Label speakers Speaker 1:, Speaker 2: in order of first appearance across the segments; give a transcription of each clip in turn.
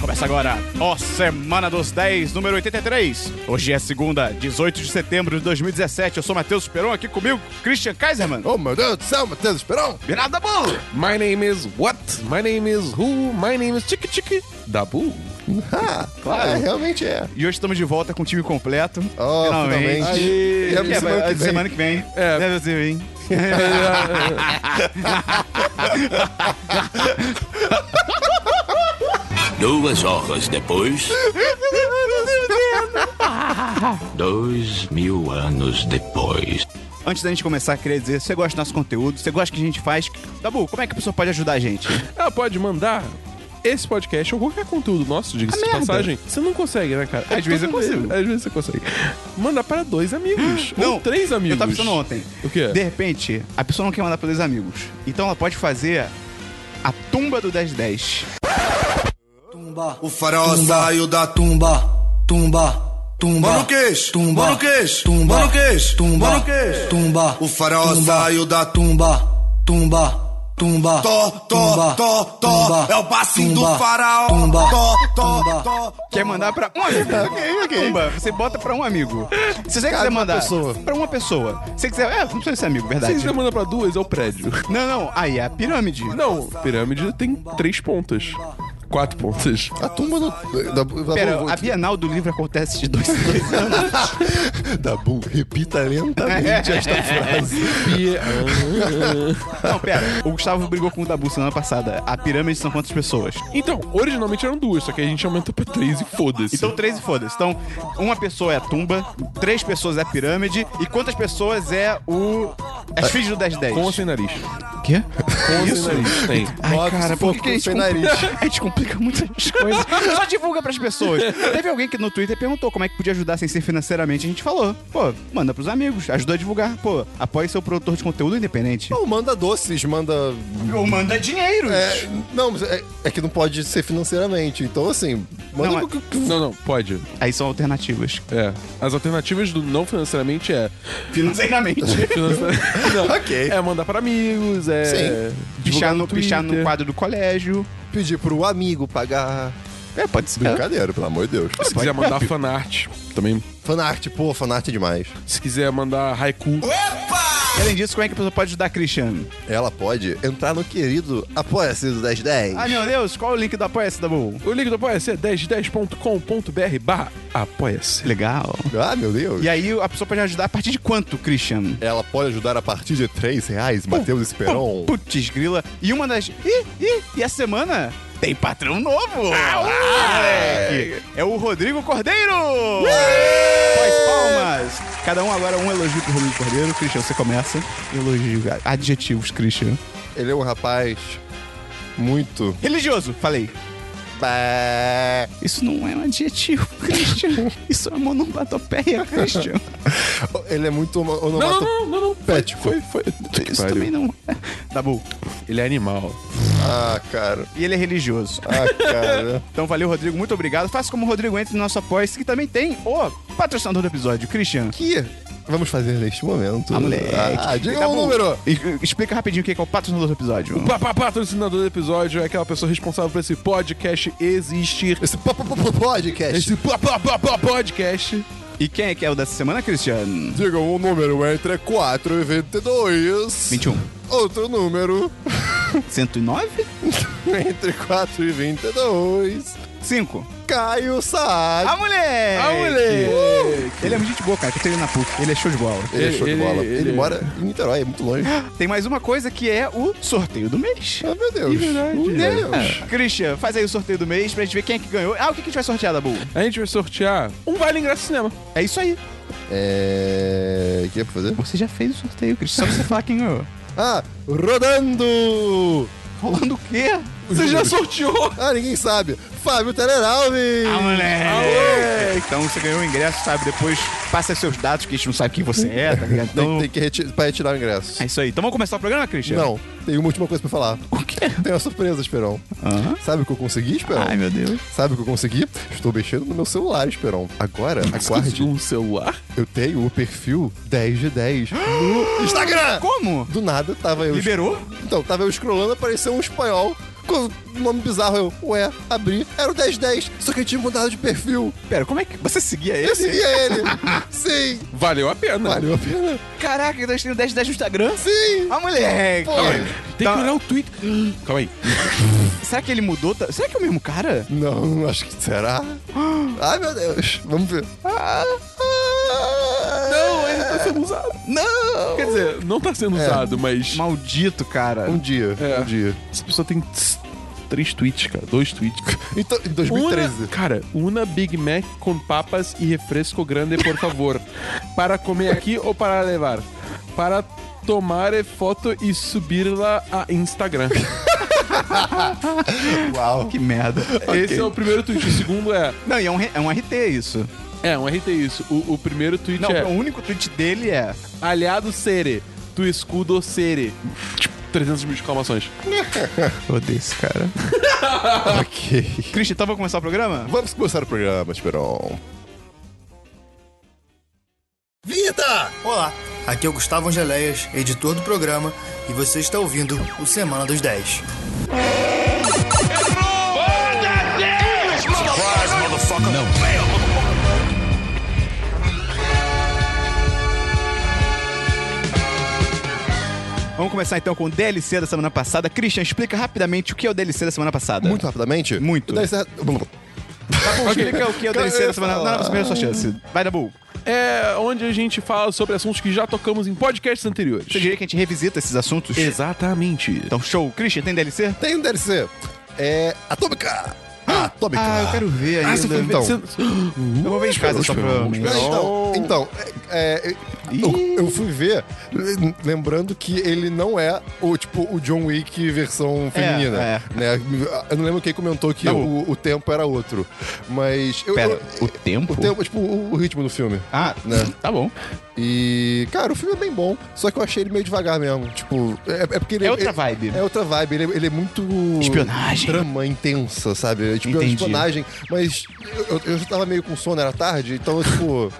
Speaker 1: Começa agora, ó, Semana dos 10, número 83. Hoje é segunda, 18 de setembro de 2017. Eu sou Matheus Peron, aqui comigo, Christian Kaiserman.
Speaker 2: Oh meu Deus do céu, Matheus Esperão!
Speaker 1: Virada bolo!
Speaker 3: My name is what? My name is who? My name is Tiki Tiki Dabu.
Speaker 2: Ah, é, realmente é.
Speaker 1: E hoje estamos de volta com o time completo.
Speaker 2: Oh, finalmente. Aí,
Speaker 1: E
Speaker 2: é semana
Speaker 1: vai-
Speaker 2: que vem.
Speaker 1: semana que vem.
Speaker 3: É.
Speaker 1: Deve ser, hein?
Speaker 4: Duas horas depois. Dois mil anos depois.
Speaker 1: Antes da gente começar, queria dizer, se você gosta do nosso conteúdo, se você gosta do que a gente faz, Dabu, como é que a pessoa pode ajudar a gente?
Speaker 3: Ela Ah, pode mandar esse podcast ou qualquer conteúdo nosso, diga-se de
Speaker 1: Ah, merda. É
Speaker 3: passagem. Você não consegue, né, cara?
Speaker 1: Às vezes eu
Speaker 3: Todo mundo- é
Speaker 1: consigo.
Speaker 3: Às vezes você consegue. Manda para dois amigos. ou três amigos.
Speaker 1: Eu tava pensando ontem.
Speaker 3: O quê?
Speaker 1: De repente, a pessoa não quer mandar pra dois amigos. Então ela pode fazer a tumba do 1010.
Speaker 5: O faraó saiu da tumba, tumba, tumba.
Speaker 6: Mano Queixo,
Speaker 5: tumba,
Speaker 6: Mano Queixo,
Speaker 5: tumba,
Speaker 6: Mano Queixo,
Speaker 5: tumba,
Speaker 6: Mano Queixo.
Speaker 5: tumba.
Speaker 6: O faraó
Speaker 5: tumba,
Speaker 6: saiu da
Speaker 5: tumba, tumba, tumba.
Speaker 6: Tó, tó,
Speaker 5: tumba,
Speaker 6: tó, tó.
Speaker 5: tumba,
Speaker 6: É o passinho do
Speaker 5: tumba,
Speaker 6: faraó.
Speaker 5: Tumba,
Speaker 6: Tó, tó,
Speaker 5: tumba.
Speaker 6: tó.
Speaker 1: Quer mandar pra um amigo? ok, ok. Tumba, você bota pra um amigo. Se você quiser mandar
Speaker 2: pessoa.
Speaker 1: pra uma pessoa. Se você quiser. É, não precisa ser amigo,
Speaker 3: Se
Speaker 1: verdade.
Speaker 3: você manda para duas, é o prédio.
Speaker 1: Não, não. Aí é a pirâmide.
Speaker 3: Não, pirâmide tem três pontas. Quatro pontas.
Speaker 2: A tumba do. Dabu, Dabu,
Speaker 1: Pera,
Speaker 2: vou-
Speaker 1: a Bienal do Livro acontece de dois em dois anos.
Speaker 2: Dabu, repita lentamente esta frase.
Speaker 1: Não, pera. O Gustavo brigou com o Dabu semana passada. A pirâmide são quantas pessoas?
Speaker 3: Então, originalmente eram duas, só que a gente aumentou pra três e foda-se.
Speaker 1: Então, três e foda-se. Então, uma pessoa é a tumba, três pessoas é a pirâmide, e quantas pessoas é o. As filhas do 1010?
Speaker 3: com ou sem nariz?
Speaker 1: quê?
Speaker 3: Com ou sem nariz? Tem.
Speaker 1: Ai,
Speaker 2: Óbvio,
Speaker 1: cara,
Speaker 2: se
Speaker 1: por
Speaker 2: for
Speaker 1: que
Speaker 2: com
Speaker 1: a gente,
Speaker 2: sem
Speaker 1: compli-
Speaker 2: nariz.
Speaker 1: a gente complica muitas coisas? Só divulga pras pessoas. Teve alguém que no Twitter perguntou como é que podia ajudar sem ser financeiramente. A gente falou, pô, manda pros amigos, ajuda a divulgar. Pô, apoie seu produtor de conteúdo
Speaker 3: É.
Speaker 1: independente.
Speaker 2: Não, manda doces, manda.
Speaker 1: Ou manda dinheiro.
Speaker 2: É, não, mas é, é que não pode ser financeiramente. Então, assim, manda.
Speaker 1: Não,
Speaker 3: Não, não, pode.
Speaker 1: Aí são alternativas.
Speaker 3: É. As alternativas do não financeiramente é.
Speaker 1: Financeiramente.
Speaker 3: financeira- não,
Speaker 2: Ok.
Speaker 3: É mandar pra amigos, é.
Speaker 2: Sim.
Speaker 3: divulgar
Speaker 1: Pichar no, pichar no
Speaker 3: Twitter.
Speaker 1: quadro do colégio.
Speaker 2: É, Pedir pro amigo pagar.
Speaker 1: É, pode ser.
Speaker 2: Brincadeira, pelo amor de Deus.
Speaker 3: Se quiser mandar fanart também.
Speaker 2: Fanart, pô, fanart é demais.
Speaker 3: Se quiser mandar haiku.
Speaker 1: E além disso, como é que a pessoa pode ajudar a Christian?
Speaker 2: Ela pode entrar no querido Apoia-se do 1010.
Speaker 1: Ai, meu Deus, qual é o link do Apoia-se, Dabu?
Speaker 3: O link do Apoia-se é 1010.com.br barra apoia-se.
Speaker 1: Legal.
Speaker 2: Ah, meu Deus.
Speaker 1: E aí, a pessoa pode ajudar a partir de quanto, Christian?
Speaker 2: Ela pode ajudar a partir de 3 reais, Matheus Esperon.
Speaker 1: Putz, grila. E uma das. Ih, ih, e essa semana tem patrão novo!
Speaker 3: Ah,
Speaker 1: Ah, moleque! É o Rodrigo Cordeiro! Pós palmas! Cada um agora um elogio pro Rodrigo Cordeiro. Christian, você começa. Elogio, adjetivos, Christian.
Speaker 2: Ele é um rapaz muito.
Speaker 1: Religioso, falei.
Speaker 2: Bé.
Speaker 1: Isso não é um adjetivo, Christian. Isso é uma onomatopeia, Christian.
Speaker 2: Ele é muito ono-
Speaker 3: Não,
Speaker 2: onomato...
Speaker 3: não, não, não.
Speaker 2: Pético.
Speaker 3: Foi, foi. Puta que
Speaker 1: Isso
Speaker 3: pariu.
Speaker 1: também não é. Dabu.
Speaker 3: Ele é animal.
Speaker 2: Ah, cara.
Speaker 1: E ele é religioso.
Speaker 2: Ah, cara.
Speaker 1: Então valeu, Rodrigo. Muito obrigado. Faça como o Rodrigo entre no nosso apoio, que também tem o patrocinador do episódio, Christian.
Speaker 2: que vamos fazer neste momento?
Speaker 1: Ah, moleque.
Speaker 3: tá
Speaker 2: Ah, diga
Speaker 1: Dabu,
Speaker 2: um número.
Speaker 1: e- Explica rapidinho o que é o patrocinador do episódio.
Speaker 3: Pa- pa- Patrocinador do episódio é aquela pessoa responsável por esse podcast existir.
Speaker 2: Esse po- po- po- podcast.
Speaker 3: Esse pa- pa- pa- pa- podcast.
Speaker 1: E quem é que é o dessa semana, Christian?
Speaker 2: Diga um número entre 4 e 22.
Speaker 1: 21.
Speaker 2: Outro número
Speaker 1: 109?
Speaker 2: entre 4 e 22.
Speaker 1: 5.
Speaker 2: Caio Saad.
Speaker 1: A mulher!
Speaker 3: Ah, moleque!
Speaker 1: Ele é muito gente boa, cara. que Eu tenho ele na PUC. Ele é show de bola.
Speaker 2: Ele é show de
Speaker 3: ele-
Speaker 2: bola. Ele,
Speaker 3: ele-
Speaker 2: mora em Niterói, é muito longe. Ah,
Speaker 1: Tem mais uma coisa que é o sorteio do mês.
Speaker 2: meu Deus.
Speaker 3: É verdade.
Speaker 2: Meu Deus.
Speaker 1: Ah, Christian, faz aí o sorteio do mês pra gente ver quem é que ganhou. Ah, o que que a gente vai sortear, Dabu?
Speaker 3: A gente vai sortear um vale ingresso cinema.
Speaker 1: É isso aí.
Speaker 2: É. O que é pra fazer?
Speaker 1: Você já fez o sorteio, Christian. Só você falar quem ganhou.
Speaker 2: Ah, rodando!
Speaker 1: Rolando o quê?
Speaker 3: Você já sorteou?
Speaker 2: Ah, ninguém sabe. Fábio Teleralves!
Speaker 1: Ah, moleque! Então você ganhou o ingresso, sabe? Depois passa seus dados, que a gente não sabe quem você é, tá ligado?
Speaker 2: Tem,
Speaker 1: Então.
Speaker 2: tem que retirar, pra retirar o ingresso.
Speaker 1: É isso aí. Então vamos começar o programa, Christian?
Speaker 2: Não, tem uma última coisa pra falar.
Speaker 1: O quê?
Speaker 2: Tem uma surpresa, Esperão.
Speaker 1: Aham.
Speaker 2: Sabe o que eu consegui, Esperão?
Speaker 1: Ai, meu Deus.
Speaker 2: Sabe o que eu consegui? Estou mexendo no meu celular, Esperão. Agora, aguarde,
Speaker 3: um celular?
Speaker 2: eu tenho o perfil 10 de 10 no Instagram!
Speaker 1: Como?
Speaker 2: Do nada, tava eu...
Speaker 1: Liberou?
Speaker 2: Então, tava eu scrollando, apareceu um espanhol com nome bizarro. Eu, ué, abri. Era o 1010, só que eu tinha mudado de perfil.
Speaker 1: Pera, como é que você seguia ele?
Speaker 2: Eu seguia ele. Sim.
Speaker 3: Valeu a pena.
Speaker 2: Valeu a pena.
Speaker 1: Caraca, nós temos 10 10 no Instagram?
Speaker 2: Sim.
Speaker 1: Ah, moleque.
Speaker 2: Pô.
Speaker 3: Calma aí. Tem
Speaker 1: Tá.
Speaker 3: que olhar o Twitter. Calma aí.
Speaker 1: Será que ele mudou? ta- Será que é o mesmo cara?
Speaker 2: Não, acho que será. Ai, meu Deus. Vamos ver.
Speaker 3: Não, ele tá sendo usado.
Speaker 1: Não!
Speaker 3: Quer dizer, não tá sendo usado, mas.
Speaker 1: Maldito, cara.
Speaker 2: Um dia,
Speaker 3: É.
Speaker 2: um dia.
Speaker 3: Essa pessoa tem tss, três tweets, cara. Dois tweets.
Speaker 2: Então, em 2013.
Speaker 3: Una, cara, uma Big Mac com papas e refresco grande, por favor. para comer aqui ou para levar? Para tomar é foto e subir lá a Instagram.
Speaker 2: Uau.
Speaker 1: Que merda.
Speaker 3: Esse é o primeiro tweet. O segundo é.
Speaker 1: Não, e é um, re- é um RT isso.
Speaker 3: É, um RT isso. O, o primeiro tweet
Speaker 1: Não,
Speaker 3: é.
Speaker 1: o único tweet dele é.
Speaker 3: Aliado Sere, tu escudo Sere. Tipo, 300 mil exclamações.
Speaker 1: Odeio esse cara.
Speaker 2: ok.
Speaker 1: Christian, então vamos começar o programa?
Speaker 2: Vamos começar o programa, Esperon.
Speaker 5: Vinheta! Olá, aqui é o Gustavo Angeléias, editor do programa, e você está ouvindo o Semana dos 10.
Speaker 1: Vamos começar então com o DLC da semana passada. Christian, explica rapidamente o que é o DLC da semana passada.
Speaker 2: Muito rapidamente?
Speaker 1: Muito.
Speaker 2: Daí você-
Speaker 1: Dabu, explica o que é o DLC da semana passada. Não, primeiro sua chance. Vai, Dabu.
Speaker 3: É onde a gente fala sobre assuntos que já tocamos em podcasts anteriores.
Speaker 1: Você diria que a gente revisita esses assuntos?
Speaker 3: Exatamente.
Speaker 1: Então, show. Christian, tem DLC?
Speaker 2: Tem um DLC. É. Atômica! Atômica!
Speaker 1: Ah, eu quero ver ainda.
Speaker 2: então.
Speaker 1: Eu vou ver em casa só pra...
Speaker 2: Não, Então, então é, é, eu, eu fui ver, lembrando que ele não é o tipo o John Wick versão feminina.
Speaker 1: é.
Speaker 2: Né? Eu não lembro quem comentou que
Speaker 1: Tá bom.
Speaker 2: o, o tempo era outro. Mas eu.
Speaker 1: Pera,
Speaker 2: eu-
Speaker 1: o tempo?
Speaker 2: o tempo, tipo, o, o ritmo do filme.
Speaker 1: Ah,
Speaker 2: Né?
Speaker 1: tá bom.
Speaker 2: E, cara, o filme é bem bom, só que eu achei ele meio devagar mesmo. Tipo, é, é porque ele
Speaker 1: É outra
Speaker 2: ele-
Speaker 1: vibe.
Speaker 2: É outra vibe. Ele, é- ele é muito.
Speaker 1: Espionagem.
Speaker 2: Trama intensa, sabe? É, Tipo, é uma
Speaker 1: Entendi.
Speaker 2: espionagem. Mas eu, eu, eu já tava meio com sono, era tarde, então, tipo.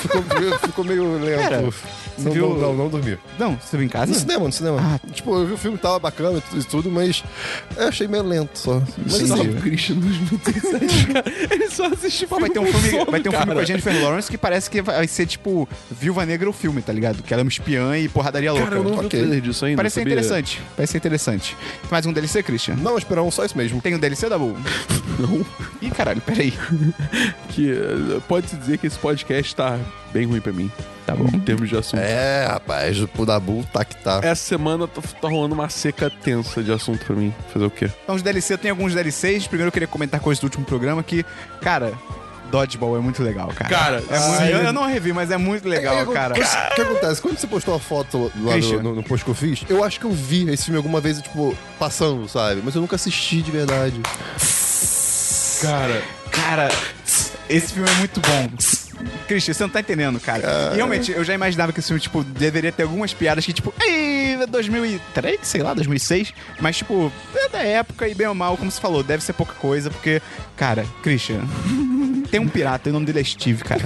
Speaker 2: ficou, meio- ficou meio lento.
Speaker 1: Pera,
Speaker 2: não, não,
Speaker 1: viu-
Speaker 2: não, não dormi.
Speaker 1: Não, você viu em casa?
Speaker 2: No cinema, no cinema.
Speaker 1: Ah.
Speaker 2: Tipo, eu vi o filme, tava bacana e tudo- e tudo, mas eu achei meio lento só. Mas
Speaker 1: Entendi.
Speaker 2: sabe,
Speaker 3: O Christian nos minutos cara. Ele só assiste
Speaker 1: Pô, vai ter um filme, vai ter um filme com a
Speaker 3: gente.
Speaker 1: Jennifer Lawrence que parece que vai ser tipo Viúva Negra o filme, tá ligado? Que ela é uma espiã e porradaria louca.
Speaker 3: Cara, eu não vi o
Speaker 2: Ok.
Speaker 3: trailer disso ainda,
Speaker 1: Parece ser
Speaker 3: sabia?
Speaker 1: interessante. Parece ser interessante. Tem mais um DLC, Christian?
Speaker 2: Não, esperar um só isso mesmo.
Speaker 1: Tem um DLC, Dabu?
Speaker 3: Não.
Speaker 1: Ih, caralho, peraí.
Speaker 3: Que eh, pode-se dizer que esse podcast tá bem ruim pra mim. Tá bom. Em termos de assunto.
Speaker 2: É, rapaz, o Dabu tá que
Speaker 1: É,
Speaker 2: tá.
Speaker 3: Essa semana tá, tá rolando uma seca tensa de assunto pra mim. Fazer o quê?
Speaker 1: Então, os DLC, eu tenho alguns DLCs. Primeiro eu queria comentar coisas do último programa que, cara, Dodgeball é muito legal, cara.
Speaker 3: Cara,
Speaker 1: é muito, eu, eu não revi, mas é muito legal, cara.
Speaker 2: O que acontece? Quando você postou a foto lá
Speaker 1: Christian.
Speaker 2: no, no- no post que eu fiz, eu acho que eu vi esse filme alguma vez, tipo, passando, sabe? Mas eu nunca assisti de verdade.
Speaker 3: Cara,
Speaker 1: Cara, esse filme é muito bom. Christian, você não tá entendendo, cara. E realmente, eu já imaginava que esse filme, tipo, deveria ter algumas piadas que, tipo, ei, 2003, sei lá, 2006. Mas, tipo, é da época e bem ou mal, como você falou, deve ser pouca coisa, porque, cara, Christian, tem um pirata, e o nome dele é Steve, cara.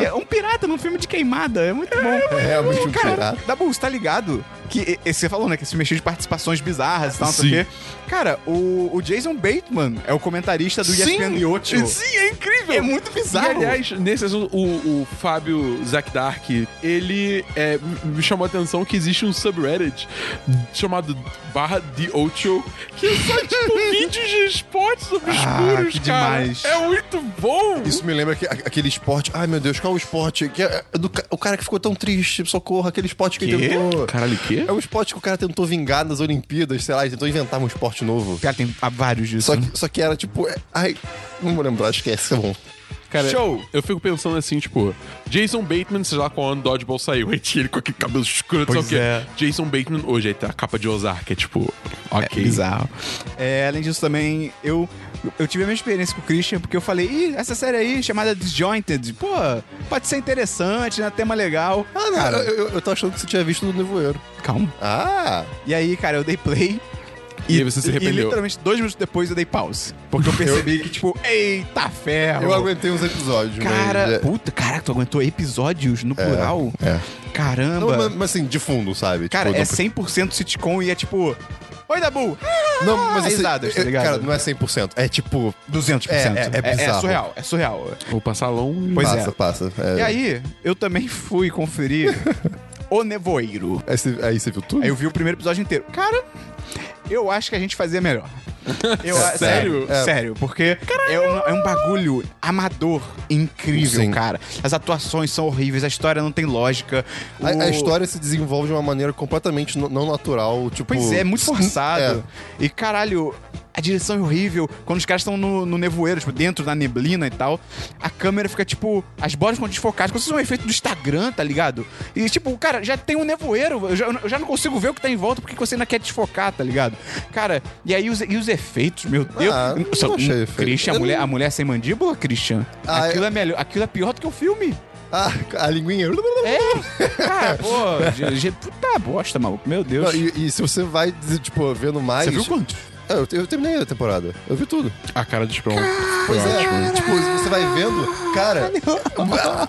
Speaker 1: É, é um pirata num filme de queimada, é muito bom.
Speaker 2: É,
Speaker 3: Tá
Speaker 2: realmente um
Speaker 1: cara,
Speaker 2: pirata.
Speaker 1: Dabu, você tá ligado? Que e- e você falou, né? Que esse filme é cheio de participações bizarras e tal, não sei o
Speaker 3: Sim.
Speaker 1: quê. Cara, o, o Jason Bateman é o comentarista do ESPN Yacht.
Speaker 3: Sim, é incrível.
Speaker 1: É muito bizarro.
Speaker 3: E, aliás, nesse assunto, o, o Fábio Zakdark, ele é, me chamou a atenção que existe um subreddit chamado barra The Ocho, que é só, tipo, vídeos de esportes obscuros,
Speaker 1: Ah, que
Speaker 3: cara.
Speaker 1: demais.
Speaker 3: É muito bom.
Speaker 2: Isso me lembra que- a- aquele esporte. Ai, meu Deus, qual o esporte? Que é do ca- o cara que ficou tão triste, socorro, aquele esporte que ele
Speaker 1: Quê?
Speaker 2: tentou.
Speaker 3: Caralho, o quê?
Speaker 2: É um esporte que o cara tentou vingar nas Olimpíadas, sei lá, ele tentou inventar um esporte novo.
Speaker 1: Cara, tem há vários disso. né?
Speaker 2: Só que, só que era tipo. é- ai, não vou lembrar, esquece, tá bom.
Speaker 3: Cara,
Speaker 1: Show!
Speaker 3: eu fico pensando assim, tipo, Jason Bateman, sei lá quando Dodgeball saiu, aí tinha ele com aquele cabelo escuro, não sei
Speaker 1: Pois
Speaker 3: o quê.
Speaker 1: é.
Speaker 3: Jason Bateman hoje, aí tá a capa de Ozark, é tipo, ok.
Speaker 1: Bizarro. É, além disso, também, eu, eu tive a mesma experiência com o Christian, porque eu falei, ih, essa série aí, chamada Disjointed, pô, pode ser interessante, né? Tema legal.
Speaker 2: Ah, não, cara, eu, eu, eu tô achando que você tinha visto do Nevoeiro.
Speaker 1: Calma.
Speaker 2: Ah!
Speaker 1: E aí, cara, eu dei play.
Speaker 3: E aí você se arrependeu.
Speaker 1: literalmente dois minutos depois eu dei pause. Porque eu percebi que, tipo, eita ferro!
Speaker 2: Eu aguentei uns episódios, mas.
Speaker 1: Cara,
Speaker 2: é-
Speaker 1: puta, caraca, tu aguentou episódios no plural?
Speaker 2: é.
Speaker 1: Caramba.
Speaker 2: Não, mas, mas assim, de fundo, sabe?
Speaker 1: Cara,
Speaker 2: Tipo,
Speaker 1: é
Speaker 2: não-
Speaker 1: 100% sitcom e é tipo. Oi, Dabu!
Speaker 2: Não, mas
Speaker 1: Ah,
Speaker 2: assim,
Speaker 1: risadas, tá
Speaker 2: é-
Speaker 1: ligado?
Speaker 2: cara, não é 100%. É tipo,
Speaker 1: 200%.
Speaker 2: É, é- é bizarro.
Speaker 1: surreal, é surreal.
Speaker 3: Vou passar longe.
Speaker 1: Pois
Speaker 2: passa,
Speaker 1: é.
Speaker 2: passa. É,
Speaker 1: E aí, eu também fui conferir O Nevoeiro.
Speaker 2: Aí você, aí você viu tudo?
Speaker 1: Aí eu vi o primeiro episódio inteiro. Cara, eu acho que a gente fazia melhor. Eu-
Speaker 2: É,
Speaker 3: Sério?
Speaker 1: Sério, sério, porque é um, é um bagulho amador incrível,
Speaker 2: Sim.
Speaker 1: cara. As atuações são horríveis, a história não tem lógica.
Speaker 2: A, a
Speaker 1: o-
Speaker 2: história se desenvolve de uma maneira completamente no- não natural, tipo...
Speaker 1: Pois é, é muito forçado.
Speaker 2: É.
Speaker 1: E caralho, a direção é horrível. Quando os caras estão no, no nevoeiro, tipo, dentro da neblina e tal, a câmera fica, tipo, as bolas ficam desfocadas. Como se fosse um efeito do Instagram, tá ligado? E, tipo, cara, já tem um nevoeiro. Eu já, eu já não consigo ver o que tá em volta porque você ainda quer desfocar, tá ligado? Cara, e aí os, e os efeitos, meu Deus.
Speaker 2: Ah, eu não achei efeito.
Speaker 1: um Christian, a
Speaker 2: Eu
Speaker 1: mulher, a mulher sem mandíbula, Christian?
Speaker 2: Ah,
Speaker 1: aquilo, é melhor, aquilo é pior do que o filme.
Speaker 2: Ah, a linguinha...
Speaker 1: É, cara, pô, de- de- puta bosta, maluco, meu Deus.
Speaker 2: Não, e, e se você vai, tipo, vendo mais...
Speaker 1: Você viu quanto?
Speaker 2: É, Eu, eu terminei a temporada. Eu vi tudo.
Speaker 3: A cara de Spawn.
Speaker 1: Tá
Speaker 2: Pois é, tipo, você vai vendo, cara,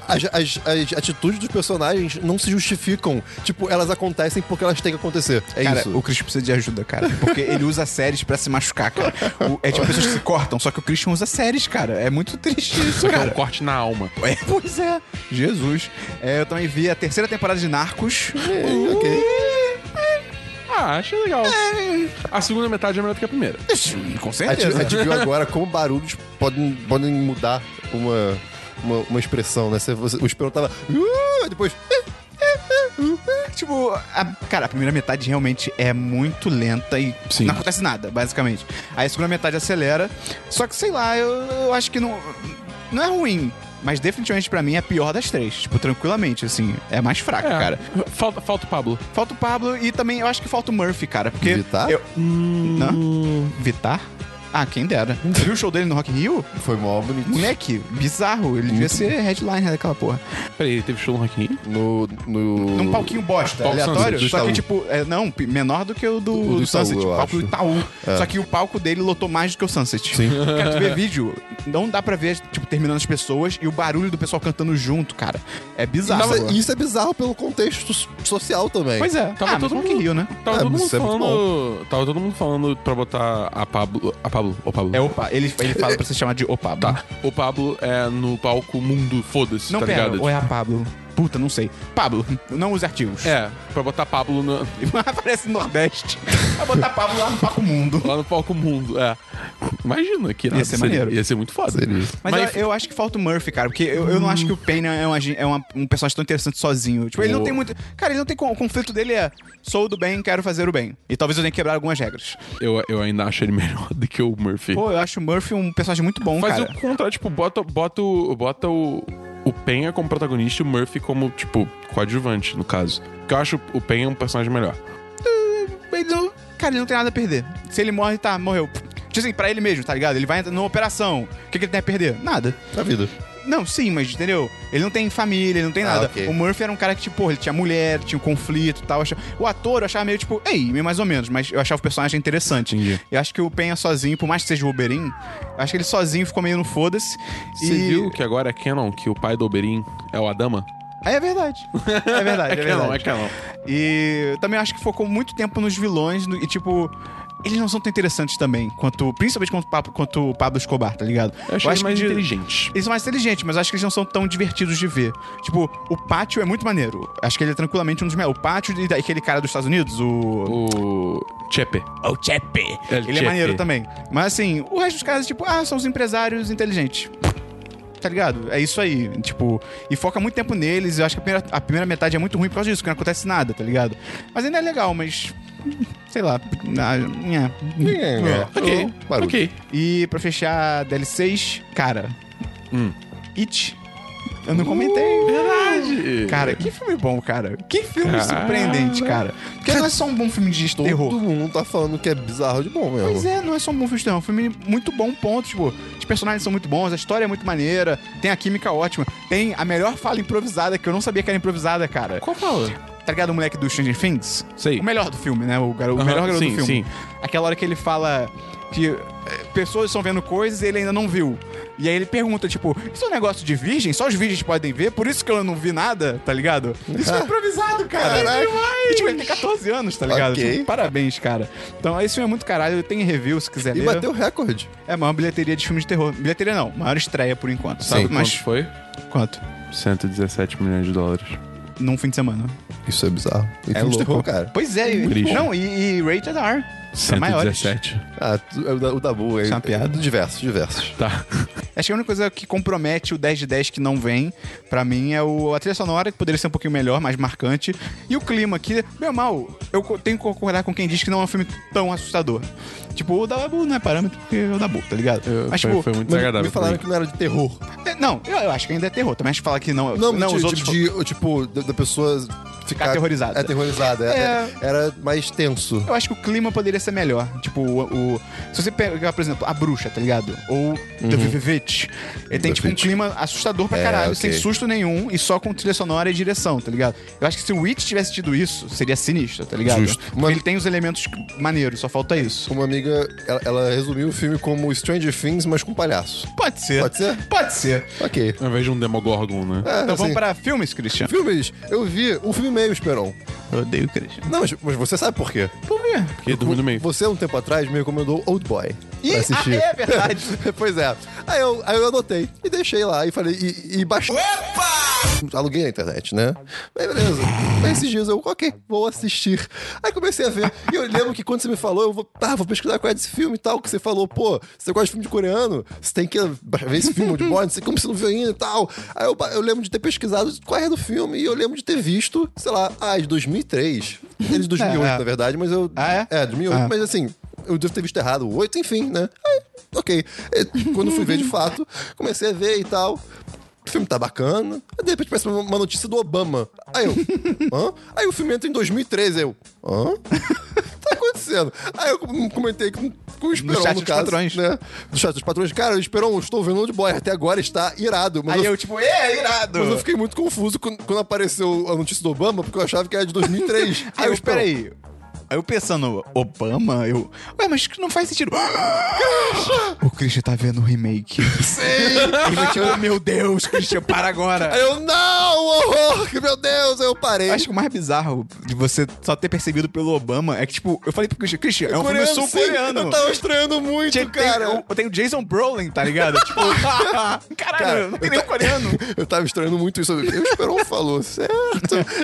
Speaker 2: as, as- as atitudes dos personagens não se justificam. Tipo, elas acontecem porque elas têm que acontecer. É
Speaker 1: cara,
Speaker 2: isso.
Speaker 1: o Christian precisa de ajuda, cara. Porque ele usa séries pra se machucar, cara. O- é tipo pessoas que se cortam, só que o Christian usa séries, cara. É muito triste isso,
Speaker 3: É um
Speaker 1: cara.
Speaker 3: corte na alma.
Speaker 1: É, pois é. Jesus. É, eu também vi a terceira temporada de Narcos.
Speaker 2: É, ok.
Speaker 3: Ah, achei
Speaker 1: É.
Speaker 3: legal. A segunda metade é melhor do que a primeira.
Speaker 1: Ixi, Com
Speaker 2: A gente,
Speaker 1: certeza.
Speaker 2: a gente viu agora como barulhos podem, podem mudar uma, uma, uma expressão, né? Você, você- o Esperão tava. "Uh", depois.
Speaker 1: Tipo, a- cara, a primeira metade realmente é muito lenta e
Speaker 3: Sim.
Speaker 1: não acontece nada, basicamente. Aí a segunda metade acelera. Só que, sei lá, eu, eu acho que não. Não é ruim. Mas definitivamente pra mim é a pior das três. Tipo, tranquilamente, assim. É a mais fraca, cara.
Speaker 3: Falta, falta o Pablo.
Speaker 1: Falta o Pablo e também eu acho que falta o Murphy, cara. Porque.
Speaker 2: Vittar?
Speaker 1: Eu...
Speaker 3: Hum.
Speaker 1: Não? Vitar? Ah, quem dera. Você viu o show dele no Rock in Rio?
Speaker 2: Foi mó bonito.
Speaker 1: Moleque, bizarro. Ele devia ser headliner daquela porra.
Speaker 3: Peraí, ele teve show no Rock in Rio?
Speaker 2: No. no...
Speaker 1: Num palquinho bosta,
Speaker 3: Palco
Speaker 1: aleatório.
Speaker 2: Sunset, do
Speaker 1: só que,
Speaker 2: Itaú.
Speaker 1: tipo, é, não, pi- menor do que o do,
Speaker 2: do
Speaker 1: do
Speaker 2: Itaú,
Speaker 1: Sunset,
Speaker 2: eu
Speaker 1: o palco do
Speaker 2: acho.
Speaker 1: Itaú. Só que o palco dele lotou mais do que o Sunset. É. Sim. Cara, tu vê vídeo, não dá pra ver, tipo, terminando as pessoas e o barulho do pessoal cantando junto, cara. É bizarro.
Speaker 2: Isso, é- isso é bizarro pelo contexto so- social também.
Speaker 1: Pois é,
Speaker 3: Tava
Speaker 1: ah,
Speaker 3: todo
Speaker 1: todo mundo
Speaker 3: mundo-
Speaker 1: Rio, né?
Speaker 3: Tava
Speaker 2: É,
Speaker 3: todo
Speaker 2: mas
Speaker 3: mundo
Speaker 2: isso é muito
Speaker 3: falando. tava todo mundo falando pra botar a Pablo. A Pablo. O Pablo.
Speaker 1: É opa, ele, ele fala pra você chamar de opa.
Speaker 3: Tá. O Pablo é no palco mundo, foda-se,
Speaker 1: Não
Speaker 3: tá
Speaker 1: pera,
Speaker 3: ligado?
Speaker 1: ou é a Pablo? Puta, não sei. Pablo, não use artigos.
Speaker 3: É, pra botar Pablo na-
Speaker 1: Aparece no Nordeste. Vai botar Pablo lá no Paco Mundo.
Speaker 3: lá no palco mundo. É. Imagina que irado
Speaker 1: Ia ser
Speaker 3: seria.
Speaker 1: maneiro.
Speaker 3: Ia ser muito foda.
Speaker 1: Mas, eu- eu, acho que falta o Murphy, cara, porque eu, eu não acho que o Payne é, um, agen- é uma- um personagem tão interessante sozinho. Tipo, ele não
Speaker 3: O-
Speaker 1: tem muito. Cara, ele não tem. con- O conflito dele é: sou do bem, quero fazer o bem. E talvez eu tenha que quebrar algumas regras.
Speaker 3: eu, eu ainda acho ele melhor do que o Murphy.
Speaker 1: Pô, eu acho o Murphy um personagem muito bom,
Speaker 3: Faz
Speaker 1: cara.
Speaker 3: o contrário, tipo, bota, bota, o, bota o, o Penha como protagonista e o Murphy como, tipo, coadjuvante, no caso. Porque eu acho o Penha um personagem melhor.
Speaker 1: Ele não- cara, ele não tem nada a perder. Se ele morre, tá, morreu. Tipo assim, pra ele mesmo, tá ligado? Ele vai entrar numa operação. O que, que ele tem a perder? Nada.
Speaker 2: Na vida.
Speaker 1: Não, sim, mas entendeu? Ele não tem família, ele não tem
Speaker 2: Ah,
Speaker 1: nada.
Speaker 2: ok.
Speaker 1: O Murphy era um cara que, tipo, ele tinha mulher, tinha um conflito e tal. eu achava- O ator eu achava meio, tipo, ei, meio mais ou menos, mas eu achava o personagem interessante.
Speaker 3: Entendi.
Speaker 1: Eu acho que o Penha sozinho, por mais que seja o Wolverine, eu acho que ele sozinho ficou meio no foda-se.
Speaker 3: Você
Speaker 1: e-
Speaker 3: viu que agora é canon que o pai do Oberyn é o Adama?
Speaker 1: É verdade. É verdade, é,
Speaker 3: é
Speaker 1: verdade.
Speaker 3: canon, é canon.
Speaker 1: E eu também acho que focou muito tempo nos vilões no- e, tipo. Eles não são tão interessantes também, quanto, principalmente quanto, o Pablo- quanto o Pablo Escobar, tá ligado?
Speaker 3: Eu achei ele mais
Speaker 1: que-
Speaker 3: inteligente.
Speaker 1: Eles são mais inteligentes, mas acho que eles não são tão divertidos de ver. Tipo, o Pátio é muito maneiro. Acho que ele é tranquilamente um dos melhores. O Pátio e aquele cara dos Estados Unidos, o.
Speaker 3: O Chepe.
Speaker 1: O Chepe.
Speaker 3: El
Speaker 1: Ele é
Speaker 3: Chepe.
Speaker 1: maneiro também. Mas assim, o resto dos caras, tipo, ah, são os empresários inteligentes. Tá ligado? É isso aí. Tipo, e foca muito tempo neles. Eu acho que a primeira, a primeira metade é muito ruim por causa disso, porque não acontece nada, tá ligado? Mas ainda é legal, mas. Sei lá. Ah, é.
Speaker 3: Ok,
Speaker 2: Barulho.
Speaker 3: ok.
Speaker 1: E pra fechar a DL6, cara.
Speaker 3: Hum.
Speaker 1: It. Eu não comentei.
Speaker 3: Uh, Verdade.
Speaker 1: Cara, que filme bom, cara. Que filme
Speaker 3: Cara.
Speaker 1: surpreendente, cara. Porque não é só um bom filme de
Speaker 2: Todo
Speaker 1: terror.
Speaker 2: mundo tá falando que é bizarro de bom mesmo.
Speaker 1: Pois é, não é só um bom filme de terror. É um filme muito bom, ponto. Tipo, os personagens são muito bons, a história é muito maneira, tem a química ótima, tem a melhor fala improvisada, que eu não sabia que era improvisada, cara.
Speaker 3: Qual fala?
Speaker 1: Tá ligado o moleque do Stranger Things?
Speaker 3: Sei.
Speaker 1: O melhor do filme, né? O, garo... o
Speaker 3: Aham,
Speaker 1: melhor garoto
Speaker 3: sim,
Speaker 1: do filme.
Speaker 3: sim.
Speaker 1: Aquela hora que ele fala que eh, pessoas estão vendo coisas e ele ainda não viu. E aí ele pergunta, tipo, isso é um negócio de virgem? Só os virgens podem ver? Por isso que eu não vi nada, tá ligado? Isso foi improvisado, cara.
Speaker 2: Caraca.
Speaker 1: E, tipo, ele tem 14 anos, tá ligado?
Speaker 2: Ok.
Speaker 1: Tipo, parabéns, cara. Então, esse filme é muito caralho. Tem review, se quiser
Speaker 2: E
Speaker 1: ler.
Speaker 2: bateu recorde.
Speaker 1: É a maior bilheteria de filme de terror. Bilheteria não, maior estreia por enquanto, sabe?
Speaker 3: Quanto
Speaker 1: Mas
Speaker 3: foi?
Speaker 1: quanto?
Speaker 3: 117 milhões de dólares.
Speaker 1: Num fim de semana.
Speaker 2: Isso é bizarro. E
Speaker 1: É
Speaker 2: filme de
Speaker 1: louco.
Speaker 2: terror, cara.
Speaker 1: Pois é. e-
Speaker 3: Triste.
Speaker 1: Não, e, e rated R. São maiores.
Speaker 3: 117.
Speaker 2: Ah, tu- é o da- o Dabu é,
Speaker 1: Isso é uma piada.
Speaker 2: é diversos, diversos.
Speaker 3: Tá.
Speaker 1: Acho que a única coisa que compromete o 10 de 10 que não vem, pra mim, é o, a trilha sonora, que poderia ser um pouquinho melhor, mais marcante. E o clima, que, meu mal, eu co- tenho que concordar com quem diz que não é um filme tão assustador. Tipo, o Dabu não é parâmetro, porque é o Dabu, tá ligado?
Speaker 3: Eu-
Speaker 1: Mas,
Speaker 3: foi-
Speaker 1: tipo,
Speaker 3: foi muito
Speaker 1: mas-
Speaker 3: desagradável.
Speaker 2: Me falaram que não era de terror.
Speaker 1: é, Não, eu, eu acho que ainda é terror. Também acho que falar que não.
Speaker 2: Não,
Speaker 1: não
Speaker 2: de,
Speaker 1: os
Speaker 2: de-
Speaker 1: outros.
Speaker 2: de- tipo, da, da pessoa ficar...
Speaker 1: aterrorizada.
Speaker 2: Aterrorizada.
Speaker 1: É.
Speaker 2: Era, era mais tenso.
Speaker 1: Eu acho que o clima poderia ser melhor. Tipo, o. o- se você pegar, por exemplo, a bruxa, tá ligado? Ou The Vivivit. Ele tem,
Speaker 2: The
Speaker 1: tipo, um
Speaker 2: Witch.
Speaker 1: clima assustador pra
Speaker 2: É,
Speaker 1: caralho,
Speaker 2: ok.
Speaker 1: sem susto nenhum e só com trilha sonora e direção, tá ligado? Eu acho que se o Witch tivesse tido isso, seria sinistro, tá ligado?
Speaker 2: Justo.
Speaker 1: Porque
Speaker 2: Mas-
Speaker 1: ele tem os elementos maneiros, só falta isso.
Speaker 2: Uma amiga, ela, ela resumiu o filme como Stranger Things, mas com palhaço.
Speaker 1: Pode ser.
Speaker 2: Pode ser?
Speaker 1: Pode ser.
Speaker 2: Ok.
Speaker 3: Ao invés de um Demogorgon, né?
Speaker 2: É,
Speaker 1: Então
Speaker 2: assim,
Speaker 1: vamos pra filmes, Christian.
Speaker 2: Filmes, eu vi um filme e meio, Esperon.
Speaker 1: Eu odeio o Christian.
Speaker 2: Não, mas, mas você sabe por quê?
Speaker 1: Por quê?
Speaker 3: Que dorme no é meio.
Speaker 2: Você, um tempo atrás, me recomendou Old Boy.
Speaker 1: Ih,
Speaker 2: pra assistir.
Speaker 1: ah, é verdade.
Speaker 2: pois é. Aí eu, aí eu anotei e deixei lá e falei, e, e baixei. Aluguei na internet, né? Mas beleza. Aí esses dias eu, ok, vou assistir. Aí comecei a ver. E eu lembro que quando você me falou, eu vou, tá, vou pesquisar qual é desse filme e tal. Que você falou, pô, você gosta de filme de coreano? Você tem que ver esse filme de boy, não sei como você não viu ainda e tal. Aí eu, ba- eu lembro de ter pesquisado qual é do filme e eu lembro de ter visto, sei lá, ah, de 2003. Ele de 2008,
Speaker 1: É, é.
Speaker 2: na verdade, mas eu.
Speaker 1: Ah, é?
Speaker 2: É, 2008,
Speaker 1: Ah.
Speaker 2: mas assim, eu devo ter visto errado o 8, enfim, né? Aí, ok. É, Quando fui ver de fato, comecei a ver e tal. O filme tá bacana. Aí, de repente parece uma uma notícia do Obama. Aí eu, hã? Aí o filme entra em 2013, eu, hã? tá acontecendo? Aí eu com- comentei com, com o Esperon, no,
Speaker 1: chat dos
Speaker 2: caso.
Speaker 1: patrões.
Speaker 2: Né? Do chat dos patrões. Cara, o Esperon, estou vendo o Old Boy, até agora está irado. Mas
Speaker 1: Aí
Speaker 2: eu
Speaker 1: eu, tipo, é irado!
Speaker 2: mas eu fiquei muito confuso quando quando apareceu a notícia do Obama, porque eu achava que era de 2003.
Speaker 1: Aí eu,
Speaker 2: Esperon,
Speaker 1: peraí. Aí eu pensando, Obama, eu. Ué, mas não faz sentido. o Christian tá vendo o remake. Ele vai tipo, meu Deus, Christian, para
Speaker 2: Aí
Speaker 1: agora.
Speaker 2: eu, não, horror, que meu Deus, aí eu parei.
Speaker 1: Acho que o mais bizarro de você só ter percebido pelo Obama é que, tipo, eu falei pro Christian, Christian, é um filme
Speaker 2: Coreano, sim, Eu
Speaker 1: sul-coreano.
Speaker 2: tava estranhando muito,
Speaker 1: Tinha- um- tem-
Speaker 2: cara.
Speaker 1: Eu, eu tenho Jason Brolin, tá ligado? tipo, caralho,
Speaker 2: Cara, então,
Speaker 1: não tem nenhum coreano.
Speaker 2: Eu tava estranhando muito isso. Eu esperou, falou certo.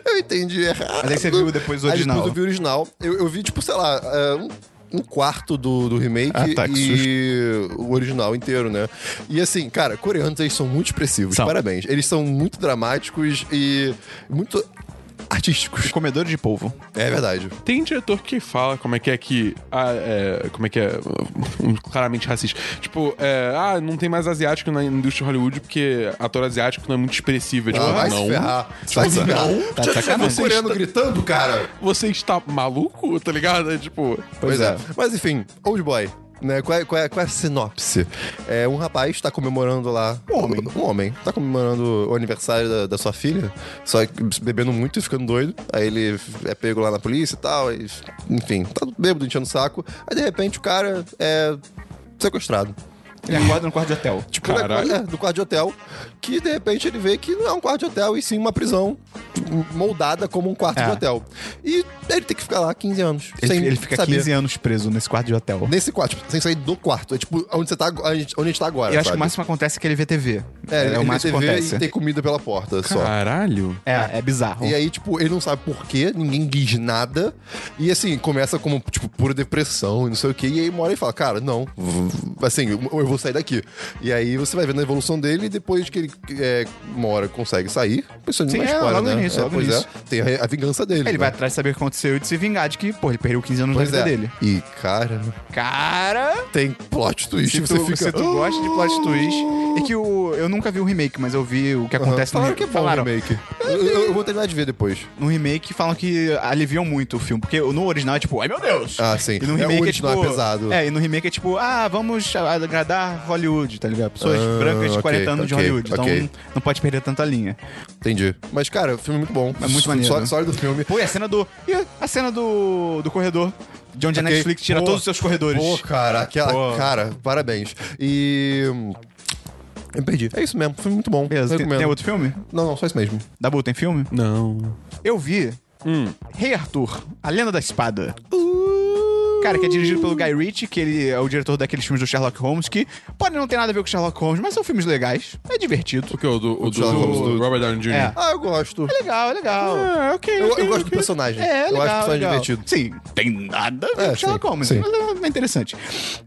Speaker 2: Eu entendi errado.
Speaker 1: Mas aí você viu depois o
Speaker 2: Aí
Speaker 1: original.
Speaker 2: depois eu vi o original. Eu, eu vi, tipo, sei lá, é, um, um quarto do, do remake
Speaker 1: Ah, tá, que
Speaker 2: e o original inteiro, né? E assim, cara, coreanos, eles são muito expressivos.
Speaker 1: São.
Speaker 2: Parabéns. Eles são muito dramáticos e muito artísticos.
Speaker 1: Comedores de polvo.
Speaker 2: É verdade.
Speaker 3: Tem um diretor que fala como é que é que. ah, é, como é que é. um, Claramente racista. Tipo, é, ah, não tem mais asiático na indústria de Hollywood porque ator asiático não é muito expressivo. É Tipo,
Speaker 2: Ah, vai
Speaker 3: não.
Speaker 2: se ferrar. Vai se ferrar.
Speaker 1: Tá
Speaker 2: Já
Speaker 1: sacanagem.
Speaker 2: um coreano gritando, cara.
Speaker 3: Você está maluco, tá ligado? É tipo.
Speaker 2: Pois é. Mas enfim, Old Boy. Né? Qual, é, qual, é, qual é a sinopse? É, um rapaz tá comemorando lá. Um homem. Um homem. Tá comemorando o aniversário da, da sua filha. Só que bebendo muito e ficando doido. Aí ele é pego lá na polícia e tal. e, enfim, tá bêbado, enchendo o saco. Aí de repente o cara é sequestrado.
Speaker 1: Ele acorda no quarto de hotel.
Speaker 2: Tipo,
Speaker 3: Caralho.
Speaker 2: né, do quarto de hotel. Que de repente ele vê que não é um quarto de hotel, e sim uma prisão moldada como um quarto
Speaker 1: É.
Speaker 2: de hotel. E ele tem que ficar lá 15 anos.
Speaker 1: Ele,
Speaker 2: sem
Speaker 1: ele fica
Speaker 2: saber.
Speaker 1: 15 anos preso nesse quarto de hotel.
Speaker 2: Nesse quarto, tipo, sem sair do quarto. É tipo, onde você tá, ag- a gente- onde a gente tá agora.
Speaker 1: E eu acho que
Speaker 2: sabe?
Speaker 1: o máximo que acontece é que ele vê TV.
Speaker 2: É,
Speaker 1: é
Speaker 2: ele
Speaker 1: o
Speaker 2: vê
Speaker 1: máximo que
Speaker 2: TV
Speaker 1: acontece.
Speaker 2: e tem comida pela porta só.
Speaker 3: Caralho.
Speaker 1: É, é bizarro.
Speaker 2: E aí, tipo, ele não sabe porquê, ninguém diz nada. E assim, começa como, tipo, pura depressão e não sei o quê. E aí mora e fala, cara, não, v- v- assim, eu eu vou sair daqui. E aí você vai vendo a evolução dele e depois que ele é, mora, consegue sair. Isso não
Speaker 1: Sim,
Speaker 2: é
Speaker 1: é,
Speaker 2: spoiler,
Speaker 1: logo no
Speaker 2: né?
Speaker 1: início,
Speaker 2: É,
Speaker 1: logo no
Speaker 2: pois é,
Speaker 1: início.
Speaker 2: tem a, a vingança dele.
Speaker 1: Ele
Speaker 2: né?
Speaker 1: vai atrás de saber o que aconteceu e de se vingar de que, pô, ele perdeu 15 anos
Speaker 2: Pois
Speaker 1: da
Speaker 2: é.
Speaker 1: vida dele.
Speaker 2: E, cara,
Speaker 1: Cara!
Speaker 2: tem plot twist.
Speaker 1: Se
Speaker 2: Tipo, você
Speaker 1: tu,
Speaker 2: fica...
Speaker 1: se
Speaker 2: "Ah."
Speaker 1: tu gosta de plot twist. E que o. Eu nunca vi o remake, mas eu vi o que acontece no
Speaker 2: Falaram
Speaker 1: re-
Speaker 2: que é bom
Speaker 1: falaram.
Speaker 2: o remake. Eu, eu- eu vou terminar de ver depois.
Speaker 1: No remake falam que aliviam muito o filme. Porque no original é tipo, ai meu Deus!
Speaker 2: Ah, sim.
Speaker 1: E no
Speaker 2: É, o
Speaker 1: remake é,
Speaker 2: original é
Speaker 1: tipo.
Speaker 2: pesado.
Speaker 1: É, e no remake é tipo, ah, vamos agradar Hollywood, tá ligado? Pessoas
Speaker 2: Ah,
Speaker 1: brancas de
Speaker 2: ok,
Speaker 1: 40 anos de
Speaker 2: ok,
Speaker 1: Hollywood.
Speaker 2: ok.
Speaker 1: Então não pode perder tanta linha.
Speaker 2: Entendi. Mas, cara, o filme é muito bom.
Speaker 1: É muito maneiro.
Speaker 2: Só, só do filme.
Speaker 1: Pô, e a cena do. E a cena do. do corredor. De onde a
Speaker 2: Ok.
Speaker 1: Netflix tira
Speaker 2: Pô,
Speaker 1: todos os seus corredores.
Speaker 2: Pô, cara, aquela.
Speaker 1: Pô.
Speaker 2: Cara, parabéns. E. hum, Eu perdi. É isso mesmo. Foi muito bom.
Speaker 1: Beleza, tem,
Speaker 2: Recomendo.
Speaker 1: tem outro filme?
Speaker 2: Não, não, só isso mesmo.
Speaker 1: Dabu, tem filme?
Speaker 3: Não.
Speaker 1: Eu vi
Speaker 2: Hum.
Speaker 1: Rei Arthur, A Lenda da Espada. Cara, que é dirigido pelo Guy Ritchie, que ele é o diretor daqueles filmes do Sherlock Holmes, que podem não ter nada a ver com Sherlock Holmes, mas são filmes legais, é divertido.
Speaker 3: O que? O do, o do-
Speaker 2: Sherlock Holmes,
Speaker 3: do Robert Downey Jr.
Speaker 1: É.
Speaker 2: Ah, eu gosto.
Speaker 1: É legal, é legal.
Speaker 3: Ah, ok.
Speaker 2: Eu, eu
Speaker 3: ok,
Speaker 2: gosto do
Speaker 3: ok.
Speaker 2: personagem.
Speaker 1: É, legal,
Speaker 2: eu acho o personagem
Speaker 1: legal.
Speaker 2: divertido.
Speaker 1: Sim, tem nada a ver
Speaker 2: É,
Speaker 1: com
Speaker 2: sim,
Speaker 1: Sherlock Holmes,
Speaker 2: sim.
Speaker 1: mas é interessante.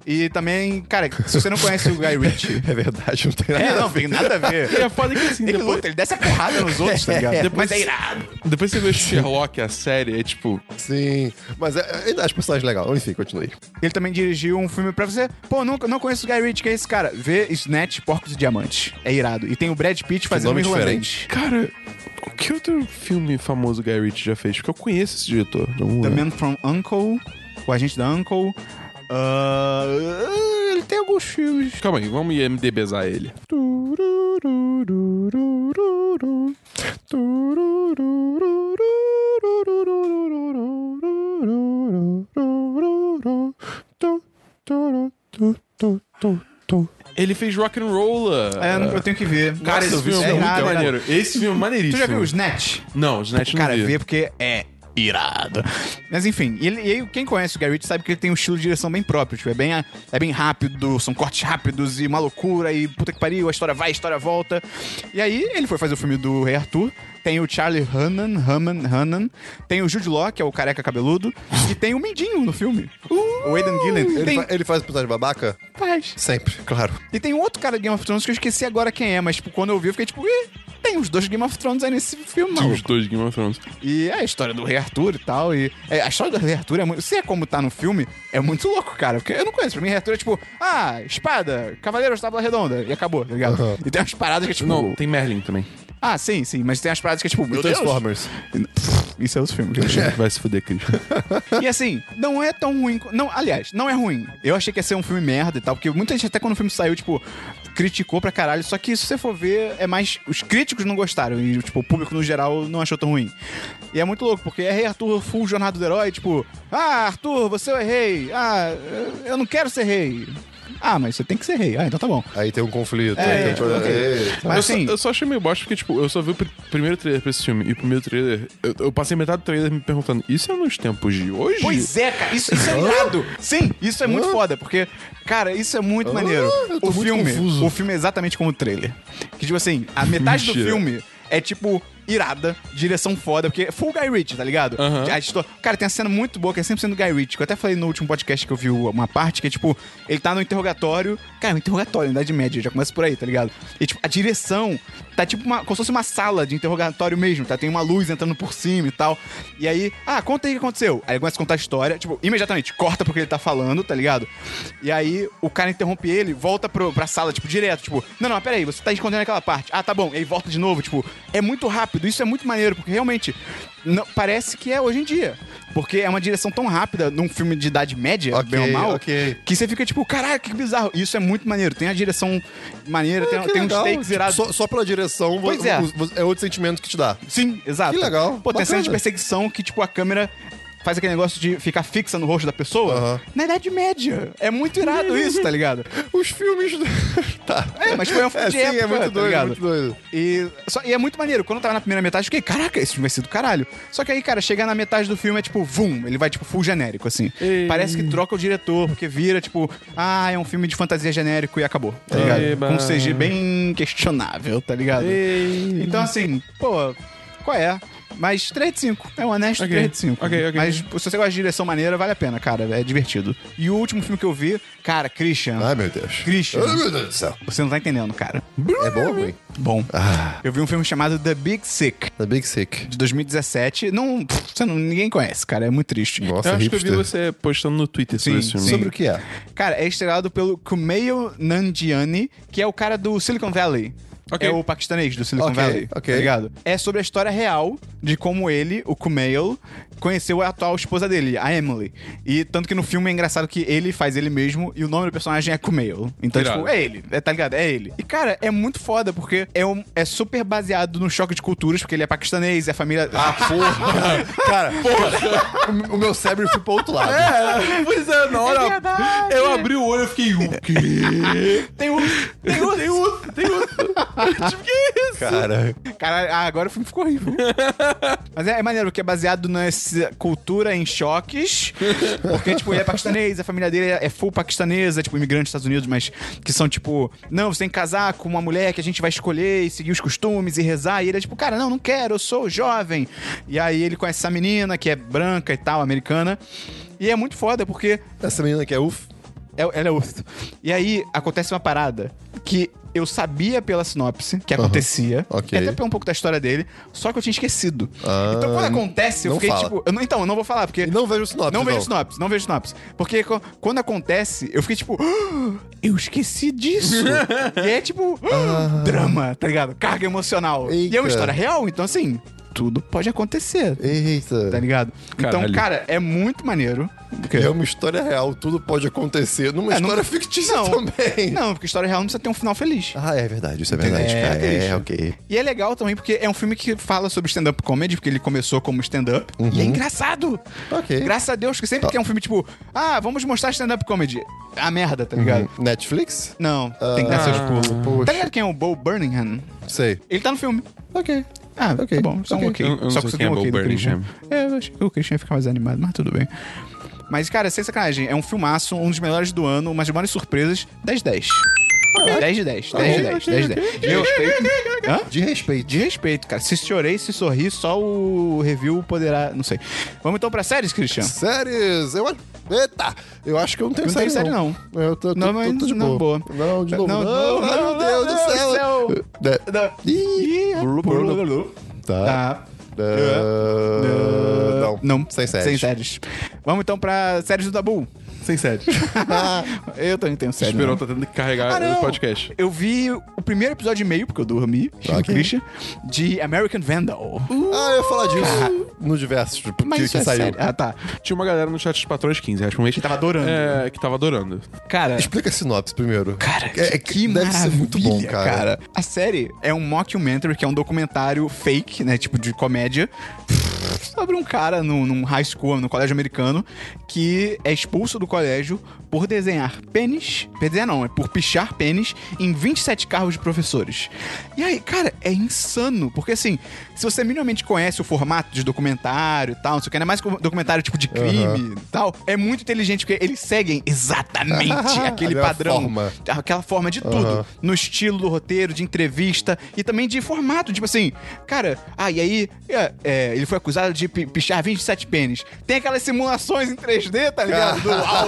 Speaker 1: E também, cara, se você não conhece o Guy Ritchie...
Speaker 2: É verdade, não tem nada.
Speaker 1: é, não, tem nada a
Speaker 3: E é
Speaker 1: ver.
Speaker 3: foda que assim,
Speaker 1: Ele
Speaker 3: depois,
Speaker 1: luta, ele desce a porrada nos outros, tá ligado?
Speaker 3: Depois-
Speaker 1: Mas é irado.
Speaker 3: depois você vê Sherlock, a série, é tipo.
Speaker 2: Sim. Mas é, ainda acho o personagem legal. Enfim, continue.
Speaker 1: Ele também dirigiu um filme pra você. Pô, não, não conheço o Guy Ritchie, que é esse cara? Vê Snatch, Porcos e Diamantes. É irado. E tem o Brad Pitt fazendo um
Speaker 2: nome
Speaker 1: irlandês.
Speaker 3: Cara, que outro filme famoso Guy Ritchie já fez? Porque eu conheço esse diretor. de algum
Speaker 1: The
Speaker 3: lugar.
Speaker 1: Man from Uncle, O Agente da Uncle. Ah, ele tem alguns filmes.
Speaker 3: Calma aí, vamos IMDBzar ele. Ele fez rock and ah. roller.
Speaker 1: É, eu tenho que ver.
Speaker 3: Cara, esse filme é muito maneiro. Esse filme é
Speaker 1: né? Tu
Speaker 3: maneiríssimo.
Speaker 1: já viu o Snatch?
Speaker 3: Não, o Snatch não
Speaker 1: Cara,
Speaker 3: vi.
Speaker 1: vê porque é irado. Mas enfim, e ele, e aí quem conhece o Guy Ritchie sabe que ele tem um estilo de direção bem próprio. Tipo, é bem, a- é bem rápido, são cortes rápidos e uma loucura e puta que pariu, a história vai, a história volta. E aí ele foi fazer o filme do Rei Arthur. Tem o Charlie Hunnam, Hunnam, Hunnam. Tem o Jude Law, que é o careca cabeludo. e tem o Mindinho no filme. o Aidan Gillen.
Speaker 2: Ele,
Speaker 1: Uh! Tem
Speaker 2: fa- ele faz o personagem babaca?
Speaker 1: paz.
Speaker 2: Sempre, claro.
Speaker 1: E tem um outro cara de Game of Thrones que eu esqueci agora quem é, mas tipo, quando eu vi eu fiquei tipo, ih, tem os dois Game of Thrones aí nesse filme, maluco.
Speaker 3: Os dois Game of Thrones.
Speaker 1: E é a história do Rei Arthur e tal. E é, a história do Rei Arthur é muito. Se é como tá no filme, é muito louco, cara. Porque eu não conheço. Pra mim, Rei Arthur é tipo, ah, espada, cavaleiro, tábua redonda. E acabou, tá ligado? E tem umas paradas que é tipo.
Speaker 3: Não, tem Merlin também.
Speaker 1: Ah, sim, sim. Mas tem umas paradas que é tipo. Meu Deus.
Speaker 2: Transformers.
Speaker 1: Isso é outro filme. gente.
Speaker 3: Vai se fuder, Christian.
Speaker 1: E assim, não é tão ruim. co- Não, aliás, não é ruim. Eu achei que ia ser um filme merda e tal, porque muita gente, até quando o filme saiu, tipo, criticou pra caralho. Só que se você for ver, é mais. Os críticos não gostaram. E, tipo, o público no geral não achou tão ruim. E é muito louco, porque é rei Arthur full jornada do herói, tipo, ah, Arthur, você é rei. Ah, eu não quero ser rei. Ah, mas você tem que ser rei. Ah, então tá bom.
Speaker 2: Aí tem um conflito.
Speaker 1: É,
Speaker 2: aí tem um
Speaker 1: tipo,
Speaker 2: problema.
Speaker 1: ok.
Speaker 2: Eita.
Speaker 1: Mas
Speaker 3: eu,
Speaker 1: assim.
Speaker 3: só, eu só achei meio bosta porque, tipo, eu só vi o pr- primeiro trailer pra esse filme. E o primeiro trailer, eu, eu passei metade do trailer me perguntando: Isso é nos tempos de hoje?
Speaker 1: Pois é, cara, isso, isso é irado. Sim, isso é muito foda, porque, cara, isso é muito maneiro.
Speaker 2: eu tô
Speaker 1: O
Speaker 2: muito
Speaker 1: filme,
Speaker 2: confuso.
Speaker 1: o filme é exatamente como o trailer. Que, tipo assim, a metade do
Speaker 3: Mentira.
Speaker 1: filme é, tipo, irada, direção foda, porque é full Guy Ritchie, tá ligado?
Speaker 3: Aham.
Speaker 1: A histó- Cara, tem uma cena muito boa que é 100% do Guy Ritchie. que Eu até falei no último podcast que eu vi uma parte que é, tipo, ele tá no interrogatório. Cara, um interrogatório, Idade Média, já começa por aí, tá ligado? E, tipo, a direção tá, tipo, uma, como se fosse uma sala de interrogatório mesmo, tá? Tem uma luz entrando por cima e tal. E aí, ah, conta aí o que aconteceu. Aí ele começa a contar a história, tipo, imediatamente corta pro que ele tá falando, tá ligado? E aí o cara interrompe ele, volta pro, pra sala, tipo, direto, tipo, não, não, peraí, você tá escondendo aquela parte. Ah, tá bom. E aí volta de novo, tipo, é muito rápido, isso é muito maneiro, porque realmente não- parece que é hoje em dia. Porque é uma direção tão rápida num filme de idade média,
Speaker 2: Ok,
Speaker 1: bem ou mal,
Speaker 2: ok.
Speaker 1: que você fica tipo, caraca, que bizarro. E Isso é muito maneiro. Tem a direção maneira, tem, um-
Speaker 2: Que
Speaker 1: tem uns
Speaker 2: legal.
Speaker 1: takes
Speaker 2: Tipo,
Speaker 1: irados.
Speaker 2: Só, só pela direção, vo-
Speaker 1: Pois é.
Speaker 2: vo- vo- é outro sentimento que te dá.
Speaker 1: Sim, exato.
Speaker 2: Que legal,
Speaker 1: Pô, tem
Speaker 2: bacana.
Speaker 1: cena de perseguição que, tipo, a câmera faz aquele negócio de ficar fixa no rosto da pessoa.
Speaker 2: Aham.
Speaker 1: Na Idade Média. É muito irado isso, tá ligado?
Speaker 2: Os filmes. tá.
Speaker 1: É, mas foi um filme
Speaker 2: É,
Speaker 1: de
Speaker 2: sim,
Speaker 1: época,
Speaker 2: é
Speaker 1: tá
Speaker 2: muito doido,
Speaker 1: ligado?
Speaker 2: muito doido.
Speaker 1: E, só- e é muito maneiro. Quando eu tava na primeira metade, eu fiquei, caraca, esse filme vai ser do caralho. Só que aí, cara, chegar na metade do filme é tipo, vum, ele vai tipo full genérico, assim. Parece que troca o diretor, porque vira tipo, ah, é um filme de fantasia genérico e acabou, tá ligado?
Speaker 3: Eba.
Speaker 1: Com um CG bem questionável, tá ligado?
Speaker 3: Ei.
Speaker 1: Então, assim, pô, qual é? Mas 3 de 5. É um honesto
Speaker 3: Ok.
Speaker 1: 3 de 5.
Speaker 3: Ok, ok.
Speaker 1: Mas pô, se você gosta de direção maneira, vale a pena, cara. É divertido. E o último filme que eu vi, cara, Christian.
Speaker 2: Ai, meu Deus.
Speaker 1: Christian.
Speaker 2: Ai, meu Deus do céu.
Speaker 1: Você não tá entendendo, cara.
Speaker 2: É bom ou ruim?
Speaker 1: Bom. Eu vi um filme chamado The Big Sick,
Speaker 2: The Big Sick.
Speaker 1: de 2017. Não, pff, você não, ninguém conhece, cara. É muito triste.
Speaker 2: Nossa,
Speaker 3: Eu acho que eu
Speaker 2: hipster.
Speaker 3: vi você postando no Twitter sobre
Speaker 1: Sim,
Speaker 3: esse filme.
Speaker 1: sim.
Speaker 2: Sobre o que é?
Speaker 1: Cara, é estrelado pelo Kumail Nanjiani, que é o cara do Silicon Valley.
Speaker 3: Ok.
Speaker 1: É o paquistanês do Silicon
Speaker 2: Ok,
Speaker 1: Valley.
Speaker 2: ok.
Speaker 1: Tá ligado? É sobre a história real de como ele, o Kumail, conheceu a atual esposa dele, a Emily. E tanto que no filme é engraçado que ele faz ele mesmo e o nome do personagem é Kumail. Então,
Speaker 3: Irado.
Speaker 1: tipo, é ele, é, tá ligado? É ele. E, cara, é muito foda porque é, um- é super baseado no choque de culturas, porque ele é paquistanês, é a família.
Speaker 2: Ah, porra! Cara, o me- O, meu cérebro foi pro outro lado.
Speaker 3: É, pois é, na hora.
Speaker 1: verdade.
Speaker 3: eu abri o olho e fiquei, o quê?
Speaker 1: tem um. Tem um. tem um. Tem um.
Speaker 3: tipo, que é isso?
Speaker 2: Cara,
Speaker 1: Cara, ah, agora o filme ficou horrível. Mas é, é maneiro, porque é baseado nessa cultura em choques. Porque, tipo, ele é paquistanês, a família dele é full paquistanesa, tipo, imigrante dos Estados Unidos, mas que são, tipo, não, você tem que casar com uma mulher que a gente vai escolher e seguir os costumes e rezar. E ele é tipo, cara, não, não quero, eu sou jovem. E aí ele conhece essa menina que é branca e tal, americana. E é muito foda, porque
Speaker 2: essa menina que é uf.
Speaker 1: é- Ela é urso. E aí acontece uma parada que eu sabia pela sinopse que acontecia.
Speaker 2: ok.
Speaker 1: Até pelo um pouco da história dele, só que eu tinha esquecido.
Speaker 2: Ah,
Speaker 1: então quando acontece, eu
Speaker 2: não
Speaker 1: fiquei
Speaker 2: fala.
Speaker 1: tipo. eu não- então, eu não vou falar, porque.
Speaker 2: E não vejo sinopse,
Speaker 1: Não vejo
Speaker 2: não.
Speaker 1: sinopse, não vejo sinopse. Porque co- quando acontece, eu fiquei tipo. "Ah, eu esqueci disso. e é tipo. "Ah, Drama, tá ligado? Carga emocional. E é
Speaker 2: Eita.
Speaker 1: uma história real, então assim, tudo pode acontecer.
Speaker 2: Eita.
Speaker 1: Tá ligado?
Speaker 3: Caralho.
Speaker 1: Então, cara, é muito maneiro.
Speaker 2: É uma história real, tudo pode acontecer. Numa
Speaker 1: É, não-
Speaker 2: história fictícia
Speaker 1: não,
Speaker 2: também.
Speaker 1: Não, porque história real não precisa ter um final feliz.
Speaker 2: Ah, é verdade, isso é verdade,
Speaker 1: É,
Speaker 2: cara. É,
Speaker 1: deixa.
Speaker 2: ok.
Speaker 1: E é legal também porque é um filme que fala sobre stand-up comedy, porque ele começou como stand-up. E é engraçado.
Speaker 2: Uhum. Ok. Tá.
Speaker 1: Graças a Deus, que sempre que é um filme tipo, ah, vamos mostrar stand-up comedy. A merda, tá
Speaker 2: Uhum.
Speaker 1: ligado?
Speaker 2: Netflix?
Speaker 1: Não, tem que dar seus pulos.
Speaker 2: Ah, poxa.
Speaker 1: Tá ligado quem é o Bo Birmingham?
Speaker 2: Sei.
Speaker 1: Ele tá no filme.
Speaker 2: Ok.
Speaker 1: Ah,
Speaker 2: Ok,
Speaker 1: tá bom. Só um
Speaker 3: ok.
Speaker 1: ok.
Speaker 3: Eu- eu não
Speaker 1: Só
Speaker 3: sei
Speaker 1: que você tem
Speaker 3: quem é
Speaker 1: um
Speaker 3: Bo
Speaker 1: ok do
Speaker 3: Burnham.
Speaker 1: Christian. É, eu achei que o Christian ia ficar mais animado, mas tudo bem. Mas, cara, sem sacanagem, é um filmaço, um dos melhores do ano, uma das maiores surpresas, 10 10.
Speaker 2: Ah, é?
Speaker 1: 10 de 10, 10 de 10, 10 de 10. De respeito. Hã?
Speaker 2: De respeito.
Speaker 1: De respeito, cara. Se chorei, se sorri, só o review poderá. Não sei. Vamos então pra séries, Christian?
Speaker 2: Séries, eu acho. Eita! Eu acho que eu não tenho
Speaker 1: Não tenho
Speaker 2: série,
Speaker 1: série,
Speaker 2: não. Eu tô, tô,
Speaker 1: Não,
Speaker 2: tô-
Speaker 1: mas
Speaker 2: tô de
Speaker 1: não,
Speaker 2: boa.
Speaker 1: boa.
Speaker 2: Não, de novo.
Speaker 1: Não, não,
Speaker 2: ai, meu
Speaker 1: não,
Speaker 2: Deus
Speaker 1: não,
Speaker 2: do céu.
Speaker 1: céu.
Speaker 2: Da- Ih,
Speaker 1: Tá.
Speaker 2: Tá. Da- Não.
Speaker 1: ah, Não.
Speaker 2: Sem séries.
Speaker 1: Sem séries. Vamos então pra séries do Dabu.
Speaker 3: Sem sede.
Speaker 1: Eu também tenho séries.
Speaker 3: Esperou, tá tendo que carregar
Speaker 1: Ah, não.
Speaker 3: o podcast.
Speaker 1: Eu vi o primeiro episódio e meio, porque eu dormi, okay. Christian, de American Vandal.
Speaker 2: Ah, eu ia falar disso no diversos tipo,
Speaker 1: Mas
Speaker 2: que,
Speaker 1: isso
Speaker 2: que
Speaker 1: é
Speaker 2: saiu.
Speaker 1: sério. Ah, tá.
Speaker 3: Tinha uma galera no chat dos patrões 15, acho que um mês. Que
Speaker 1: tava adorando.
Speaker 3: É, que tava adorando.
Speaker 1: Cara,
Speaker 2: Explica a sinopse primeiro.
Speaker 1: Cara,
Speaker 2: é, é que deve ser muito bom,
Speaker 1: maravilha,
Speaker 2: cara.
Speaker 1: A série é um mockumentary, que é um documentário fake, né? Tipo, de comédia. Sobre um cara num, num high school, no colégio americano, que é expulso do colégio por desenhar pênis. Desenhar não, é por pichar pênis em 27 carros de professores. E aí, cara, é insano, porque assim, se você minimamente conhece o formato de documentário e tal, não sei o que, ainda mais com documentário tipo de crime e tal, é muito inteligente, porque eles seguem exatamente aquele
Speaker 2: Melhor
Speaker 1: padrão
Speaker 2: é forma.
Speaker 1: aquela forma de tudo. No estilo do roteiro, de entrevista e também de formato. Tipo assim, cara, ah, e aí é, é, ele foi acusado de pi- pichar 27 pênis. Tem aquelas simulações em 3D, tá ligado? Do alto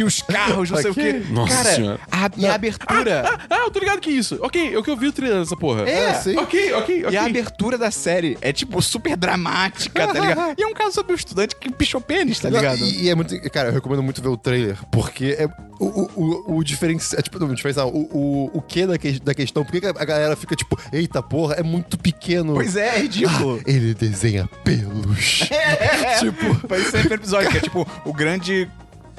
Speaker 1: e os carros, não sei o quê.
Speaker 3: Nossa
Speaker 1: cara,
Speaker 3: Senhora.
Speaker 1: a, e a abertura.
Speaker 3: Ah, ah, eu tô ligado que é isso. Ok, eu que eu vi o trailer dessa porra.
Speaker 1: É.
Speaker 2: sim.
Speaker 3: Ok, ok, ok.
Speaker 1: E a abertura da série é, tipo, super dramática, tá ligado? E é um caso sobre um estudante que pichou pênis, tá
Speaker 2: Não,
Speaker 1: ligado?
Speaker 2: E, e é muito. Cara, eu recomendo muito ver o trailer, porque é o, o, o, o diferencial. É, tipo, não, diferencial, o, o, o que da, que- da questão? Por que que a galera fica tipo, eita porra, é muito pequeno.
Speaker 1: Pois é, é ridículo.
Speaker 2: Ah, ele desenha pelos.
Speaker 1: É.
Speaker 2: tipo.
Speaker 1: Foi esse sempre episódio, que é tipo, o grande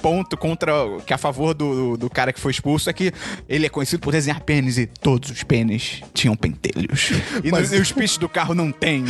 Speaker 1: ponto contra que é a favor do, do cara que foi expulso é que ele é conhecido por desenhar pênis e todos os pênis tinham pentelhos. E,
Speaker 2: Mas-
Speaker 1: nos- e os peixes do carro não tem.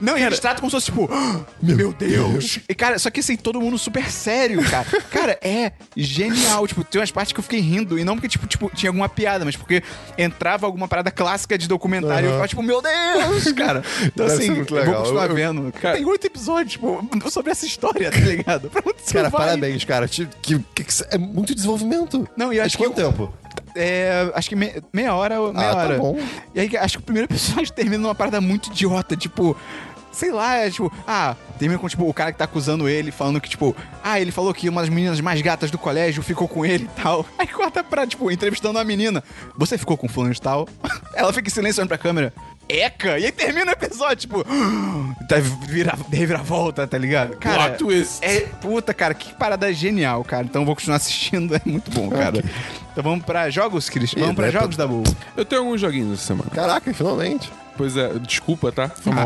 Speaker 1: Não, e eles tratam como se fosse tipo, "Ah,
Speaker 2: Meu
Speaker 1: meu, Deus. E cara, só que assim, todo mundo super sério, cara. Cara, é genial. Tipo, tem umas partes que eu fiquei rindo e não porque tipo, tipo tinha alguma piada, mas porque entrava alguma parada clássica de documentário e eu
Speaker 2: Aham.
Speaker 1: ficava tipo, meu Deus, cara. Então
Speaker 2: Deve
Speaker 1: assim,
Speaker 2: ser muito
Speaker 1: eu vou
Speaker 2: legal.
Speaker 1: continuar
Speaker 2: Eu- eu-
Speaker 1: vendo. Cara, tem oito episódios, tipo, sobre essa história, tá ligado? Pra onde você
Speaker 2: Cara,
Speaker 1: vai?
Speaker 2: parabéns, cara. Tipo, que, que- que- é muito desenvolvimento.
Speaker 1: Não, e eu
Speaker 2: É
Speaker 1: acho
Speaker 2: de quanto
Speaker 1: que eu-
Speaker 2: tempo?
Speaker 1: É, acho que me- meia hora, meia
Speaker 2: Ah, tá
Speaker 1: hora.
Speaker 2: bom.
Speaker 1: E aí, acho que o primeiro episódio termina numa parada muito idiota, tipo... Sei lá, é tipo, ah, termina com tipo, o cara que tá acusando ele, falando que, tipo, ah, ele falou que uma das meninas mais gatas do colégio ficou com ele e tal. Aí corta pra, tipo, entrevistando a menina. Você ficou com fulano de tal? Ela fica em silêncio olhando pra câmera. Eca! E aí termina o episódio, tipo. Tá vira, reviravolta, tá ligado? Cara,
Speaker 3: Plot twist.
Speaker 1: É, puta, cara, que parada genial, cara. Então eu vou continuar assistindo, é muito bom, cara. Então vamos pra jogos, Cris. Vamos pra
Speaker 2: vai
Speaker 1: jogos da boa.
Speaker 3: Eu tenho alguns joguinhos essa semana.
Speaker 2: Caraca, finalmente.
Speaker 3: Pois é, desculpa, tá? Foi mal.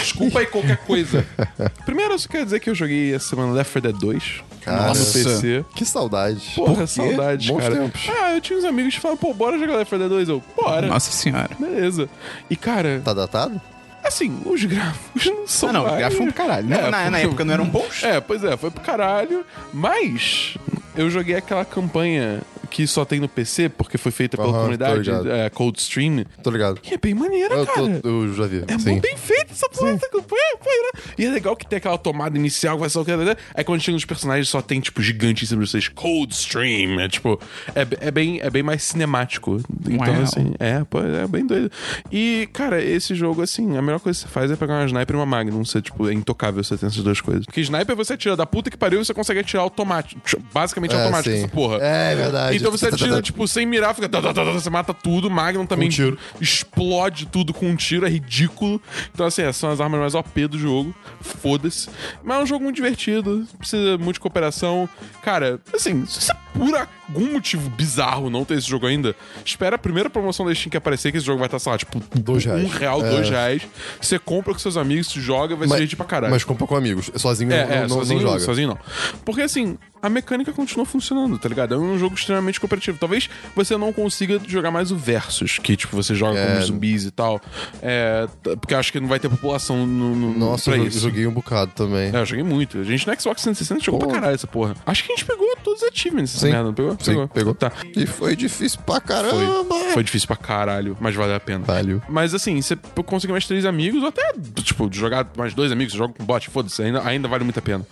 Speaker 3: Desculpa aí qualquer coisa. Primeiro, eu só quero dizer que eu joguei essa semana Left 4 Dead 2
Speaker 2: Cara.
Speaker 3: no PC.
Speaker 2: Que saudade.
Speaker 3: Porra, saudade,
Speaker 2: Bons
Speaker 3: cara.
Speaker 2: tempos.
Speaker 3: Ah, eu tinha uns amigos que falavam, pô, bora jogar Left 4 Dead 2. Eu, bora.
Speaker 1: Nossa senhora.
Speaker 3: Beleza. E, cara,
Speaker 2: Tá datado?
Speaker 3: assim, os gráficos não são.
Speaker 1: Ah, não, os
Speaker 3: mais- É,
Speaker 1: gráficos são do caralho. Não, na- na
Speaker 3: porque-
Speaker 1: época não um eram bons.
Speaker 3: É, pois é, foi pro caralho. Mas eu joguei aquela campanha que só tem no PC, porque foi feita pela
Speaker 2: Aham, tô
Speaker 3: comunidade
Speaker 2: ligado.
Speaker 3: é, Cold Stream.
Speaker 2: Tô ligado.
Speaker 3: Que é bem maneira,
Speaker 2: Eu,
Speaker 3: cara.
Speaker 2: tô, eu já vi.
Speaker 3: É
Speaker 2: sim.
Speaker 3: muito bem feito essa porra dessa campanha, pô, né? E é legal que tem aquela tomada inicial que vai só. Aí né? É quando chega nos personagens só tem, tipo, gigante em cima de vocês. Cold Stream. É tipo. É, be- é bem, é bem mais cinemático. Então,
Speaker 1: Uau.
Speaker 3: assim. É, pô, é bem doido. E, cara, esse jogo, assim, a melhor coisa que você faz é pegar uma sniper e uma magnum. Você, tipo, é intocável você tem essas duas coisas. Porque sniper você atira da puta que pariu e você consegue atirar automático. Basicamente
Speaker 2: É,
Speaker 3: automático,
Speaker 2: sim.
Speaker 3: essa porra.
Speaker 2: É verdade.
Speaker 3: Então você atira, tipo, sem mirar, fica. tá, tá, tá, tá, Você mata tudo, Magnum também
Speaker 2: um tiro.
Speaker 3: explode tudo com um tiro, é ridículo. Então, assim, essas são as armas mais OP do jogo. Foda-se. Mas é um jogo muito divertido, precisa muito de cooperação. Cara, assim, se você por algum motivo bizarro não ter esse jogo ainda, espera a primeira promoção da Steam que aparecer, que esse jogo vai estar, sei lá, tipo,
Speaker 2: Dois reais.
Speaker 3: um real,
Speaker 2: É.
Speaker 3: dois reais. Você compra com seus amigos, se joga, vai ser gente pra caralho.
Speaker 2: Mas compra com amigos. Sozinho
Speaker 3: É,
Speaker 2: não,
Speaker 3: é,
Speaker 2: não- não
Speaker 3: sozinho,
Speaker 2: joga.
Speaker 3: sozinho não. Porque assim, a mecânica continua funcionando, tá ligado? É um jogo extremamente cooperativo. Talvez você não consiga jogar mais o Versus, que tipo, você joga
Speaker 2: É.
Speaker 3: com os zumbis e tal. É, t- porque eu acho que não vai ter população no, no,
Speaker 2: Nossa,
Speaker 3: pra
Speaker 2: eu
Speaker 3: isso.
Speaker 2: joguei um bocado também.
Speaker 3: É, eu joguei muito. A gente no Xbox 360 jogou
Speaker 2: Pô.
Speaker 3: pra caralho essa porra. Acho que a gente pegou todos os achievements, essa
Speaker 2: Sim.
Speaker 3: merda, não pegou?
Speaker 2: Sim, pegou.
Speaker 3: Tá.
Speaker 2: E foi difícil pra
Speaker 3: Foi,
Speaker 1: Ah,
Speaker 2: caramba.
Speaker 3: foi difícil pra caralho, mas valeu a pena.
Speaker 2: Valeu.
Speaker 3: Mas assim, você conseguir mais três amigos, ou até, tipo, jogar mais dois amigos, joga com bot, foda-se, ainda, ainda vale muito a pena.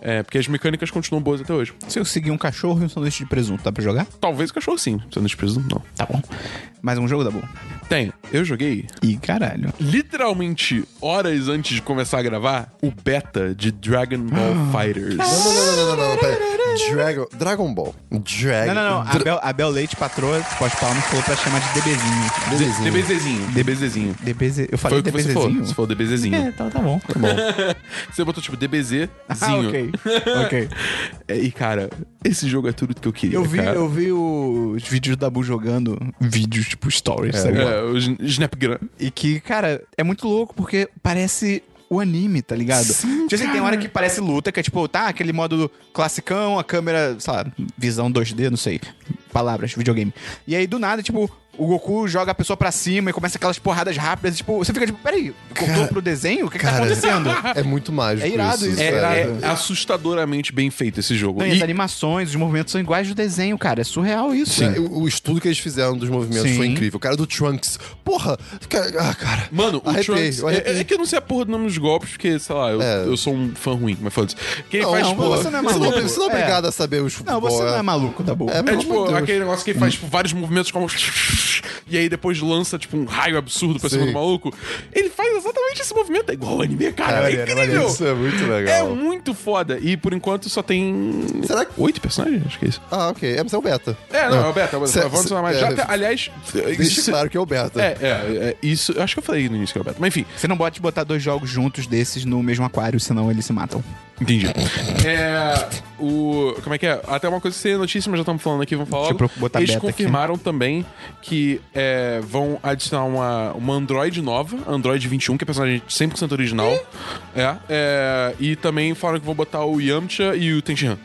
Speaker 3: É, porque as mecânicas continuam boas até hoje.
Speaker 1: Se eu seguir um cachorro e um sanduíche de presunto, dá pra jogar?
Speaker 3: Talvez o cachorro sim, sendo desprezo, não.
Speaker 1: Tá bom. Mais um jogo da boa.
Speaker 3: Tem, eu joguei
Speaker 1: Ih, caralho.
Speaker 3: literalmente horas antes de começar a gravar o beta de Dragon Ball Fighters.
Speaker 2: Não, não, não, não, não, não, não, pera. Dragon, Dragon Ball. Dragon.
Speaker 1: Não, não, tá não.
Speaker 2: Dra-
Speaker 1: Abel, Abel Leite, patroa, pós-palmas, falou pra chamar de DBzinho.
Speaker 2: Belezinha.
Speaker 3: DBZzinho, DBZzinho.
Speaker 1: DBZ. Eu
Speaker 3: Foi
Speaker 1: falei
Speaker 3: o que você falou.
Speaker 1: DBZzinho?
Speaker 3: Você falou DBZzinho.
Speaker 1: É, então tá bom. Tá
Speaker 2: Bom,
Speaker 3: Você botou tipo DBZzinho.
Speaker 1: Ah, ok. ok.
Speaker 3: É, E cara, esse jogo é tudo que eu queria.
Speaker 1: Eu vi,
Speaker 3: cara.
Speaker 1: eu vi o- os vídeos da Bu jogando, vídeos tipo stories,
Speaker 2: Tá
Speaker 1: sabe?
Speaker 3: É, o Sn- Snapgram.
Speaker 1: E que, cara, é muito louco porque parece o anime, tá ligado?
Speaker 3: Sim,
Speaker 1: tipo assim, tem
Speaker 3: cara.
Speaker 1: hora que parece luta, que é tipo, tá, aquele modo classicão, a câmera, sei lá, visão 2D, não sei, palavras, videogame. E aí do nada, tipo, o Goku joga a pessoa pra cima e começa aquelas porradas rápidas, tipo, você fica tipo, peraí, cortou
Speaker 2: Cara,
Speaker 1: pro desenho? O que, que tá
Speaker 2: cara,
Speaker 1: acontecendo?
Speaker 2: é muito mágico.
Speaker 1: É irado isso,
Speaker 3: É,
Speaker 2: sério.
Speaker 1: cara.
Speaker 3: é assustadoramente bem feito esse jogo.
Speaker 1: Não, e tá
Speaker 3: E-
Speaker 1: as animações, os movimentos são iguais do desenho, cara, é surreal isso.
Speaker 2: É, O, o estudo que eles fizeram dos movimentos
Speaker 1: Sim.
Speaker 2: foi incrível. O cara do Trunks. Porra! cara- ah, cara.
Speaker 3: Mano, o
Speaker 2: Arrepiei,
Speaker 3: Trunks.
Speaker 2: eu
Speaker 3: É,
Speaker 2: arrepiei.
Speaker 3: é que eu não sei a porra do nome dos golpes, porque, sei lá, eu,
Speaker 2: É.
Speaker 3: eu sou um fã ruim, mas foda-se. Que ele
Speaker 2: Não,
Speaker 3: faz,
Speaker 2: não,
Speaker 3: tipo,
Speaker 2: você não é maluco. Você não,
Speaker 1: É.
Speaker 2: é obrigado a saber os
Speaker 1: Não, você
Speaker 2: futebol,
Speaker 1: não
Speaker 2: é.
Speaker 1: é maluco, tá bom.
Speaker 2: É,
Speaker 3: É
Speaker 2: pelo
Speaker 3: tipo
Speaker 2: amor de Deus.
Speaker 3: aquele negócio que ele faz tipo, vários movimentos como. E aí depois lança tipo um raio absurdo pra cima
Speaker 2: Sim.
Speaker 3: do maluco. Ele faz exatamente esse movimento. É igual o anime, cara.
Speaker 2: Cara,
Speaker 3: é
Speaker 2: maneiro,
Speaker 3: incrível.
Speaker 2: maneiro. Isso é muito
Speaker 3: É
Speaker 2: legal.
Speaker 3: muito foda. E por enquanto só tem.
Speaker 2: Será que-
Speaker 3: Oito personagens? Acho que é isso.
Speaker 2: Ah, ok. É, mas é o beta.
Speaker 3: É, não, é o Beta.
Speaker 2: Cê-
Speaker 3: Vamos
Speaker 2: cê-
Speaker 3: falar mais.
Speaker 2: é,
Speaker 3: Já até- aliás,
Speaker 2: Deixa
Speaker 3: isso-
Speaker 2: claro que é o beta.
Speaker 3: É, é, é, isso. Eu acho que eu falei no início que é o Beta. Mas enfim,
Speaker 1: Você não pode botar dois jogos juntos desses no mesmo aquário, senão eles se matam.
Speaker 3: Entendi. É. O. Como é que é? Até uma coisa que seria notícia, mas já estamos falando aqui, vamos falar.
Speaker 1: Deixa eu
Speaker 3: logo.
Speaker 1: botar
Speaker 3: Eles
Speaker 1: beta aqui.
Speaker 3: confirmaram também que é, vão adicionar uma, uma Android nova, Android 21, que é personagem 100% original. é, é. E também falaram que vão botar o Yamcha e o Tenshinhan.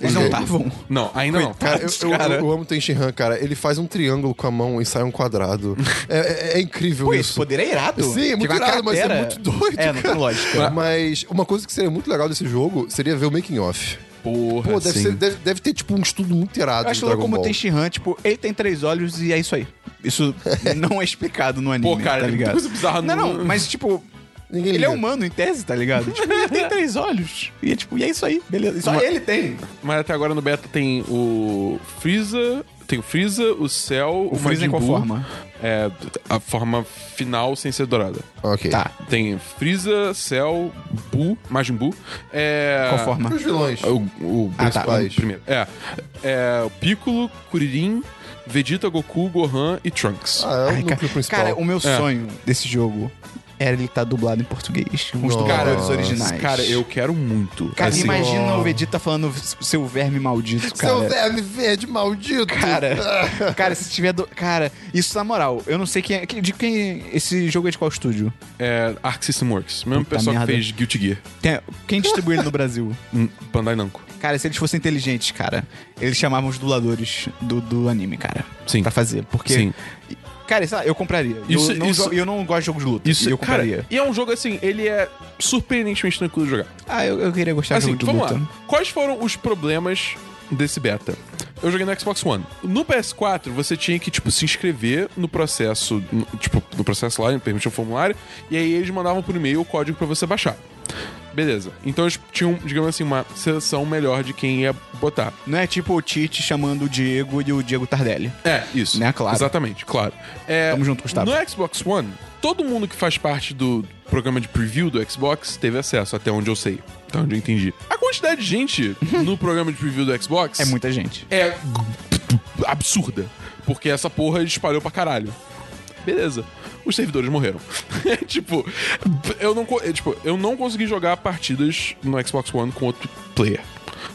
Speaker 1: Eles não estavam.
Speaker 3: Não, ainda
Speaker 2: Cara,
Speaker 3: não.
Speaker 2: eu, eu,
Speaker 3: Cara.
Speaker 2: eu, eu amo o Tenshin Han, cara. Ele faz um triângulo com a mão e sai um quadrado. é, é- é incrível
Speaker 1: Pô,
Speaker 2: isso.
Speaker 1: esse poder é irado.
Speaker 2: Sim, é muito
Speaker 1: Tiver uma
Speaker 2: irado, mas é
Speaker 1: cratera.
Speaker 2: muito doido,
Speaker 1: É, não tem
Speaker 2: cara.
Speaker 1: lógica.
Speaker 2: Mas uma coisa que seria muito legal desse jogo seria ver o making off.
Speaker 3: Porra,
Speaker 2: Pô, deve,
Speaker 3: Ah, sim.
Speaker 2: ser- deve, deve ter, tipo, um estudo muito irado
Speaker 1: Eu acho
Speaker 2: do
Speaker 1: louco
Speaker 2: Dragon
Speaker 1: como
Speaker 2: Ball.
Speaker 1: tem Shihan, tipo, ele tem três olhos e é isso aí. Isso não é explicado no anime,
Speaker 3: Pô, cara,
Speaker 1: tá
Speaker 3: tem
Speaker 1: ligado?
Speaker 3: coisa bizarra
Speaker 1: não,
Speaker 3: no-
Speaker 1: não, mas tipo,
Speaker 2: Ninguém
Speaker 1: ele é
Speaker 2: liga.
Speaker 1: humano em tese, tá ligado? Tipo, ele tem três olhos. E é tipo, e é isso aí, beleza. E Só
Speaker 3: Mas-
Speaker 1: ele tem.
Speaker 3: Mas até agora no beta tem o Freeza. Tem o Freeza, o Cell, o,
Speaker 1: Freeza em
Speaker 3: Majin
Speaker 1: qual
Speaker 3: Buu.
Speaker 1: forma?
Speaker 3: É, a forma final sem ser dourada.
Speaker 2: Ok.
Speaker 1: Tá.
Speaker 3: Tem Freeza, Cell, Bu, Majin Buu. É...
Speaker 1: Qual forma?
Speaker 2: Os vilões.
Speaker 3: O, o
Speaker 1: Ah, tá.
Speaker 3: principal, o primeiro. É, é, o Piccolo, Kuririn, Vegeta, Goku, Gohan e Trunks.
Speaker 2: Ah, é o
Speaker 1: Ai,
Speaker 2: núcleo
Speaker 1: cara,
Speaker 2: principal.
Speaker 1: cara, o meu sonho desse jogo era ele estar dublado em português. Com os
Speaker 2: Nossa.
Speaker 1: dubladores originais.
Speaker 3: Cara, eu quero muito.
Speaker 1: Cara,
Speaker 3: assim.
Speaker 1: imagina o Vegeta falando seu verme maldito, cara.
Speaker 2: Seu verme verde maldito! Ah.
Speaker 1: Cara, cara, se tiver. do- Cara, isso na moral, eu não sei quem é. que- De quem. Esse jogo é de qual estúdio?
Speaker 3: É Arc System Works. Mesmo
Speaker 1: Puta
Speaker 3: pessoal
Speaker 1: merda.
Speaker 3: que fez Guilty Gear.
Speaker 1: Tem- quem distribui ele no Brasil?
Speaker 3: Hum, Bandai Namco.
Speaker 1: Cara, se eles fossem inteligentes, cara, eles chamavam os dubladores do, do anime, cara.
Speaker 3: Sim.
Speaker 1: Pra fazer. Porque.
Speaker 3: Sim.
Speaker 1: Cara, sei lá, eu compraria.
Speaker 3: Isso-
Speaker 1: eu, não
Speaker 3: isso-
Speaker 1: jo- eu não gosto de jogos de luta.
Speaker 3: Isso,
Speaker 1: e eu
Speaker 3: cara,
Speaker 1: compraria.
Speaker 3: e é um jogo assim, ele é surpreendentemente tranquilo de jogar.
Speaker 1: ah, eu, eu queria gostar
Speaker 3: Assim,
Speaker 1: de jogo de
Speaker 3: vamos
Speaker 1: luta.
Speaker 3: lá. Quais foram os problemas desse beta? Eu joguei no Xbox One. No PS4, você tinha que, tipo, se inscrever no processo, no- tipo, no processo lá, permitir o formulário, e aí eles mandavam por e-mail o código pra você baixar. Beleza. Então eles tinham, digamos assim, uma seleção melhor de quem ia botar.
Speaker 1: Não é tipo o Tite chamando o Diego e o Diego Tardelli.
Speaker 3: É, isso.
Speaker 1: Né, claro.
Speaker 3: Exatamente, claro. É,
Speaker 1: Tamo junto, Gustavo.
Speaker 3: No Xbox One, todo mundo que faz parte do programa de preview do Xbox teve acesso, até onde eu sei. Até onde eu entendi. A quantidade de gente no programa de preview do Xbox
Speaker 1: É muita gente.
Speaker 3: é absurda. Porque essa porra espalhou pra caralho. Beleza. Os servidores morreram. É, tipo, eu não, co- é, tipo, eu não consegui jogar partidas no Xbox One com outro player.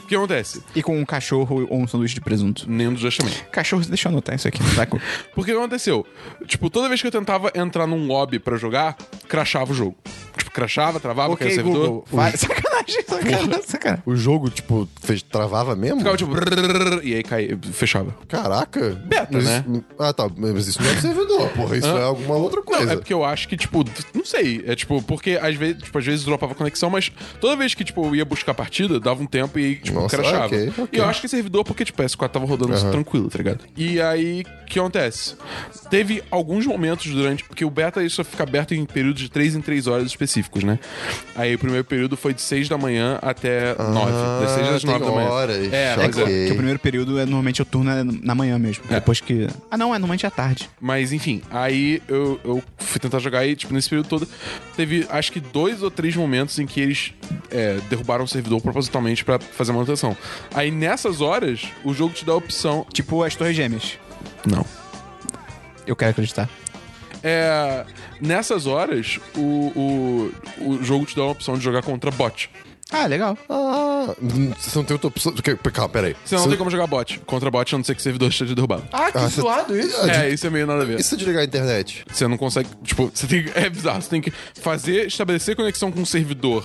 Speaker 3: O que acontece?
Speaker 1: E com um cachorro ou um sanduíche de presunto.
Speaker 3: Nenhum dos dois também.
Speaker 1: Cachorro, deixa eu anotar isso aqui, tá?
Speaker 3: Porque o que aconteceu? Tipo, toda vez que eu tentava entrar num lobby pra jogar, crashava o jogo. Tipo, crashava, travava,
Speaker 1: Ok,
Speaker 3: caía o servidor.
Speaker 1: Google. Vai- Sacanagem, sacanagem, sacanagem.
Speaker 2: O jogo, tipo, fez, travava mesmo?
Speaker 3: Ficava tipo. brrr, E aí caía, fechava.
Speaker 2: Caraca.
Speaker 3: Beta,
Speaker 2: Mas
Speaker 3: né?
Speaker 2: isso- Ah, tá. Mas isso não é do servidor, porra. Isso é alguma outra
Speaker 3: Não,
Speaker 2: coisa.
Speaker 3: é porque eu acho que, tipo, não sei. É tipo, porque às vezes, tipo, às vezes dropava conexão, mas toda vez que, tipo, eu ia buscar a partida, dava um tempo e, tipo,
Speaker 2: Nossa,
Speaker 3: crashava.
Speaker 2: ok, ok.
Speaker 3: E eu acho que é servidor, porque, tipo, o PS4 tava rodando tranquilo, tá ligado? E aí, o que acontece? Teve alguns momentos durante. Porque o beta isso fica aberto em períodos de 3 em 3 horas específicos, né? Aí o primeiro período foi de 6 da manhã até 9. Das 6 às
Speaker 2: Ah, tem
Speaker 3: 9 da manhã.
Speaker 2: horas,
Speaker 3: É, mas é,
Speaker 2: ok.
Speaker 1: Que o primeiro período é normalmente eu turno é na manhã mesmo. Depois que. Ah, não, é normalmente à tarde.
Speaker 3: Mas enfim, aí eu, eu fui tentar jogar e, tipo, nesse período todo, teve acho que dois ou três momentos em que eles é, derrubaram o servidor propositalmente pra fazer manutenção. Aí nessas horas, o jogo te dá a opção.
Speaker 1: Tipo as Torres Gêmeas.
Speaker 3: Não.
Speaker 1: Eu quero acreditar.
Speaker 3: É, nessas horas, o, o, o jogo te dá a opção de jogar contra bot.
Speaker 1: Ah, legal.
Speaker 2: Ah, hum, você não tem outra opção. Que- Calma, peraí.
Speaker 3: Você não tem como jogar bot. Contra bot, a não ser que o servidor esteja derrubado.
Speaker 2: Ah, que suado isso.
Speaker 3: É, isso é meio nada a ver.
Speaker 2: E se eu desligar a internet?
Speaker 3: Você não consegue. Tipo, você tem. É bizarro. Você tem que fazer, estabelecer conexão com o servidor.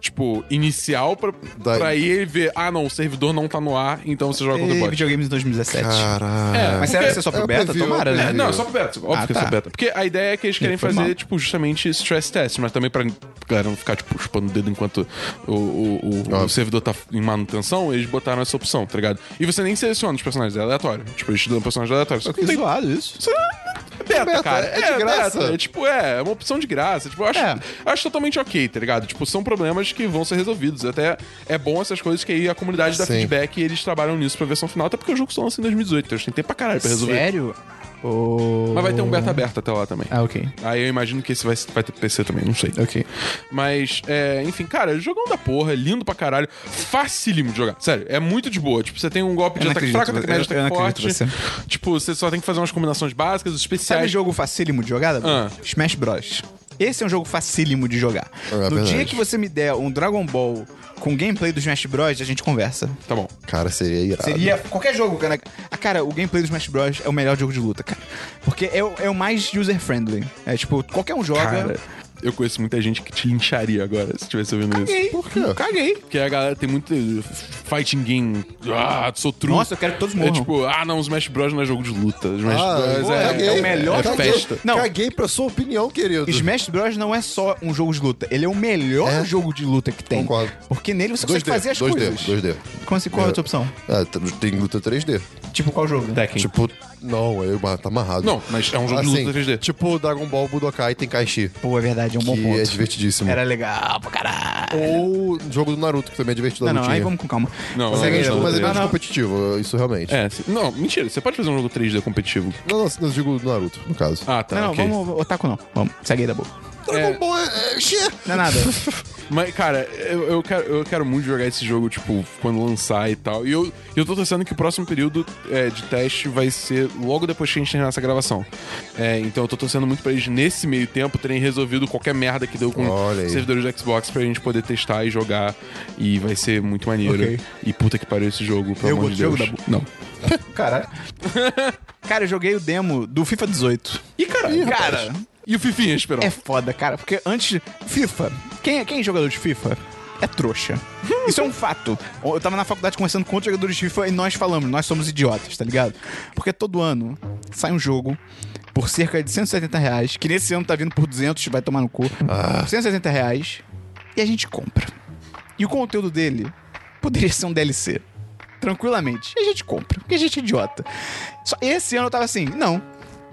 Speaker 3: Tipo, inicial pra,
Speaker 2: Daí.
Speaker 3: pra aí ele ver. Ah, não, o servidor não tá no ar, então você joga contra o
Speaker 1: E
Speaker 3: bot.
Speaker 1: videogames em 2017.
Speaker 2: Caralho.
Speaker 3: É,
Speaker 1: Mas será que isso é só pro
Speaker 2: eu
Speaker 1: beta?
Speaker 2: prefiro,
Speaker 1: Tomara,
Speaker 2: eu
Speaker 1: né?
Speaker 3: É, não, é só pro beta. Óbvio
Speaker 1: Ah,
Speaker 3: que é
Speaker 1: tá.
Speaker 3: só pro beta. Porque a ideia é que eles querem
Speaker 1: foi
Speaker 3: fazer,
Speaker 1: mal.
Speaker 3: tipo, justamente stress test, mas também pra galera não ficar, tipo, chupando o dedo enquanto o, o- o- o
Speaker 2: Óbvio.
Speaker 3: servidor tá em manutenção, eles botaram essa opção, tá ligado? E você nem seleciona os personagens, é aleatório. Tipo, eles te dão personagens aleatórios. Só
Speaker 1: Que
Speaker 3: que não tem
Speaker 1: zoado isso.
Speaker 3: isso é beta,
Speaker 2: Beta,
Speaker 3: cara.
Speaker 2: é de graça.
Speaker 3: beta. É, tipo, é, é uma opção de graça. Tipo, eu acho,
Speaker 1: É.
Speaker 3: acho totalmente ok, tá ligado? Tipo, são problemas que vão ser resolvidos. Até é bom essas coisas que aí a comunidade dá
Speaker 2: Sim.
Speaker 3: feedback e eles trabalham nisso pra versão final. Até porque o jogo só lança em 2018, então eles têm tempo pra caralho pra resolver.
Speaker 1: Sério? Ô.
Speaker 3: Mas vai ter um beta aberto até lá também.
Speaker 1: Ah, ok.
Speaker 3: Aí eu imagino que esse vai, vai ter PC também, não sei.
Speaker 1: Ok.
Speaker 3: Mas, é, enfim, cara, jogão da porra, é lindo pra caralho, facílimo de jogar. Sério, é muito de boa. Tipo, você tem um golpe
Speaker 1: Eu
Speaker 3: de
Speaker 1: não
Speaker 3: ataque
Speaker 1: acredito,
Speaker 3: fraco, ataque médio,
Speaker 1: eu- eu não
Speaker 3: ataque forte.
Speaker 1: acredito
Speaker 3: Tipo, você só tem que fazer umas combinações básicas, os
Speaker 1: Sabe
Speaker 3: especiais.
Speaker 1: jogo facílimo de jogada?
Speaker 3: Ah.
Speaker 1: Smash Bros. Esse é um jogo facílimo de jogar.
Speaker 2: É
Speaker 1: no
Speaker 2: verdade.
Speaker 1: dia que você me der um Dragon Ball com gameplay do Smash Bros, a gente conversa.
Speaker 3: Tá bom.
Speaker 2: Cara, seria irado.
Speaker 1: Seria qualquer jogo, cara. Ah, cara, o gameplay do Smash Bros é o melhor jogo de luta, cara. Porque é o, é o mais user-friendly. É tipo, qualquer um joga.
Speaker 3: Cara, eu conheço muita gente que te lincharia agora se estivesse ouvindo isso.
Speaker 1: Caguei.
Speaker 2: Por quê?
Speaker 1: Caguei.
Speaker 3: Porque a galera tem muito eh, fighting game. Ah, sou true.
Speaker 1: Nossa, eu quero que todos
Speaker 3: É
Speaker 1: morram.
Speaker 3: tipo, ah, não, Smash Bros não é jogo de luta. Smash
Speaker 2: Ah, Tá
Speaker 3: Bros
Speaker 2: pô,
Speaker 3: é,
Speaker 2: caguei.
Speaker 3: é o melhor
Speaker 2: Caguei.
Speaker 3: festa.
Speaker 1: Não.
Speaker 2: Caguei pra sua opinião, querido.
Speaker 1: Smash Bros não é só um jogo de luta, ele é o melhor
Speaker 2: É.
Speaker 1: jogo de luta que tem.
Speaker 2: Concordo.
Speaker 1: Porque nele você
Speaker 2: 2D,
Speaker 1: consegue fazer as
Speaker 2: 2D,
Speaker 1: coisas.
Speaker 2: 2D.
Speaker 1: Como assim, qual é a outra opção?
Speaker 2: Ah, t- tem luta 3D.
Speaker 1: Tipo, qual jogo?
Speaker 3: Tekken.
Speaker 2: Tipo, não, eu, tá amarrado.
Speaker 3: Não, mas é um jogo de luta 3D.
Speaker 2: Tipo Dragon Ball Budokai Tenkaichi,
Speaker 1: Pô, é verdade, é um bom
Speaker 2: que
Speaker 1: ponto.
Speaker 2: é divertidíssimo.
Speaker 1: Era legal pra caralho.
Speaker 2: Ou o jogo do Naruto, que também é divertido. a
Speaker 1: Não, não,
Speaker 2: lutinha.
Speaker 1: aí vamos com calma.
Speaker 3: Não,
Speaker 2: Mas
Speaker 3: não,
Speaker 2: é,
Speaker 1: Segue aí,
Speaker 3: não,
Speaker 2: mas
Speaker 1: Lucas.
Speaker 2: é
Speaker 1: Não,
Speaker 2: menos
Speaker 1: não.
Speaker 2: competitivo, isso realmente.
Speaker 3: É, sim. não, mentira, você pode fazer um jogo 3D competitivo.
Speaker 2: Não, não, eu digo do Naruto, no caso.
Speaker 3: Ah, tá,
Speaker 1: Não, não,
Speaker 3: ok.
Speaker 1: vamos, Otaku não. Vamos, segue aí da boa.
Speaker 2: Dragon Ball é. é xê.
Speaker 1: Não é nada.
Speaker 3: Mas, cara, eu, eu quero, eu quero muito jogar esse jogo, tipo, quando lançar e tal. E eu, eu tô torcendo que o próximo período é, de teste vai ser logo depois que a gente terminar essa gravação. É, então eu tô torcendo muito pra eles, nesse meio tempo, terem resolvido qualquer merda que deu com
Speaker 2: Olha aí.
Speaker 3: os servidores do Xbox pra gente poder testar e jogar. E vai ser muito maneiro.
Speaker 1: Ok.
Speaker 3: E puta que pariu esse jogo, pelo
Speaker 1: Eu
Speaker 3: amor de
Speaker 1: gosto
Speaker 3: Deus.
Speaker 1: do jogo,
Speaker 3: Não.
Speaker 2: Caralho.
Speaker 1: Cara, eu joguei o demo do FIFA 18.
Speaker 3: E caralho.
Speaker 1: Cara,
Speaker 3: E o Fifinha, Esperão?
Speaker 1: é foda, cara, porque antes. FIFA. Quem, quem é jogador de FIFA? É trouxa. Isso é um fato. Eu tava na faculdade conversando com outros jogadores de FIFA e nós falamos, nós somos idiotas, tá ligado? Porque todo ano sai um jogo por cerca de 170 reais, que nesse ano tá vindo por 200, vai tomar no cu. Por 170 reais, e a gente compra. E o conteúdo dele poderia ser um DLC. Tranquilamente. E a gente compra, porque a gente é idiota. Só esse ano eu tava assim, não.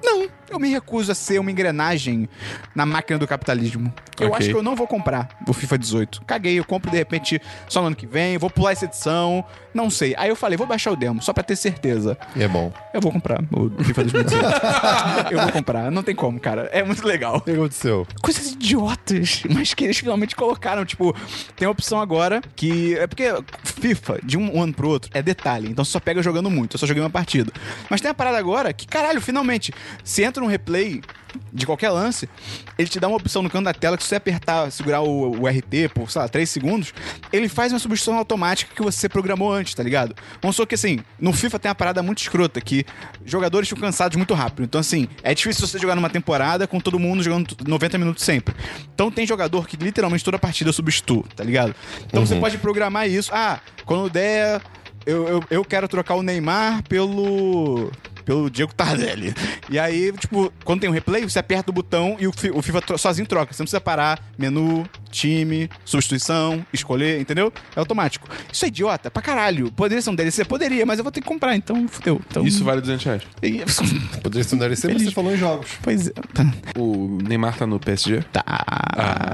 Speaker 1: Não, eu me recuso a ser uma engrenagem na máquina do capitalismo. Eu
Speaker 3: Ok.
Speaker 1: acho que eu não vou comprar o FIFA 18. Caguei, eu compro de repente só no ano que vem, vou pular essa edição, não sei. Aí eu falei, vou baixar o demo, só pra ter certeza.
Speaker 2: E é bom.
Speaker 1: Eu vou comprar o FIFA 2018. eu vou comprar, não tem como, cara. É muito legal
Speaker 2: O que aconteceu?
Speaker 1: coisas idiotas, mas que eles finalmente colocaram. Tipo, tem a opção agora que. É porque FIFA, de um ano pro outro, é detalhe. Então você só pega jogando muito. Eu só joguei uma partida. Mas tem a parada agora que, caralho, finalmente, se entra um replay de qualquer lance, ele te dá uma opção no canto da tela que se você apertar, segurar o, o RT por, sei lá, 3 segundos, ele faz uma substituição automática que você programou antes, tá ligado? Vamos só que assim, no FIFA tem uma parada muito escrota que jogadores ficam cansados muito rápido. Então, assim, é difícil você jogar numa temporada com todo mundo jogando 90 minutos sempre. Então tem jogador que literalmente toda partida eu substituo, tá ligado? Então você pode programar isso. Ah, quando der. Eu, eu, eu quero trocar o Neymar pelo. Pelo Diego Tardelli. E aí, tipo, quando tem um replay, você aperta o botão e o, Fi- o FIFA tro- sozinho troca. Você não precisa parar, menu, time, substituição, escolher, entendeu? É automático. Isso é idiota pra caralho. Poderia ser um DLC? Poderia, mas eu vou ter que comprar, então fudeu. Então,
Speaker 3: Isso vale 200 reais.
Speaker 1: e- é
Speaker 2: Poderia ser um DLC, mas você falou em jogos.
Speaker 1: Pois é.
Speaker 3: O Neymar tá no PSG?
Speaker 1: Tá.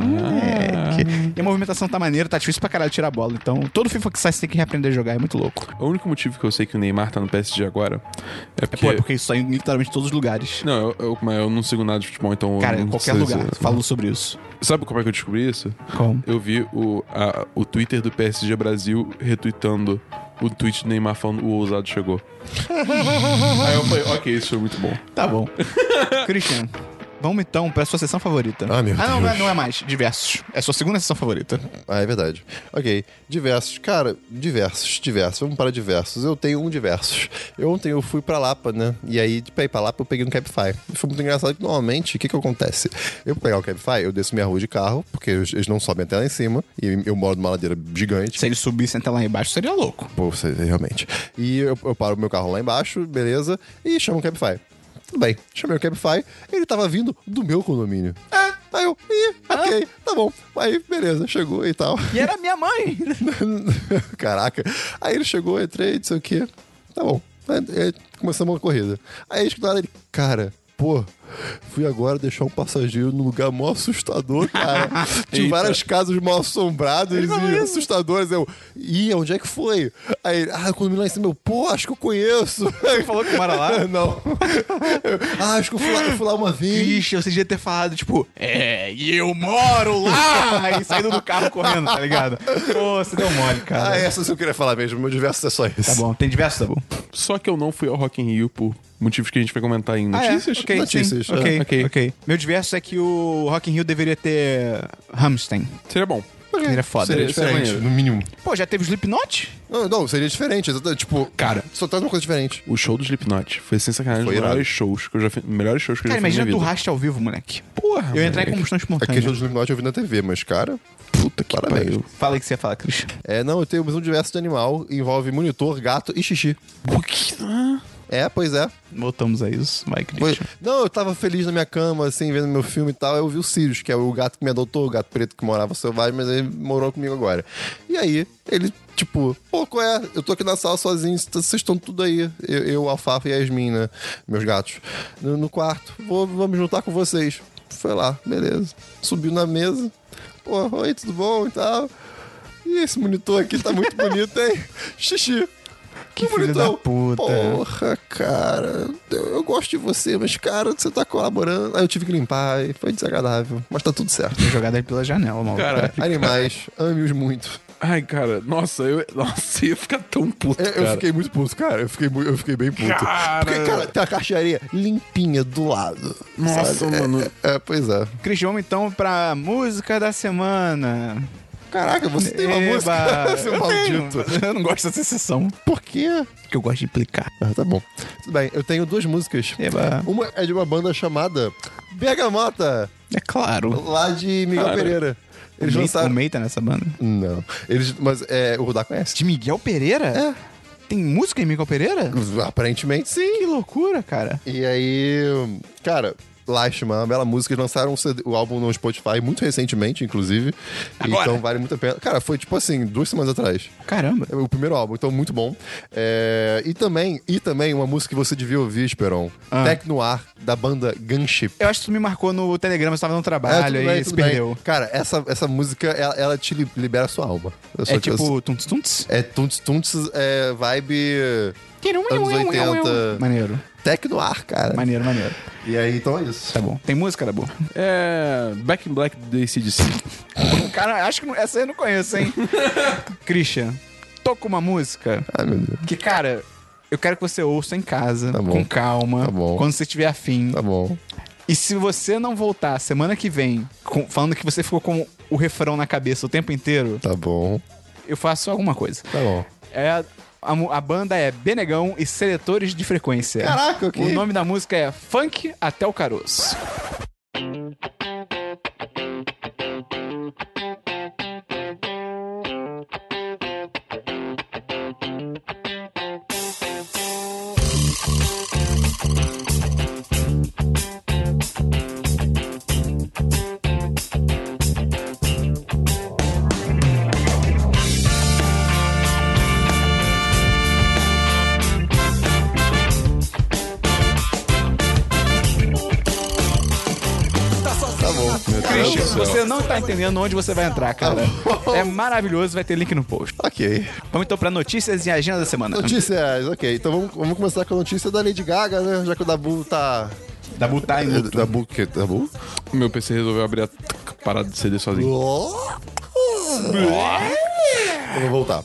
Speaker 1: moleque. E a movimentação tá maneira, tá difícil pra caralho tirar a bola. Então, todo FIFA que sai, você tem que reaprender a jogar. É muito louco.
Speaker 3: O único motivo que eu sei que o Neymar tá no PSG agora é porque.
Speaker 1: Pô, é porque isso sai em literalmente todos os lugares.
Speaker 3: Não, eu, eu, mas eu não sigo nada de futebol, então. eu
Speaker 1: Cara, em
Speaker 3: não
Speaker 1: qualquer
Speaker 3: sei
Speaker 1: lugar.
Speaker 3: se-
Speaker 1: Falou sobre isso.
Speaker 3: Sabe como é que eu descobri isso?
Speaker 1: é. Como?
Speaker 3: Eu vi o, a- o Twitter do PSG Brasil retweetando o tweet do Neymar falando o ousado chegou. Aí eu falei, ok, isso foi muito bom.
Speaker 1: Tá bom. Christian, vamos então pra sua sessão favorita.
Speaker 2: Ah, meu
Speaker 1: não,
Speaker 2: Deus.
Speaker 1: não é- não é mais. Diversos. É sua segunda sessão favorita.
Speaker 2: Ah, é verdade. Ok. Diversos. Cara, diversos, diversos. Vamos para diversos. Eu tenho um diversos. Eu ontem eu fui pra Lapa, né? E aí, pra ir pra Lapa, eu peguei um Cabify. E foi muito engraçado que normalmente, o que que acontece? Eu pra pegar o Cabify, eu desço minha rua de carro, porque eles eles não sobem até lá em cima. E eu moro numa ladeira gigante.
Speaker 1: Se ele subisse até lá embaixo, seria louco.
Speaker 2: Pô, você- realmente. E eu, eu paro meu carro lá embaixo, beleza, e chamo o Cabify. Tudo bem, chamei o Cabify, ele tava vindo do meu condomínio. É, aí eu, ih, ok, tá bom. Aí, beleza, chegou e tal.
Speaker 1: E era minha mãe.
Speaker 2: Caraca. Aí ele chegou, entrei, não sei o quê. Tá bom. Aí, aí começamos uma corrida. Aí escutou ele, cara, pô, fui agora deixar um passageiro num lugar mó assustador, cara. Tinha
Speaker 3: Eita.
Speaker 2: várias casas mal assombradas e assustadoras. Eu, ih, onde é que foi? Aí, ele, ah, quando me lá em cima, eu, pô, acho que eu conheço. Você
Speaker 1: falou que mora lá?
Speaker 2: Não. Eu, ah, acho que eu fui lá, eu fui lá uma vez.
Speaker 1: Ixi, você devia ter falado, tipo, é, e eu moro lá! e saindo do carro correndo, tá ligado? Pô, você deu mole, cara.
Speaker 2: Ah, essa eu queria falar mesmo. Meu diverso é só esse.
Speaker 1: Tá bom, tem diversos, tá bom.
Speaker 3: Só que eu não fui ao Rock in Rio por motivos que a gente vai comentar em notícias.
Speaker 1: Ah, é? Ok,
Speaker 2: Notícias,
Speaker 1: sim.
Speaker 2: é.
Speaker 1: Ok,
Speaker 3: Ok.
Speaker 1: ok. Meu diverso é que o Rock in Rio deveria ter Hamstein.
Speaker 3: Seria bom.
Speaker 1: Seria foda.
Speaker 2: Seria
Speaker 3: Isso é
Speaker 2: diferente,
Speaker 3: maneiro.
Speaker 2: no mínimo.
Speaker 1: Pô, já teve o Slipknot?
Speaker 2: Não, não, seria diferente. exata- Tipo,
Speaker 3: Cara.
Speaker 2: Só traz uma coisa diferente.
Speaker 3: O show do Slipknot foi sem sacanagem um
Speaker 2: Foi
Speaker 3: dos
Speaker 2: irado.
Speaker 3: melhores shows que eu já fiz. Melhores shows que
Speaker 1: Cara,
Speaker 3: eu já fiz. na
Speaker 1: imagina tu
Speaker 3: minha vida.
Speaker 1: raste ao vivo, moleque.
Speaker 3: Porra!
Speaker 1: Eu ia entrar em
Speaker 3: moleque.
Speaker 1: combustão
Speaker 2: É A
Speaker 1: espontânea.
Speaker 2: questão do Slipknot eu vi na TV, mas, cara.
Speaker 3: Puta que
Speaker 2: Parabéns.
Speaker 3: pariu.
Speaker 1: Fala aí o que você ia falar, Christian.
Speaker 2: É, não, eu tenho um diverso de animal, envolve monitor, gato e xixi.
Speaker 3: Por que- ah.
Speaker 2: É, pois é.
Speaker 1: Voltamos a isso. Vai,
Speaker 2: Foi-
Speaker 1: Christian.
Speaker 2: Não, eu tava feliz na minha cama, assim, vendo meu filme e tal. aí Eu vi o Sirius, que é o gato que me adotou, o gato preto que morava selvagem, mas ele morou comigo agora. E aí, ele, tipo, pô, qual é? Eu tô aqui na sala sozinho, c- vocês estão tudo aí. Eu, eu, Alfafa e a Yasmin, né? Meus gatos. No, no quarto. Vou, vamos juntar com vocês. Foi lá, beleza. Subiu na mesa. Pô, oi, tudo bom e tal. E esse monitor aqui tá muito bonito, hein? Xixi.
Speaker 1: Que filho da
Speaker 2: bonitão.
Speaker 1: puta.
Speaker 2: Porra, cara. Eu, eu gosto de você, mas, cara, você tá colaborando. Aí eu tive que limpar e foi desagradável. Mas tá tudo certo.
Speaker 1: Foi jogada pela janela, maluco.
Speaker 3: Caralho.
Speaker 2: Animais, ame-os muito.
Speaker 3: Ai, cara, nossa, eu, nossa, eu ia ficar tão puto.
Speaker 2: Eu, eu
Speaker 3: cara.
Speaker 2: fiquei muito puto, cara. Eu fiquei, mu- eu fiquei bem puto.
Speaker 3: Cara.
Speaker 2: Porque, cara, tem a caixa de areia limpinha do lado.
Speaker 3: Nossa,
Speaker 2: É-
Speaker 3: mano.
Speaker 2: É, é, pois é.
Speaker 1: Cristian, vamos então pra música da semana.
Speaker 2: Caraca, você tem uma
Speaker 1: Eba.
Speaker 2: música, seu
Speaker 1: Eu tenho.
Speaker 2: maldito.
Speaker 1: Eu não gosto dessa sessão,
Speaker 2: Por quê?
Speaker 1: porque eu gosto de implicar.
Speaker 2: Ah, tá bom. Tudo bem, eu tenho duas músicas.
Speaker 1: Eba.
Speaker 2: Uma é de uma banda chamada Bergamota,
Speaker 1: É claro.
Speaker 2: lá de Miguel
Speaker 3: Cara,
Speaker 2: Pereira. Eles
Speaker 1: o, Mei- o
Speaker 2: lançaram.
Speaker 1: Mei tá nessa banda.
Speaker 2: Não. Eles. Mas é, o Rudá conhece.
Speaker 1: De Miguel Pereira?
Speaker 2: É.
Speaker 1: Tem música em Miguel Pereira?
Speaker 2: Aparentemente sim.
Speaker 1: Que loucura, cara.
Speaker 2: E aí, cara, Lástima, uma bela música. Eles lançaram o CD o álbum no Spotify muito recentemente, inclusive.
Speaker 1: Agora.
Speaker 2: Então vale muito a pena. Cara, foi tipo assim, duas semanas atrás.
Speaker 1: Caramba.
Speaker 2: É O primeiro álbum, então muito bom. É, E também, e também uma música que você devia ouvir, Esperon.
Speaker 1: Ah.
Speaker 2: Tecnoar, da banda Gunship.
Speaker 1: Eu acho que tu me marcou no Telegram, você tava no trabalho e
Speaker 2: É, tudo bem,
Speaker 1: se
Speaker 2: tudo bem.
Speaker 1: perdeu.
Speaker 2: Cara, essa, essa música, ela, ela te li- libera a sua alma. Eu só
Speaker 1: É
Speaker 2: te-
Speaker 1: tipo tunts tunts?
Speaker 2: É Tunts Tunts, é vibe
Speaker 1: um,
Speaker 2: anos 80.
Speaker 1: Maneiro,
Speaker 2: Tecnoar, cara.
Speaker 1: maneiro, maneiro.
Speaker 2: E aí, então é isso.
Speaker 1: Tá bom. Tem música, Dabu?
Speaker 3: É. Back in Black do ACDC.
Speaker 1: Cara, acho que não- essa eu não conheço, hein? Christian, toca uma música
Speaker 2: Ai, Ah, meu Deus.
Speaker 1: que, cara, eu quero que você ouça em casa,
Speaker 2: Tá bom.
Speaker 1: com calma,
Speaker 2: Tá bom.
Speaker 1: quando você tiver afim.
Speaker 2: Tá bom.
Speaker 1: E se você não voltar semana que vem com- falando que você ficou com o refrão na cabeça o tempo inteiro,
Speaker 2: Tá bom.
Speaker 1: eu faço alguma coisa.
Speaker 2: Tá bom.
Speaker 1: É a, a banda é Benegão e Seletores de Frequência.
Speaker 2: Caraca, ok.
Speaker 1: O nome da música é Funk até o Caroço.
Speaker 2: Tá bom. Meu Deus.
Speaker 1: Christian, você não tá entendendo onde você vai entrar, cara.
Speaker 2: então. Tá bom.
Speaker 1: É maravilhoso, vai ter link no post.
Speaker 2: Ok.
Speaker 1: Vamos então pra notícias e agenda da semana.
Speaker 2: Notícias, ok. Então vamos, vamos começar com a notícia da Lady Gaga, né? Já que o Dabu tá. é,
Speaker 1: Da né? Butai
Speaker 2: Dabu, que? Dabu?
Speaker 3: Meu PC resolveu abrir a t- parada de CD sozinho.
Speaker 2: Vamos voltar.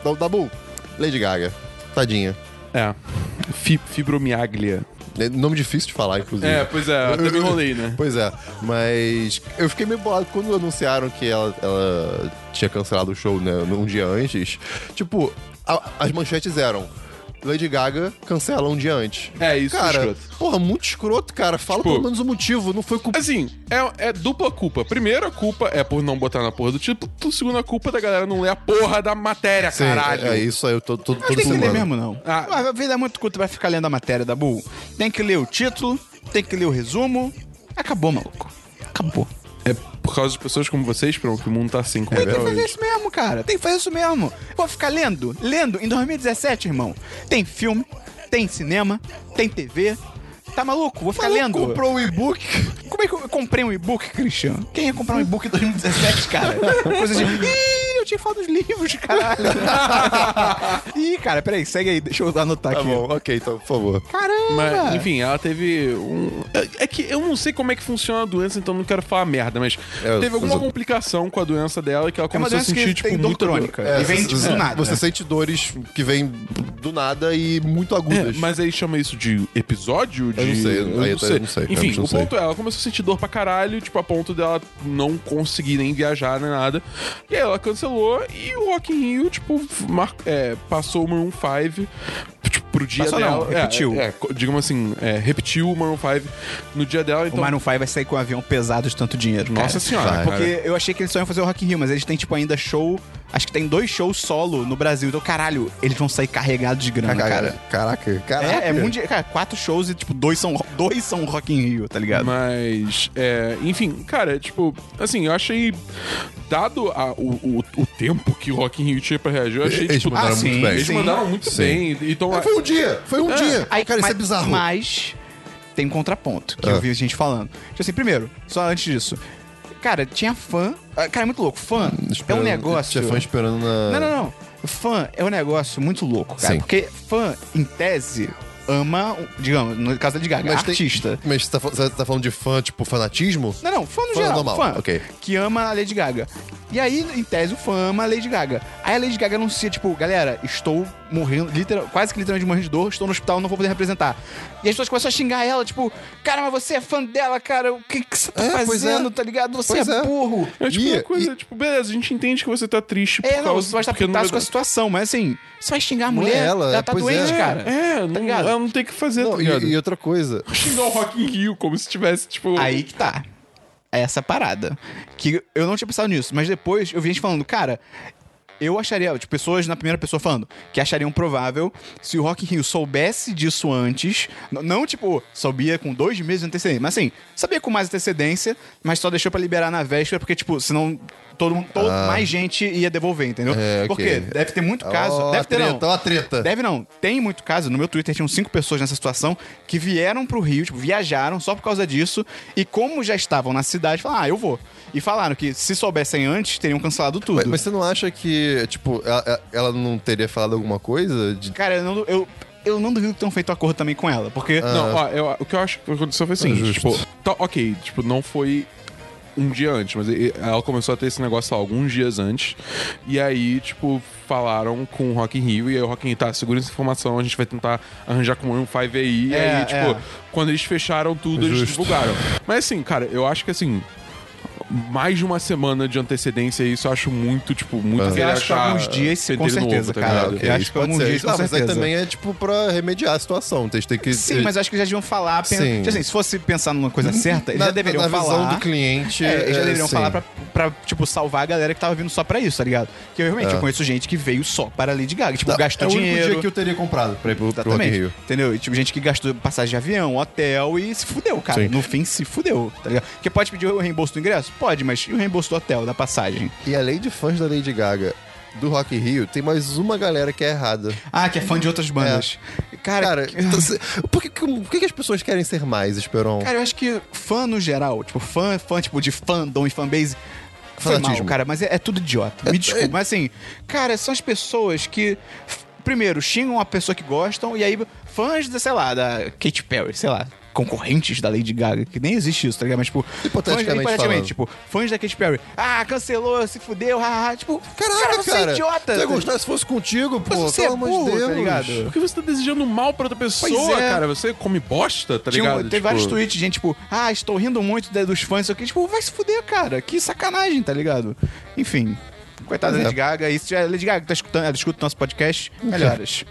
Speaker 2: Então, Dabu, Lady Gaga. Tadinha.
Speaker 3: É. Fi- Fibromiaglia.
Speaker 2: É Nome difícil de falar, inclusive.
Speaker 3: É, pois é, até me enrolei, né?
Speaker 2: Pois é, mas eu fiquei meio bolado quando anunciaram que ela, ela tinha cancelado o show né, um dia antes. Tipo, a- as manchetes eram. Lady Gaga cancela um dia antes.
Speaker 3: É, isso é
Speaker 2: cara.
Speaker 3: escroto.
Speaker 2: Porra, muito escroto, cara. Fala
Speaker 3: Tipo,
Speaker 2: pelo menos o motivo. Não foi culpa.
Speaker 3: Assim, é, é dupla culpa. Primeiro, a culpa é por não botar na porra do título. Segundo, a culpa é da galera não ler a porra da matéria,
Speaker 2: Sim,
Speaker 3: caralho.
Speaker 2: É, é isso aí, eu tô, tô,
Speaker 1: Não
Speaker 2: todo
Speaker 1: tem que ler
Speaker 2: mundo.
Speaker 1: mesmo, não.
Speaker 3: Ah.
Speaker 1: A vida é muito curta, vai ficar lendo a matéria da Bull. Tem que ler o título, tem que ler o resumo. Acabou, maluco. Acabou.
Speaker 3: É por causa de pessoas como vocês, Pron, que o mundo tá assim como
Speaker 2: É
Speaker 3: tá
Speaker 1: Tem que fazer
Speaker 3: hoje.
Speaker 1: isso mesmo, cara. Tem que fazer isso mesmo. Vou ficar lendo, lendo. Em 2017, irmão, tem filme, tem cinema, tem TV. Tá maluco? Vou ficar lendo.
Speaker 2: comprou um e-book.
Speaker 1: Como é que eu eu comprei um e-book, Christian? Quem ia comprar um e-book em 2017, cara? Coisa de. Ih, eu tinha que falar dos livros, caralho. Ih, cara, peraí, segue aí, deixa eu anotar
Speaker 2: Tá
Speaker 1: aqui.
Speaker 2: bom, ok, então, por favor.
Speaker 1: Caramba!
Speaker 3: Mas, enfim, ela teve um. É, é que eu não sei como é que funciona a doença, então não quero falar merda, mas
Speaker 2: É,
Speaker 3: teve
Speaker 2: mas
Speaker 3: alguma
Speaker 2: eu-
Speaker 3: complicação com a doença dela que ela
Speaker 1: é uma
Speaker 3: começou a
Speaker 1: doença
Speaker 3: sentir,
Speaker 1: que
Speaker 3: tipo,
Speaker 1: tem dor
Speaker 3: muito
Speaker 1: crônica.
Speaker 2: É,
Speaker 1: e vem,
Speaker 2: você-
Speaker 1: tipo,
Speaker 2: você-
Speaker 1: do nada.
Speaker 2: Você sente dores que vêm do nada e muito agudas.
Speaker 3: É, Mas aí chama isso de episódio? De...
Speaker 2: Eu não sei, aí até eu não sei,
Speaker 3: Enfim,
Speaker 2: realmente não
Speaker 3: o
Speaker 2: sei.
Speaker 3: ponto é, ela começou a sentir dor pra caralho, tipo, a ponto dela não conseguir nem viajar nem nada. E aí ela cancelou e o Rock in Rio, tipo, mar... é, passou o Maroon 5 tipo, pro dia
Speaker 1: Passou
Speaker 3: dela.
Speaker 1: não,
Speaker 3: É,
Speaker 1: repetiu.
Speaker 3: É, co- digamos assim, é, repetiu o Maroon 5 no dia dela.
Speaker 1: O
Speaker 3: Então,
Speaker 1: Maroon 5 vai sair com um avião pesado de tanto dinheiro.
Speaker 3: Nossa
Speaker 1: cara.
Speaker 3: senhora,
Speaker 2: vai.
Speaker 3: cara.
Speaker 1: Porque eu achei que eles só iam fazer o Rock in Rio, mas eles têm, tipo, ainda show. Acho que tem dois shows solo no Brasil. Então, caralho, eles vão sair carregados de grana, cara.
Speaker 2: Caraca, caraca.
Speaker 1: É, é muito. dinheiro. Cara, quatro shows e, tipo, dois são, dois são Rock in Rio, tá ligado?
Speaker 3: Mas, é, enfim, cara, tipo, assim, eu achei. Dado a- o, o- o tempo que o Rock in Rio tinha pra reagir, eu achei,
Speaker 2: Eles
Speaker 3: tipo,
Speaker 1: ah,
Speaker 2: mandaram muito
Speaker 1: sim,
Speaker 2: bem.
Speaker 3: eles
Speaker 1: sim.
Speaker 3: mandaram muito
Speaker 2: Sim.
Speaker 3: bem. Então,
Speaker 2: Foi um dia, foi um dia.
Speaker 1: Aí,
Speaker 2: cara, isso é
Speaker 1: mas-
Speaker 2: bizarro. Ah.
Speaker 1: Mas tem um contraponto que eu vi gente falando. Tipo assim, primeiro, só antes disso. Cara, tinha fã. ah, Cara, é muito louco. Fã é um
Speaker 2: Esperando-
Speaker 1: negócio.
Speaker 2: Hum, Tinha fã esperando na.
Speaker 1: Não, não, não. fã é um negócio muito louco, cara.
Speaker 2: Sim.
Speaker 1: Porque fã, em tese, ama, digamos, no caso da Lady Gaga,
Speaker 2: Mas tem-
Speaker 1: artista.
Speaker 2: Mas você tá, fal- você tá falando de fã, tipo, fanatismo?
Speaker 1: Não, não, fã no
Speaker 2: Fã
Speaker 1: geral.
Speaker 2: normal,
Speaker 1: Fã.
Speaker 2: ok.
Speaker 1: Que ama a Lady Gaga. E aí, em tese, o fã ama a Lady Gaga. Aí a Lady Gaga anuncia, tipo, galera, estou morrendo, literal, quase que literalmente morrendo de dor, estou no hospital, não vou poder representar. E as pessoas começam a xingar ela, tipo, cara, mas você é fã dela, cara, o que, que você tá
Speaker 2: É, pois é.
Speaker 1: fazendo, tá ligado? Você
Speaker 2: Pois
Speaker 1: é,
Speaker 2: é.
Speaker 1: burro.
Speaker 3: É tipo
Speaker 2: E-
Speaker 3: uma coisa, tipo, beleza, a gente entende que você tá triste por
Speaker 1: É, não,
Speaker 3: causa
Speaker 1: você vai estar
Speaker 3: porque não
Speaker 1: putaço
Speaker 3: vai
Speaker 1: com a
Speaker 3: dar-
Speaker 1: situação, mas assim, você vai xingar a
Speaker 2: é
Speaker 1: mulher,
Speaker 2: ela,
Speaker 1: ela,
Speaker 2: é,
Speaker 1: tá
Speaker 2: pois é.
Speaker 1: doente, cara.
Speaker 3: É, não,
Speaker 1: Tá ligado?
Speaker 3: ela não tem o que fazer,
Speaker 2: Não,
Speaker 3: tá ligado?
Speaker 2: e, e outra coisa.
Speaker 3: Xingar o Rock in Rio como se tivesse, tipo...
Speaker 1: Aí que tá. Essa parada. Que eu não tinha pensado nisso, mas depois eu vi gente falando, cara. Eu acharia, tipo, pessoas na primeira pessoa falando que achariam provável se o Rock in Rio soubesse disso antes. n- Não, tipo, sabia com dois meses de antecedência, mas assim, sabia com mais antecedência, mas só deixou pra liberar na véspera, porque, tipo, senão todo, mundo- todo- mais gente ia devolver, entendeu?
Speaker 2: Ah. É, ok.
Speaker 1: Porque deve ter muito caso.
Speaker 2: Ó,
Speaker 1: deve
Speaker 2: a
Speaker 1: ter,
Speaker 2: treta,
Speaker 1: não.
Speaker 2: ó a treta.
Speaker 1: Deve não. Tem muito caso. No meu Twitter tinham cinco pessoas nessa situação que vieram pro Rio, tipo, viajaram só por causa disso. E como já estavam na cidade, falaram, ah, eu vou. E falaram que se soubessem antes, teriam cancelado tudo.
Speaker 2: Mas, mas você não acha que, tipo, ela- ela, ela não teria falado alguma coisa? de-
Speaker 1: Cara, eu não, eu, eu não duvido que tenham feito acordo também com ela. Porque.
Speaker 2: Ah,
Speaker 3: Não, ó, eu- o que eu acho que aconteceu foi assim,
Speaker 2: Justo.
Speaker 3: tipo, tá, ok, tipo, não foi um dia antes, mas e- ela começou a ter esse negócio lá, alguns dias antes, e aí, tipo, falaram com o Rock in Rio, e aí o Rock in Rio, tá, segura essa informação, a gente vai tentar arranjar com um 5 aí, e
Speaker 1: É,
Speaker 3: aí, tipo,
Speaker 1: é.
Speaker 3: quando eles fecharam tudo, eles
Speaker 2: Justo.
Speaker 3: divulgaram. Mas assim, cara, eu acho que assim... Mais de uma semana de antecedência, isso eu acho muito, tipo, muito
Speaker 1: Eu
Speaker 3: querer
Speaker 1: acho que
Speaker 3: achar
Speaker 1: alguns dias, com
Speaker 3: pentelho
Speaker 1: certeza, cara.
Speaker 3: tá ligado?
Speaker 1: eu acho
Speaker 2: isso
Speaker 1: que é
Speaker 2: pode
Speaker 1: algum
Speaker 2: ser.
Speaker 1: dia isso com
Speaker 2: Ah, mas aí
Speaker 1: certeza.
Speaker 2: também é, tipo, pra remediar a situação. Então, eles têm que...
Speaker 1: Sim, mas eu acho que eles já deviam falar. pen-
Speaker 2: Sim. Uhum.
Speaker 1: Tipo assim, se fosse pensar numa coisa certa, eles
Speaker 2: na,
Speaker 1: já deveriam
Speaker 2: na
Speaker 1: falar.
Speaker 2: visão do cliente...
Speaker 1: É, eles já
Speaker 2: é,
Speaker 1: deveriam
Speaker 2: sim.
Speaker 1: falar pra, pra, tipo, salvar a galera que tava vindo só pra isso, tá ligado? Que eu realmente eu conheço gente que veio só para Lady Gaga. Tipo,
Speaker 2: É. Não,
Speaker 1: gastou
Speaker 2: é o
Speaker 1: dinheiro.
Speaker 2: único dia que eu teria comprado pra ir pro, pro Rock in
Speaker 1: Exatamente.
Speaker 2: Rio.
Speaker 1: Entendeu? E, tipo, gente que gastou passagem de avião, hotel e se fudeu, cara.
Speaker 2: Sim.
Speaker 1: No fim, se fudeu, tá ligado? Porque pode pedir o reembolso do ingresso? Pode, mas e o reembolso do hotel, da passagem?
Speaker 2: E além de fãs da Lady Gaga do Rock in Rio, tem mais uma galera que é errada.
Speaker 1: Ah, que é fã de outras bandas. É. Cara,
Speaker 2: Cara,
Speaker 1: que-
Speaker 2: então, cê- por, que, por que que as pessoas querem ser mais, Esperon?
Speaker 1: Cara, eu acho que fã no geral, tipo, fã, fã, tipo, de fandom e fanbase. Foi mal,
Speaker 2: Fanatismo.
Speaker 1: cara, mas é, é tudo idiota. Me desculpa, mas assim, cara, são as pessoas que. f- Primeiro, xingam a pessoa que gostam, e aí, fãs da, sei lá, da Katy Perry, sei lá, concorrentes da Lady Gaga, que nem existe isso, tá ligado? Mas, tipo,
Speaker 2: Hipoteticamente
Speaker 1: fãs,
Speaker 2: falando.
Speaker 1: tipo, fãs da Katy Perry, ah, cancelou, se fudeu, haha, tipo, cara, você é idiota.
Speaker 2: Se eu gostasse, fosse contigo, pô,
Speaker 1: você
Speaker 2: pelo
Speaker 1: é
Speaker 2: amor
Speaker 1: burro,
Speaker 2: de
Speaker 1: tá
Speaker 2: Deus. Ah,
Speaker 1: ligado?
Speaker 3: Porque você tá desejando mal pra outra pessoa,
Speaker 1: é.
Speaker 3: cara. Você come bosta, tá
Speaker 1: Tinha um-
Speaker 3: ligado?
Speaker 1: teve
Speaker 3: Tipo,
Speaker 1: vários tweets, de gente, tipo, ah, estou rindo muito da- dos fãs, isso aqui. Tipo, vai se fuder, cara. Que sacanagem, tá ligado? Enfim. Coitada
Speaker 2: É.
Speaker 1: da Lady Gaga. E se tiver Lady Gaga que tá escutando, ela escuta o nosso podcast, melhoras.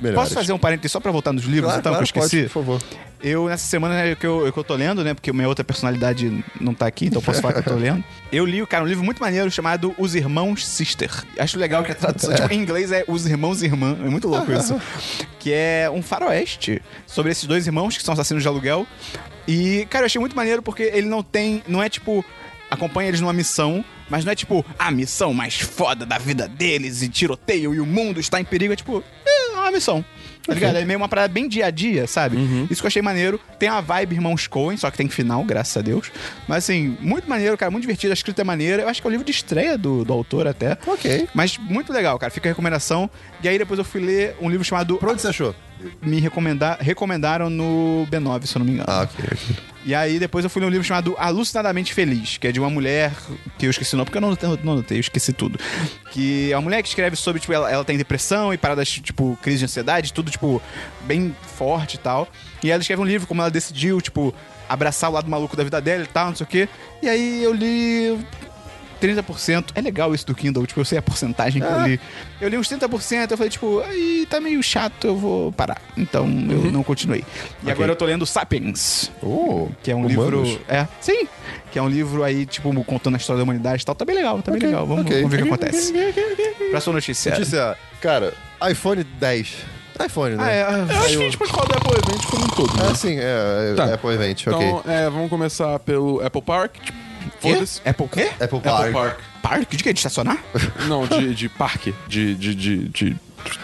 Speaker 2: Melhoras.
Speaker 1: Posso fazer um parênteses só pra voltar nos livros,
Speaker 2: Claro,
Speaker 1: então,
Speaker 2: claro,
Speaker 1: que eu esqueci?
Speaker 2: pode, por favor.
Speaker 1: Eu, nessa semana né, que, eu, que eu tô lendo, né? Porque minha outra personalidade não tá aqui, então eu posso falar que eu tô lendo. Eu li, cara, um livro muito maneiro chamado Os Irmãos Sister. Acho legal que a tradução, tipo, em inglês é Os Irmãos e Irmã. É muito louco isso. Que é um faroeste sobre esses dois irmãos que são assassinos de aluguel. E, cara, eu achei muito maneiro porque ele não tem. Não é tipo. Acompanha eles numa missão, mas não é tipo a missão mais foda da vida deles e tiroteio e o mundo está em perigo. É tipo, é uma missão. Tá ligado? É meio uma parada bem dia a dia, sabe? Isso que eu achei maneiro. Tem uma vibe Irmãos Coen, só que tem final, graças a Deus. Mas assim, muito maneiro, cara, muito divertido. A escrita é maneira. Eu acho que é o livro de estreia do, do autor até.
Speaker 2: Ok.
Speaker 1: Mas muito legal, cara. Fica a recomendação. E aí depois eu fui ler um livro chamado.
Speaker 2: Pra onde você achou?
Speaker 1: Me recomendar, recomendaram no B9, se eu não me engano.
Speaker 2: Ah, ok, ok.
Speaker 1: E aí depois eu fui ler um livro chamado Alucinadamente Feliz, que é de uma mulher que eu esqueci o nome, porque eu não anotei, não anotei, eu esqueci tudo. Que é uma mulher que escreve sobre, tipo, ela, ela tem depressão e paradas, tipo, crise de ansiedade, tudo, tipo, bem forte e tal. E ela escreve um livro como ela decidiu, tipo, abraçar o lado maluco da vida dela e tal, não sei o quê. E aí eu li 30%. É legal isso do Kindle, tipo, eu sei a porcentagem que eu li. Eu li uns 30%, eu falei, tipo, aí tá meio chato, eu vou parar. Então eu não continuei. E agora eu tô lendo Sapiens.
Speaker 2: Oh,
Speaker 1: Que é um
Speaker 2: humanos.
Speaker 1: livro. É, sim. Que é um livro aí, tipo, contando a história da humanidade e tal. Tá bem legal, tá bem legal. Vamos,
Speaker 2: ok.
Speaker 1: vamos ver o que acontece. Próxima notícia.
Speaker 2: Notícia, cara, iPhone 10. iPhone, né?
Speaker 1: Ah, é, ah,
Speaker 3: Eu acho que a gente pode falar do Apple Event como um todo, né?
Speaker 2: Ah, sim, é, é
Speaker 3: Tá.
Speaker 2: Apple Event,
Speaker 3: Então,
Speaker 2: ok.
Speaker 3: é, vamos começar pelo Apple Park. Tipo, Foda-se.
Speaker 1: Quê? É Apple o quê?
Speaker 2: Apple
Speaker 3: Apple
Speaker 2: Park.
Speaker 3: Park.
Speaker 1: Park? De quê? De estacionar?
Speaker 3: Não, de, de parque. De, de, de, de-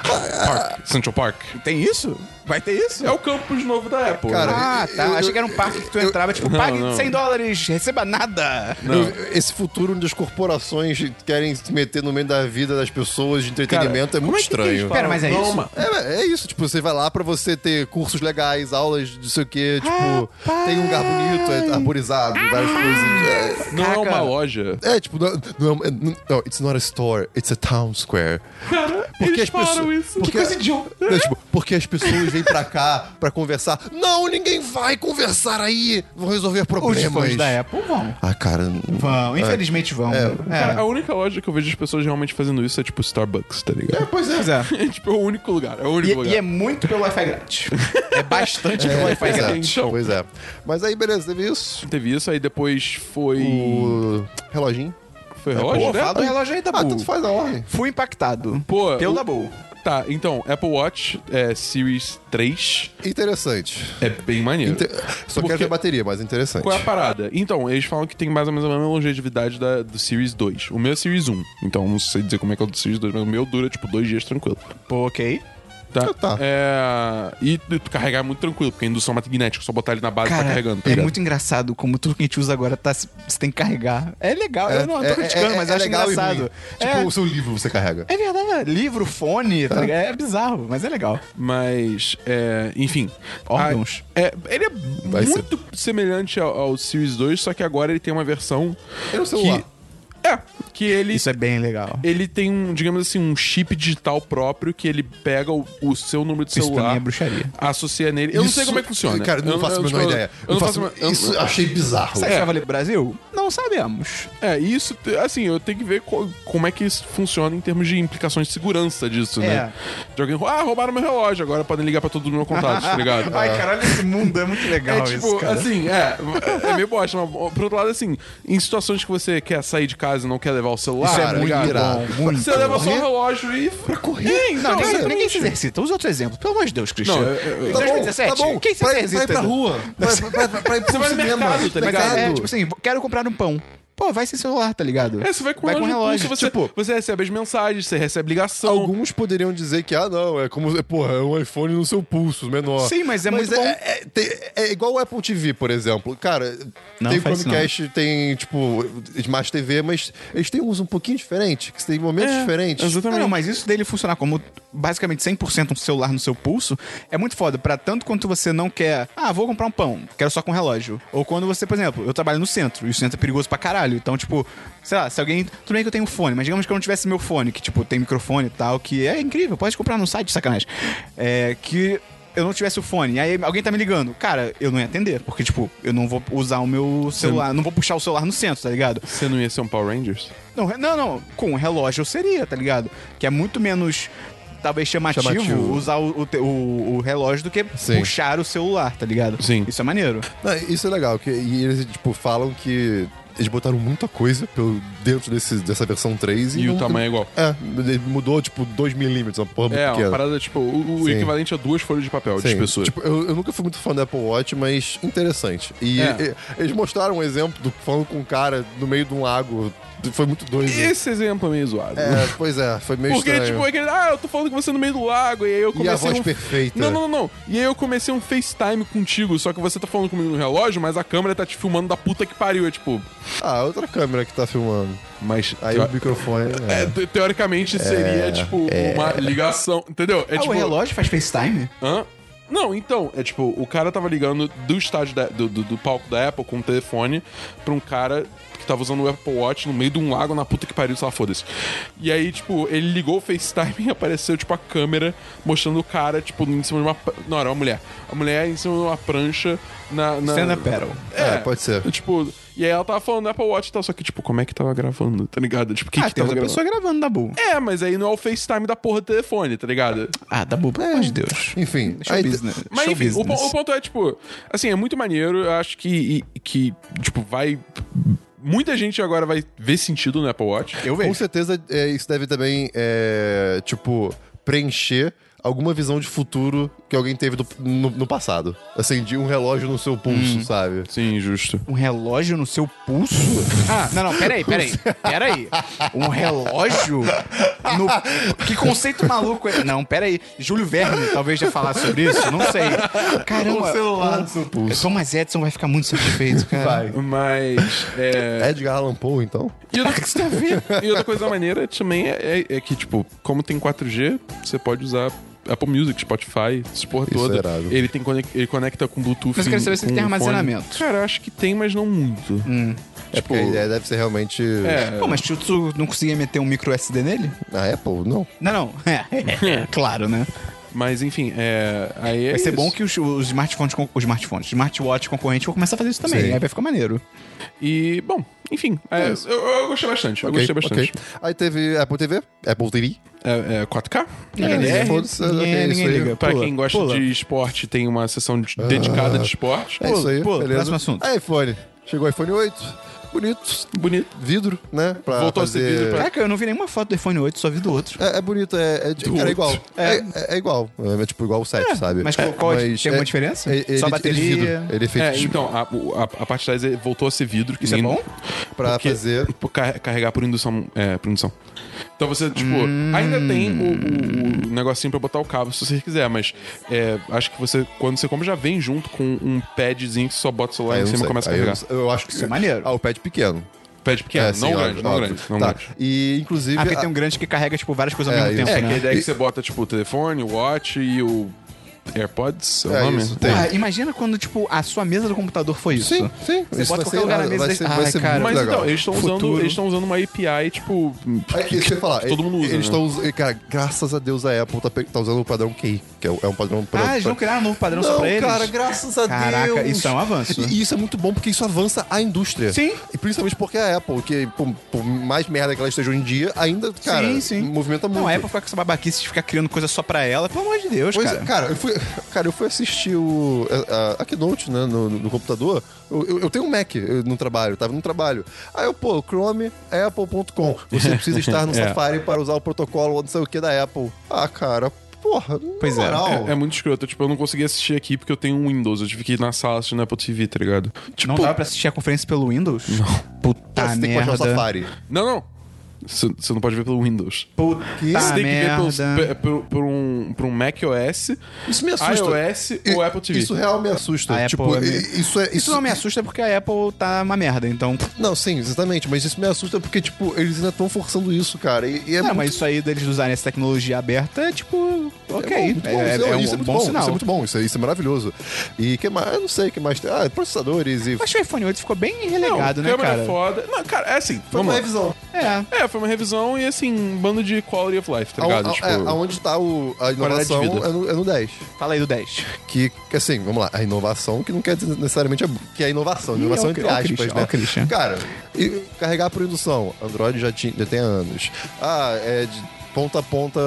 Speaker 3: Park. Central Park.
Speaker 1: Tem isso? Vai ter isso?
Speaker 3: É o campus novo da Apple. né?
Speaker 2: Cara,
Speaker 1: Ah, tá.
Speaker 2: eu-
Speaker 1: Achei que era um parque que tu entrava, tipo,
Speaker 3: Não,
Speaker 1: pague
Speaker 3: não.
Speaker 1: 100 dólares, receba nada.
Speaker 2: Eu- Esse futuro onde as corporações querem se meter no meio da vida das pessoas de
Speaker 3: Cara,
Speaker 2: entretenimento é
Speaker 3: como
Speaker 2: muito
Speaker 3: que eles
Speaker 2: estranho.
Speaker 3: falam?
Speaker 1: Pera, mas é isso?
Speaker 3: Não, ma-
Speaker 2: É, é isso, tipo, você vai lá pra você ter cursos legais, aulas de não sei o quê, tipo, tem um lugar bonito, é arborizado, várias coisas.
Speaker 3: Não é uma
Speaker 1: Caraca.
Speaker 3: loja.
Speaker 2: É, é, tipo, não, não, é- não, não, it's not a store, it's a town square.
Speaker 3: Cara,
Speaker 2: Porque
Speaker 3: eles
Speaker 2: as pessoas-
Speaker 3: falaram isso.
Speaker 2: porque-
Speaker 3: Que coisa idiota.
Speaker 2: Não, tipo, porque as pessoas vêm pra cá pra conversar. Não, ninguém vai conversar aí, vão resolver
Speaker 1: Os
Speaker 2: problemas.
Speaker 1: fãs da Apple vão.
Speaker 2: Ah, cara.
Speaker 1: Vão, infelizmente vão. É.
Speaker 3: Cara, a única loja que eu vejo as pessoas realmente fazendo isso é tipo Starbucks, tá ligado?
Speaker 1: Pois é. Pois é.
Speaker 3: É, tipo, é o único lugar. É o único
Speaker 1: E,
Speaker 3: lugar.
Speaker 1: e é muito pelo Wi-Fi grátis. É bastante pelo
Speaker 2: É,
Speaker 1: Wi-Fi
Speaker 2: pois, é,
Speaker 1: grátis.
Speaker 3: então.
Speaker 2: pois é. Mas aí, beleza, teve isso.
Speaker 3: Teve isso, aí depois foi.
Speaker 2: O reloginho.
Speaker 3: Foi
Speaker 2: É,
Speaker 3: relógio,
Speaker 2: pô,
Speaker 3: né?
Speaker 1: Fala do relógio aí, Dabu.
Speaker 2: Ah, tanto faz a ordem.
Speaker 1: Fui impactado.
Speaker 3: Pô,
Speaker 1: Pelo
Speaker 3: o-
Speaker 1: Dabu.
Speaker 3: Tá, então, Apple Watch é, Series 3
Speaker 2: Interessante.
Speaker 3: é bem maneiro.
Speaker 2: Inte- Só
Speaker 3: Porque-
Speaker 2: quero ver a bateria, mas interessante.
Speaker 3: Qual é a parada? Então, eles falam que tem mais ou menos a mesma longevidade da, do Series 2. O meu é Series 1. Então, não sei dizer como é que é o do Series 2, mas o meu dura, tipo, dois dias tranquilo.
Speaker 1: Pô, ok.
Speaker 3: Tá?
Speaker 2: Ah, tá.
Speaker 3: É... E tu carregar é muito tranquilo, porque é indução magnética. Só botar ele na base e tá
Speaker 1: Cara,
Speaker 3: carregando. Tá
Speaker 1: é
Speaker 3: ligado?
Speaker 1: muito engraçado como tudo que a gente usa agora tá, se- você tem que carregar. É legal, eu não tô criticando, mas eu acho
Speaker 2: é legal e
Speaker 1: engraçado.
Speaker 2: ruim.
Speaker 1: É,
Speaker 2: Tipo, o seu livro você carrega.
Speaker 1: é verdade, livro, fone, tá ligado? é bizarro, mas é legal.
Speaker 3: Mas, é, enfim.
Speaker 1: Órgãos.
Speaker 3: A- é, ele é
Speaker 2: Vai ser-
Speaker 3: muito semelhante ao, ao Series 2, só que agora ele tem uma versão.
Speaker 2: É o celular.
Speaker 3: Que, é, que ele.
Speaker 1: Isso é bem legal.
Speaker 3: Ele tem um, digamos assim, um chip digital próprio que ele pega o, o seu número de
Speaker 1: Isso
Speaker 3: celular.
Speaker 1: pra mim é bruxaria.
Speaker 3: Associa nele. Eu não sei
Speaker 2: Isso-
Speaker 3: como é que funciona.
Speaker 2: Cara, não
Speaker 3: Eu-
Speaker 2: faço a
Speaker 3: eu,
Speaker 2: menor
Speaker 3: tipo,
Speaker 2: ideia.
Speaker 3: Eu não faço. eu-
Speaker 2: Isso achei bizarro.
Speaker 1: Será que vai valer pro Brasil? Não sabemos.
Speaker 3: É, isso, te- assim, eu tenho que ver co- como é que isso funciona em termos de implicações de segurança disso,
Speaker 2: É.
Speaker 3: né? De alguém, ah, roubaram meu relógio, agora podem ligar pra todo mundo meu contato, tá ligado?
Speaker 1: Ai, caralho, esse mundo é muito legal
Speaker 3: É tipo,
Speaker 1: isso, cara.
Speaker 3: assim, é, é meio bosta, mas por outro lado, assim, em situações que você quer sair de casa e não quer levar o celular,
Speaker 1: Isso é
Speaker 3: tá
Speaker 1: muito
Speaker 3: ligado?
Speaker 2: irado.
Speaker 1: bom, muito
Speaker 3: Você leva só o
Speaker 2: Correr?
Speaker 3: relógio e. Pra correr?
Speaker 1: Não, é ninguém, ninguém se exercita. Usa outro exemplo. Pelo amor de Deus, Cristiano.
Speaker 3: Não, eu- eu-
Speaker 1: Em
Speaker 2: Tá bom,
Speaker 1: 2017,
Speaker 2: tá bom.
Speaker 1: quem se
Speaker 2: pra, pra
Speaker 1: exercita?
Speaker 2: ir pra rua. Pra, pra, pra, pra ir pro
Speaker 3: vai no
Speaker 2: cinema.
Speaker 3: mercado, tá
Speaker 1: Mas
Speaker 3: ligado?
Speaker 1: é, tipo assim, quero comprar um pão. Pô, vai sem celular, tá ligado?
Speaker 3: É, você vai com, o relógio, você,
Speaker 1: Tipo,
Speaker 3: você recebe as mensagens, você recebe ligação.
Speaker 2: Alguns poderiam dizer que, ah, não, é como, é, porra, é um iPhone no seu pulso, menor.
Speaker 1: Sim, mas é muito
Speaker 2: é,
Speaker 1: bom.
Speaker 2: É, tem- é igual o Apple TV, por exemplo. Cara,
Speaker 1: Não,
Speaker 2: tem o
Speaker 1: faz isso não.
Speaker 2: Chromecast, tem, tipo, Smart TV, mas eles têm um uso um pouquinho diferente, que tem momentos
Speaker 3: É,
Speaker 2: diferentes.
Speaker 3: Exatamente.
Speaker 1: Não, mas isso dele funcionar como basicamente 100% um celular no seu pulso é muito foda. Pra tanto quanto você não quer, ah, vou comprar um pão, quero só com relógio. Ou quando você, por exemplo, eu trabalho no centro e o centro é perigoso pra caralho. Então, tipo, sei lá, se alguém. Tudo bem que eu tenho um fone, mas digamos que eu não tivesse meu fone, que, tipo, tem microfone e tal, que é incrível, pode comprar no site, sacanagem. É que. Eu não tivesse o fone, aí alguém tá me ligando. Cara, eu não ia atender, porque, tipo, eu não vou usar o meu celular, não vou puxar o celular no centro, tá ligado?
Speaker 3: Você não ia ser um Power Rangers?
Speaker 1: Não, re- não, não. Com um relógio eu seria, tá ligado? Que é muito menos, talvez, chamativo,
Speaker 2: Chamativo.
Speaker 1: usar o, o te- o- o relógio do que
Speaker 2: Sim.
Speaker 1: puxar o celular, tá ligado?
Speaker 3: Sim.
Speaker 1: Isso é maneiro.
Speaker 2: Não, isso é legal, que, e eles, tipo, falam que eles botaram muita coisa pelo, dentro desse, dessa versão 3.
Speaker 3: E, o
Speaker 2: não-
Speaker 3: tamanho é igual.
Speaker 2: É, ele mudou, tipo, 2 milímetros, uma porra muito
Speaker 3: É, uma
Speaker 2: pequena.
Speaker 3: parada, tipo, o, o
Speaker 2: Sim.
Speaker 3: equivalente a duas folhas de papel de
Speaker 2: Sim,
Speaker 3: espessura.
Speaker 2: tipo, eu, eu nunca fui muito fã do Apple Watch, mas interessante. E,
Speaker 3: É.
Speaker 2: e- eles mostraram um exemplo do falando com um cara no meio de um lago. Foi muito doido.
Speaker 3: Esse exemplo é meio zoado.
Speaker 2: É, pois é, foi meio
Speaker 3: Porque,
Speaker 2: estranho.
Speaker 3: tipo, aquele, ah, eu tô falando com você no meio do lago, e aí eu comecei.
Speaker 2: voz
Speaker 3: um...
Speaker 2: perfeita.
Speaker 3: Não, não, não, não. E aí eu comecei um FaceTime contigo, só que você tá falando comigo no relógio, mas a câmera tá te filmando da puta que pariu. É tipo,
Speaker 2: Ah, outra câmera que tá filmando.
Speaker 3: mas.
Speaker 2: Aí o
Speaker 3: teo-
Speaker 2: microfone. é.
Speaker 3: Tipo, é, te- teoricamente seria, tipo, uma ligação. Entendeu? É
Speaker 1: ah,
Speaker 3: tipo. Ah.
Speaker 1: o relógio faz FaceTime?
Speaker 3: Hã? Não, então, é tipo, o cara tava ligando do estádio da- do, do- do palco da Apple com o telefone pra um cara que tava usando o Apple Watch no meio de um lago na puta que pariu, sei lá, foda-se. E aí, tipo, ele ligou o FaceTime e apareceu, tipo, a câmera mostrando o cara, tipo, em cima de uma. pran- Não, era uma mulher. A mulher em cima de uma prancha na. na...
Speaker 1: Stand up paddle.
Speaker 2: É, pode ser.
Speaker 3: Tipo, e aí ela tava falando do Apple Watch e tal, só que, tipo, como é que tava gravando, tá ligado? Tipo, o que
Speaker 1: ah,
Speaker 3: que
Speaker 1: tem
Speaker 3: tava
Speaker 1: outra
Speaker 3: gravando?
Speaker 1: pessoa gravando da Bull.
Speaker 3: É, mas aí não é o FaceTime da porra do telefone, tá ligado?
Speaker 1: Ah, da Bull, pelo amor de Deus.
Speaker 2: Enfim,
Speaker 1: Show
Speaker 2: aí-
Speaker 1: business.
Speaker 3: Mas
Speaker 1: Show
Speaker 3: enfim, o, po-
Speaker 1: business.
Speaker 3: o ponto é, tipo, assim, é muito maneiro. Eu acho que, e- que tipo, vai. Muita gente agora vai ver sentido no Apple Watch.
Speaker 1: Eu
Speaker 2: com
Speaker 1: vejo.
Speaker 2: certeza é, isso deve também, é, tipo, preencher alguma visão de futuro que alguém teve do- no, no passado. Acendi um relógio no seu pulso,
Speaker 3: Hum.
Speaker 2: sabe?
Speaker 3: Sim, justo.
Speaker 1: Um relógio no seu pulso? Ah, não, não, peraí, peraí. Peraí. Um relógio? No... Que conceito maluco é? Não, peraí. Júlio Verne talvez já falasse sobre isso, não sei. Caramba.
Speaker 2: Um celular no seu pulso.
Speaker 1: Thomas Edison vai ficar muito satisfeito,
Speaker 3: É.
Speaker 1: cara.
Speaker 2: Vai.
Speaker 3: Mas. É...
Speaker 2: Edgar Allan Poe, então?
Speaker 3: E outra, e outra coisa maneira também é, é- é que, tipo, como tem 4G, você pode usar. Apple Music, Spotify, essa porra
Speaker 2: Isso
Speaker 3: toda.
Speaker 2: é irado.
Speaker 3: ele, tem, conec- ele conecta com Bluetooth.
Speaker 1: Mas eu quero
Speaker 3: em-
Speaker 1: saber se
Speaker 3: com
Speaker 1: ele tem
Speaker 3: um fone.
Speaker 1: armazenamento. Hum.
Speaker 3: Cara, eu acho que tem, mas não muito. Tipo,
Speaker 2: É porque a ideia deve ser realmente.
Speaker 3: É.
Speaker 1: Pô, mas tu, tu não conseguia meter um micro SD nele?
Speaker 2: A Apple? Não.
Speaker 1: Não, não. É, claro, né?
Speaker 3: Mas enfim, é. Aí é
Speaker 1: Vai ser
Speaker 3: isso.
Speaker 1: bom que os, os smartphones, con- os smartphones, smartwatch concorrente vão começar a fazer isso também.
Speaker 2: Sim.
Speaker 1: Aí vai ficar maneiro.
Speaker 3: E, bom, enfim. é, eu, eu gostei bastante. Eu
Speaker 2: Ok,
Speaker 3: gostei bastante.
Speaker 2: ok. Aí teve Apple TV, Apple TV.
Speaker 3: É, é 4K?
Speaker 1: liga.
Speaker 2: foda-se, ok,
Speaker 1: Ninguém-
Speaker 2: isso
Speaker 1: ninguém
Speaker 2: aí.
Speaker 1: liga.
Speaker 3: Pra
Speaker 2: É.
Speaker 1: Pula,
Speaker 3: quem gosta
Speaker 1: pula.
Speaker 3: de esporte, tem uma sessão de- dedicada de esporte.
Speaker 2: É isso aí,
Speaker 1: pula,
Speaker 2: beleza.
Speaker 1: próximo assunto.
Speaker 2: iPhone. Chegou o iPhone 8. Bonito.
Speaker 3: Bonito.
Speaker 2: Vidro, né? Pra
Speaker 3: Voltou a ser
Speaker 2: fazer...
Speaker 3: vidro pra-
Speaker 1: Caraca, eu não vi nenhuma foto do iPhone 8, só vi do outro.
Speaker 2: É, é bonito, é, é, cara, é igual.
Speaker 3: outro.
Speaker 2: É, é- é igual. É, é tipo igual o 7, sabe?
Speaker 1: mas qual- qual-
Speaker 2: Mas
Speaker 1: tem alguma diferença?
Speaker 2: é- ele-
Speaker 1: Só a
Speaker 2: ele
Speaker 1: bateria?
Speaker 2: vidro, Ele é feito
Speaker 3: É,
Speaker 2: de-
Speaker 3: então, a, o- a, a parte de trás é- voltou a ser vidro. Que
Speaker 1: Isso é
Speaker 3: nem-
Speaker 1: bom?
Speaker 2: pra
Speaker 3: porque-
Speaker 2: fazer.
Speaker 3: por car- carregar por indução. É, por indução. Então você, tipo,
Speaker 2: Hum.
Speaker 3: ainda tem o, o- o negocinho pra botar o cabo se você quiser, mas é, acho que você, quando você compra, já vem junto com um padzinho que só bota o celular
Speaker 2: Aí eu
Speaker 3: em
Speaker 2: não
Speaker 3: cima
Speaker 2: sei.
Speaker 3: e começa a
Speaker 2: Aí eu
Speaker 3: carregar.
Speaker 2: não sei. eu, acho que
Speaker 1: Isso é maneiro.
Speaker 2: Ah, o pad pequeno. É,
Speaker 3: Pad pequeno,
Speaker 2: sim,
Speaker 3: É, não
Speaker 2: óbvio,
Speaker 3: grande, não
Speaker 2: óbvio.
Speaker 3: grande, não
Speaker 2: tá.
Speaker 3: grande.
Speaker 2: E inclusive.
Speaker 1: Ah, porque
Speaker 2: a-
Speaker 1: tem um grande que carrega, tipo, várias coisas
Speaker 2: É,
Speaker 1: ao mesmo
Speaker 2: isso.
Speaker 1: tempo,
Speaker 3: É, que a
Speaker 1: né?
Speaker 3: ideia é que você bota, tipo, o telefone, o watch e o AirPods, é o
Speaker 2: É,
Speaker 3: nome?
Speaker 2: isso, tem.
Speaker 1: Ah, imagina quando, tipo, a sua mesa do computador foi isso.
Speaker 2: ah, Sim, sim.
Speaker 1: Você
Speaker 2: Isso
Speaker 1: bota qualquer
Speaker 2: vai ser
Speaker 1: lugar na
Speaker 2: irado,
Speaker 1: mesa
Speaker 2: vai
Speaker 1: e-
Speaker 2: ser,
Speaker 1: Ai,
Speaker 2: vai ser
Speaker 1: cara.
Speaker 2: muito
Speaker 3: Mas
Speaker 2: legal.
Speaker 3: então, eles estão usando,
Speaker 1: Futuro.
Speaker 3: eles tão usando uma API, tipo,
Speaker 2: É isso que, eu ia falar.
Speaker 3: todo mundo usa,
Speaker 2: Eles
Speaker 3: né?
Speaker 2: estão usando. Cara, graças a Deus a Apple tá, pe- tá usando o padrão QI, que é o- é um padrão. pra-
Speaker 1: Ah, eles vão
Speaker 2: pra-
Speaker 1: criar um novo padrão só pra eles?
Speaker 2: cara, graças a
Speaker 1: Caraca,
Speaker 2: Deus.
Speaker 1: isso é um avanço, né?
Speaker 2: E isso é muito bom porque isso avança a indústria.
Speaker 1: Sim.
Speaker 2: E principalmente porque a Apple, que por, por mais merda que ela esteja hoje em dia, ainda, cara,
Speaker 1: sim, sim.
Speaker 2: movimenta muito.
Speaker 1: Não, a Apple fica com essa babaquice de ficar criando coisa só pra ela, pelo amor de Deus,
Speaker 2: Pois é,
Speaker 1: cara.
Speaker 2: cara, eu fui, cara, eu fui assistir o, a, a- a Keynote, né, no, no- no computador. Eu, eu- eu tenho um Mac eu- no trabalho, tava no trabalho. Aí eu, pô, Chrome, Apple.com. Você precisa estar no
Speaker 3: É.
Speaker 2: Safari para usar o protocolo não sei o que da Apple. Ah, cara, porra, na
Speaker 1: Pois é,
Speaker 2: moral.
Speaker 3: É, é muito escroto. Tipo, eu não consegui assistir aqui porque eu tenho um Windows. Eu tive que ir na sala assistindo Apple TV, tá ligado? Tipo,
Speaker 1: Não dava pra assistir a conferência pelo Windows? Não. Puta
Speaker 2: Você tem que baixar o
Speaker 1: merda.
Speaker 2: Safari.
Speaker 3: não, não. Você você não pode ver pelo Windows.
Speaker 1: Puta
Speaker 2: Tá,
Speaker 3: Você tem que ver
Speaker 1: merda.
Speaker 3: pelos, pe- por, por um, por um Mac OS,
Speaker 2: Isso me assusta.
Speaker 3: iOS ou Apple TV.
Speaker 2: Isso é real me assusta.
Speaker 1: A
Speaker 2: tipo,
Speaker 1: Apple é meio-
Speaker 2: i- isso é.
Speaker 1: Isso não me assusta porque a Apple tá uma merda, então...
Speaker 2: Não, sim, exatamente. Mas isso me assusta porque, tipo, eles ainda estão forçando isso, cara. E, e é
Speaker 1: Não,
Speaker 2: muito-
Speaker 1: mas isso aí deles usarem essa tecnologia aberta é tipo. Ok.
Speaker 2: É, bom, muito bom.
Speaker 1: É-
Speaker 2: isso,
Speaker 1: é
Speaker 2: é,
Speaker 1: um
Speaker 2: isso é muito
Speaker 1: bom,
Speaker 2: bom,
Speaker 1: sinal.
Speaker 2: Isso é muito bom, isso é, isso é maravilhoso. E que mais? Eu não sei o que mais tem. Ah, processadores e.
Speaker 1: Acho que o iPhone 8 ficou bem
Speaker 3: Não,
Speaker 1: relegado, né,
Speaker 3: câmera
Speaker 1: cara?
Speaker 3: foda. Não, cara, é assim.
Speaker 2: Foi
Speaker 3: vamos
Speaker 2: uma
Speaker 3: lá.
Speaker 2: revisão.
Speaker 1: É.
Speaker 3: É, foi uma revisão e assim, um bando de quality of life, tá
Speaker 2: Aon-
Speaker 3: ligado?
Speaker 2: a-
Speaker 3: tipo,
Speaker 2: é, aonde tá o- a
Speaker 3: qualidade de
Speaker 2: inovação
Speaker 3: vida.
Speaker 2: é no, é no 10.
Speaker 1: Fala aí do 10.
Speaker 2: Que, que assim, vamos lá, a inovação que não quer dizer necessariamente a- que é inovação. Inovação
Speaker 1: ó o
Speaker 2: entre
Speaker 1: Cri- ó o
Speaker 2: aspas,
Speaker 1: Christian,
Speaker 2: né?
Speaker 1: ó o Christian.
Speaker 2: Cara, e carregar por indução. Android já, tinha, já tem anos. Ah, é de ponta a ponta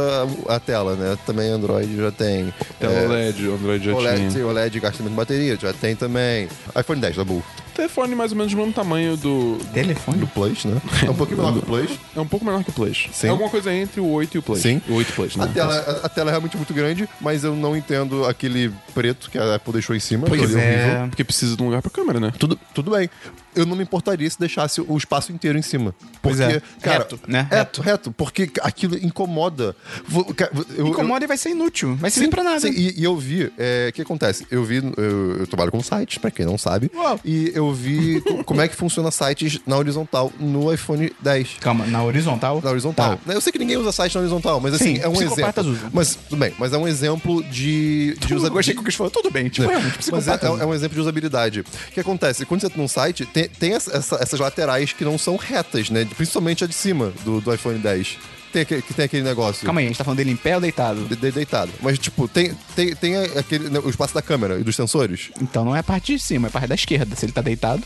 Speaker 2: a, a tela, né? Também Android já tem.
Speaker 3: tela
Speaker 2: É,
Speaker 3: OLED, Android já
Speaker 2: OLED, sim,
Speaker 3: tinha.
Speaker 2: OLED gasta menos bateria, já tem também. iPhone 10 da Bull.
Speaker 3: Telefone mais ou menos do mesmo tamanho do...
Speaker 2: Do
Speaker 1: Telefone?
Speaker 2: Plus, né? É um pouquinho menor que o Plus.
Speaker 3: É um pouco menor que o Plus.
Speaker 2: Sim.
Speaker 3: É alguma coisa entre o 8 e o Plus.
Speaker 2: Sim.
Speaker 3: O 8 Plus, né?
Speaker 2: A tela, a, a tela é realmente muito grande, mas eu não entendo aquele preto que a Apple deixou em cima.
Speaker 1: Pois
Speaker 2: aquele
Speaker 1: é.
Speaker 2: horrível.
Speaker 3: Porque precisa de um lugar pra câmera, né?
Speaker 2: Tudo, tudo bem. Eu não me importaria se deixasse o espaço inteiro em cima. Porque,
Speaker 1: Pois é.
Speaker 2: cara.
Speaker 1: Reto, né?
Speaker 2: Reto, reto. Porque aquilo incomoda. Vo- ca- eu- eu-
Speaker 1: Incomoda e vai ser inútil. Vai servir pra nada.
Speaker 2: Sim, e, e eu vi, é, o que acontece? Eu vi, eu, eu trabalho com sites, pra quem não sabe,
Speaker 1: Uau.
Speaker 2: e eu vi co- como é que funciona sites na horizontal no iPhone 10.
Speaker 1: Calma, na horizontal? Tá.
Speaker 2: Na horizontal. Eu sei que ninguém usa site na horizontal, mas assim,
Speaker 1: Sim,
Speaker 2: é um
Speaker 1: psicopatas
Speaker 2: exemplo.
Speaker 1: usam.
Speaker 2: Mas tudo bem, mas é um exemplo de, de
Speaker 1: Eu
Speaker 2: usabilidade.
Speaker 1: gostei que o Chris falou, tudo bem. Tipo, é, tipo,
Speaker 2: Mas é,
Speaker 1: psicopata.
Speaker 2: é um exemplo de usabilidade. O que acontece? Quando você entra num site, tem, tem essa- essa- essas laterais que não são retas, né? Principalmente a de cima do, do iPhone 10. Tem, aquele- que tem aquele negócio.
Speaker 1: Calma aí, a gente tá falando dele em pé ou deitado?
Speaker 2: de- de- deitado. Mas, tipo, tem, tem, tem aquele, né, o espaço da câmera e dos sensores.
Speaker 1: Então não é a parte de cima, é a parte da esquerda. Se ele tá deitado.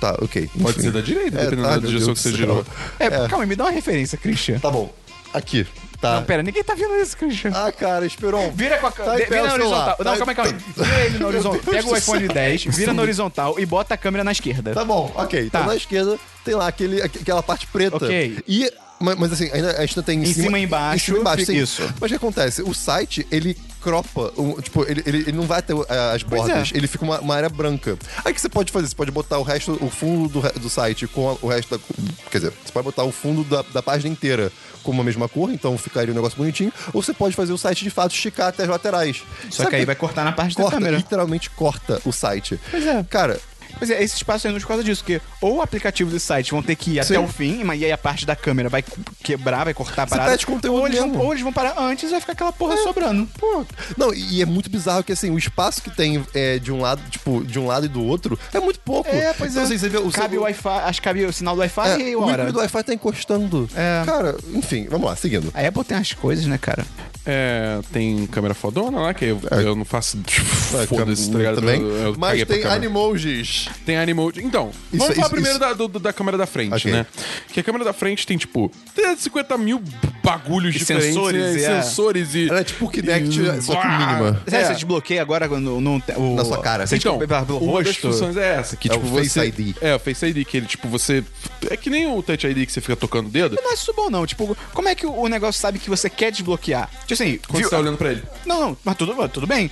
Speaker 2: Tá, ok.
Speaker 3: Pode
Speaker 2: Enfim.
Speaker 3: ser da direita,
Speaker 2: É,
Speaker 3: dependendo
Speaker 2: tá,
Speaker 3: da
Speaker 2: meu
Speaker 3: direção
Speaker 2: Deus
Speaker 3: que você
Speaker 2: do
Speaker 3: girou.
Speaker 2: céu.
Speaker 1: É, calma aí, me dá uma referência, Christian.
Speaker 2: Tá bom. Aqui. Tá.
Speaker 1: Não, pera, ninguém tá vendo isso, Christian.
Speaker 2: Ah, cara, Esperon.
Speaker 1: Vira com a
Speaker 2: Tá
Speaker 1: câmera.
Speaker 2: em pé
Speaker 1: vira
Speaker 2: o
Speaker 1: na
Speaker 2: celular.
Speaker 1: horizontal.
Speaker 2: Tá
Speaker 1: Não,
Speaker 2: em-
Speaker 1: calma aí, calma aí. Vira ele na horizontal.
Speaker 2: Deus
Speaker 1: Pega o
Speaker 2: do
Speaker 1: iPhone
Speaker 2: céu.
Speaker 1: 10, vira na horizontal e bota a câmera na esquerda.
Speaker 2: Tá bom, ok.
Speaker 1: Tá.
Speaker 2: Então na esquerda tem lá aquele, aquela parte preta.
Speaker 1: Ok.
Speaker 2: E Mas, mas assim, ainda, a gente não tem em,
Speaker 1: Em cima e embaixo,
Speaker 2: Em cima e embaixo,
Speaker 1: fica
Speaker 2: sim.
Speaker 1: isso.
Speaker 2: Mas o que acontece? O site, ele cropa, um- tipo, ele, ele, ele não vai ter uh, as bordas,
Speaker 1: é.
Speaker 2: ele fica uma, uma área branca. Aí o que você pode fazer? Você pode botar o resto, o fundo do, re- do site com a- o resto da. Quer dizer, você pode botar o fundo da, da página inteira com uma mesma cor, então ficaria um negócio bonitinho. Ou você pode fazer o site de fato esticar até as laterais.
Speaker 1: Só que aí vai cortar na parte da
Speaker 2: corta,
Speaker 1: câmera.
Speaker 2: literalmente corta o site.
Speaker 1: Pois é.
Speaker 2: Cara,
Speaker 1: Pois é, esse espaço aí não é por causa disso, porque ou o aplicativo do site vão ter que ir
Speaker 3: Sim.
Speaker 1: até o fim, mas e aí a parte da câmera vai quebrar, vai cortar a parada.
Speaker 2: perde conteúdo
Speaker 1: ou, eles vão,
Speaker 2: mesmo.
Speaker 1: ou eles vão parar antes e vai ficar aquela porra sobrando.
Speaker 2: Pô, Não, e e é muito bizarro que assim, o espaço que tem é, de um lado, tipo, de um lado e do outro é muito pouco.
Speaker 1: É, pois
Speaker 2: Então,
Speaker 1: é.
Speaker 2: assim, você vê o
Speaker 1: cabe o
Speaker 2: o
Speaker 1: Wi-Fi, acho que cabe o sinal do Wi-Fi
Speaker 2: é,
Speaker 1: e
Speaker 2: o
Speaker 1: hora.
Speaker 2: micro do Wi-Fi tá encostando.
Speaker 1: É.
Speaker 2: Cara, enfim, vamos lá, seguindo.
Speaker 1: A Apple tem umas é coisas, né, cara?
Speaker 3: É, tem câmera fodona lá, que eu,
Speaker 2: É.
Speaker 3: eu não faço. Foda-se, tá ligado?
Speaker 2: também.
Speaker 3: Eu- eu caguei
Speaker 2: Mas
Speaker 3: pra
Speaker 2: tem
Speaker 3: câmera.
Speaker 2: animojis.
Speaker 3: Tem Animal. Então,
Speaker 2: Isso,
Speaker 3: vamos falar
Speaker 2: isso,
Speaker 3: primeiro
Speaker 2: isso.
Speaker 3: Da, do- do- da câmera da frente,
Speaker 2: Ok.
Speaker 3: né? Que a câmera da frente tem, tipo, 350 mil bagulhos
Speaker 1: E
Speaker 3: diferentes. né?
Speaker 1: sensores,
Speaker 3: e,
Speaker 1: é.
Speaker 3: sensores e.
Speaker 2: Ela é tipo o Kinect, só que mínima.
Speaker 1: Sério,
Speaker 3: É.
Speaker 1: você desbloqueia agora quando não tem. o-
Speaker 2: Na sua cara. assim.
Speaker 1: Você
Speaker 3: Então,
Speaker 1: desbloqueia pelo
Speaker 3: uma das
Speaker 1: rosto.
Speaker 3: funções é essa, que
Speaker 2: É o
Speaker 3: tipo
Speaker 2: Face
Speaker 3: você...
Speaker 2: ID.
Speaker 3: É, o Face ID, que ele, tipo, você... É que nem o Touch ID que você fica tocando o dedo.
Speaker 1: Não acho isso bom, não. Tipo, como é que o negócio sabe que você quer desbloquear? Tipo assim,
Speaker 3: Quando
Speaker 1: viu-
Speaker 3: você tá olhando pra ele.
Speaker 1: Não, não, mas tudo, tudo bem.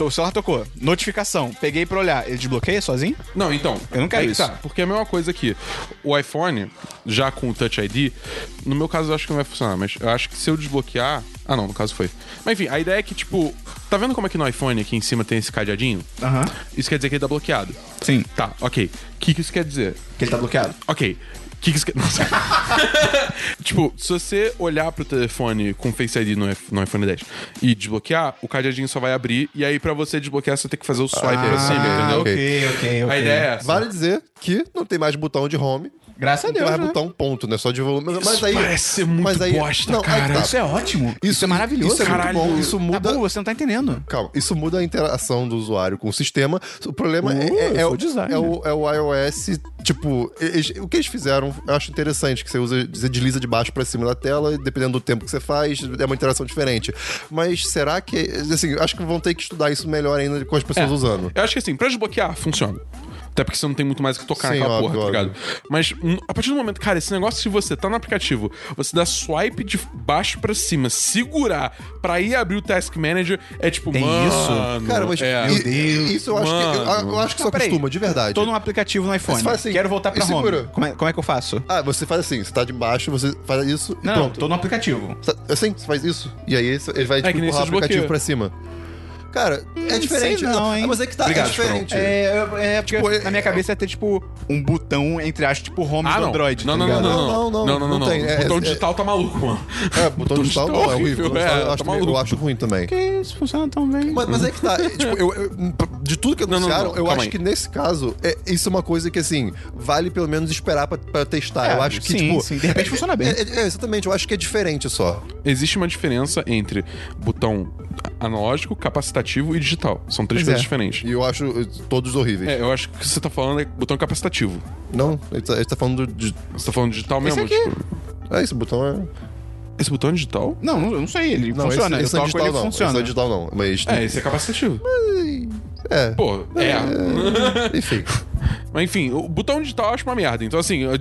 Speaker 1: O celular tocou. Notificação. Peguei pra olhar. Ele desbloqueia sozinho?
Speaker 3: Não, então.
Speaker 1: Eu não quero
Speaker 3: aí que
Speaker 1: isso.
Speaker 3: Tá, porque é a mesma coisa aqui. O iPhone, já com o Touch ID, no meu caso eu acho que não vai funcionar, mas eu acho que se eu desbloquear. Ah, não, no caso foi. Mas enfim, a ideia é que, tipo, tá vendo como é que no iPhone aqui em cima tem esse cadeadinho?
Speaker 1: Aham.
Speaker 3: Isso quer dizer que ele tá bloqueado.
Speaker 1: Sim.
Speaker 3: Tá, ok. O que, que isso quer dizer?
Speaker 1: Que ele tá bloqueado.
Speaker 3: Ok. O que, que isso quer. Não sei. tipo, se você olhar pro telefone com Face ID no, F- no iPhone 10 e desbloquear, o cadeadinho só vai abrir. E aí, pra você desbloquear, você tem que fazer o swipe pra cima, entendeu?
Speaker 1: Ah, ok, ok,
Speaker 3: A ideia é essa.
Speaker 2: Vale dizer que não tem mais botão de home.
Speaker 1: Graças a
Speaker 2: Não tem
Speaker 1: Deus,
Speaker 2: mais
Speaker 1: né?
Speaker 2: botão ponto, né? Só de volume. Mas, mas
Speaker 3: Isso
Speaker 2: aí.
Speaker 3: parece ser muito
Speaker 2: mas aí,
Speaker 3: bosta,
Speaker 2: não, aí
Speaker 3: cara.
Speaker 2: tá.
Speaker 1: Isso é ótimo. Isso, é maravilhoso.
Speaker 2: Isso é
Speaker 3: Caralho.
Speaker 2: muito bom. Isso
Speaker 1: Tá
Speaker 2: muda.
Speaker 1: bom, você não tá entendendo.
Speaker 2: Calma, isso muda a interação do usuário com o sistema. O problema é-
Speaker 1: Uh, eu
Speaker 2: é, é,
Speaker 1: sou
Speaker 2: o,
Speaker 1: designer.
Speaker 2: é, o, é o iOS, tipo, eles- o que eles fizeram, eu acho interessante, que você usa, você desliza de baixo pra cima da tela, e dependendo do tempo que você faz, é uma interação diferente. Mas será que, assim, eu acho que vão ter que estudar isso melhor ainda com as pessoas
Speaker 1: É.
Speaker 2: usando.
Speaker 3: Eu acho que assim, pra desbloquear, funciona. Até porque você não tem muito mais o que tocar
Speaker 2: Sim,
Speaker 3: naquela
Speaker 2: óbvio,
Speaker 3: porra, tá
Speaker 2: óbvio.
Speaker 3: ligado? Mas hum, a partir do momento, cara, esse negócio se você tá no aplicativo, você dá swipe de baixo pra cima, segurar pra ir abrir o Task Manager, é tipo,
Speaker 1: Tem
Speaker 3: mano,
Speaker 2: Cara, mas
Speaker 3: é,
Speaker 2: e- isso eu acho que eu,
Speaker 3: mano.
Speaker 2: eu acho que isso
Speaker 1: Não, peraí.
Speaker 2: acostuma, de verdade.
Speaker 1: Tô num aplicativo no iPhone.
Speaker 2: Você faz assim,
Speaker 1: Quero voltar pra
Speaker 2: e segura.
Speaker 1: home. Como é, como é que eu faço?
Speaker 2: Ah, você faz assim, você tá de baixo, você faz isso e
Speaker 1: Não,
Speaker 2: pronto.
Speaker 1: tô no aplicativo.
Speaker 2: Sa- Assim, você faz isso. E aí isso- ele vai tipo,
Speaker 3: É que nem
Speaker 2: empurrar o
Speaker 3: se desbloqueia.
Speaker 2: aplicativo pra cima. Cara, é diferente.
Speaker 1: Hum, sei não, hein?
Speaker 2: Mas é que tá,
Speaker 3: Obrigado,
Speaker 2: é diferente.
Speaker 1: É, eu- é porque
Speaker 2: Tipo, é-
Speaker 1: na minha cabeça ia ter, tipo, um botão, entre aspas, tipo, home
Speaker 3: Ah,
Speaker 1: do
Speaker 3: não.
Speaker 1: Android.
Speaker 3: não,
Speaker 1: tá
Speaker 3: não, não,
Speaker 1: ligado?
Speaker 3: não, não,
Speaker 2: Não, não,
Speaker 3: não, não, não,
Speaker 2: não tem.
Speaker 3: O
Speaker 2: É-
Speaker 3: botão
Speaker 2: é-
Speaker 3: digital tá maluco, mano.
Speaker 2: É, botão digital não, é horrível.
Speaker 3: é,
Speaker 2: eu,
Speaker 3: tá
Speaker 2: acho, meio-
Speaker 3: maluco.
Speaker 2: eu acho ruim também.
Speaker 1: Que É, isso funciona tão bem.
Speaker 2: Mas, mas é que tá. tipo, eu- eu- de tudo que
Speaker 3: não, não,
Speaker 2: anunciaram, eu
Speaker 3: calma
Speaker 2: acho
Speaker 3: aí.
Speaker 2: que nesse caso, é- isso é uma coisa que, assim, vale pelo menos esperar pra, pra testar.
Speaker 1: É,
Speaker 2: eu acho que,
Speaker 1: sim,
Speaker 2: tipo.
Speaker 1: sim, de repente
Speaker 2: é-
Speaker 1: funciona bem.
Speaker 2: é- é- é, exatamente, eu acho que é diferente só.
Speaker 3: Existe uma diferença entre botão analógico, capacitativo e digital. São três
Speaker 1: Pois
Speaker 3: coisas
Speaker 1: é.
Speaker 3: diferentes.
Speaker 2: E eu acho eh, todos horríveis.
Speaker 3: É, eu acho que o que você tá falando é botão capacitativo.
Speaker 2: Não, ele tá, ele tá falando de.
Speaker 3: Você tá falando digital mesmo?
Speaker 1: aqui.
Speaker 3: Tipo,
Speaker 2: Ah, esse botão é.
Speaker 3: esse botão é digital?
Speaker 1: Não, eu não sei, ele
Speaker 2: Não,
Speaker 1: funciona.
Speaker 2: esse, esse
Speaker 1: eu toco,
Speaker 2: não é digital,
Speaker 1: ele
Speaker 2: não.
Speaker 1: funciona.
Speaker 2: Esse não é digital, não. Mas.
Speaker 3: É, esse é capacitativo.
Speaker 2: é.
Speaker 3: Pô, é.
Speaker 2: Enfim.
Speaker 3: Mas enfim, o botão digital eu acho uma merda. Então, assim, eu-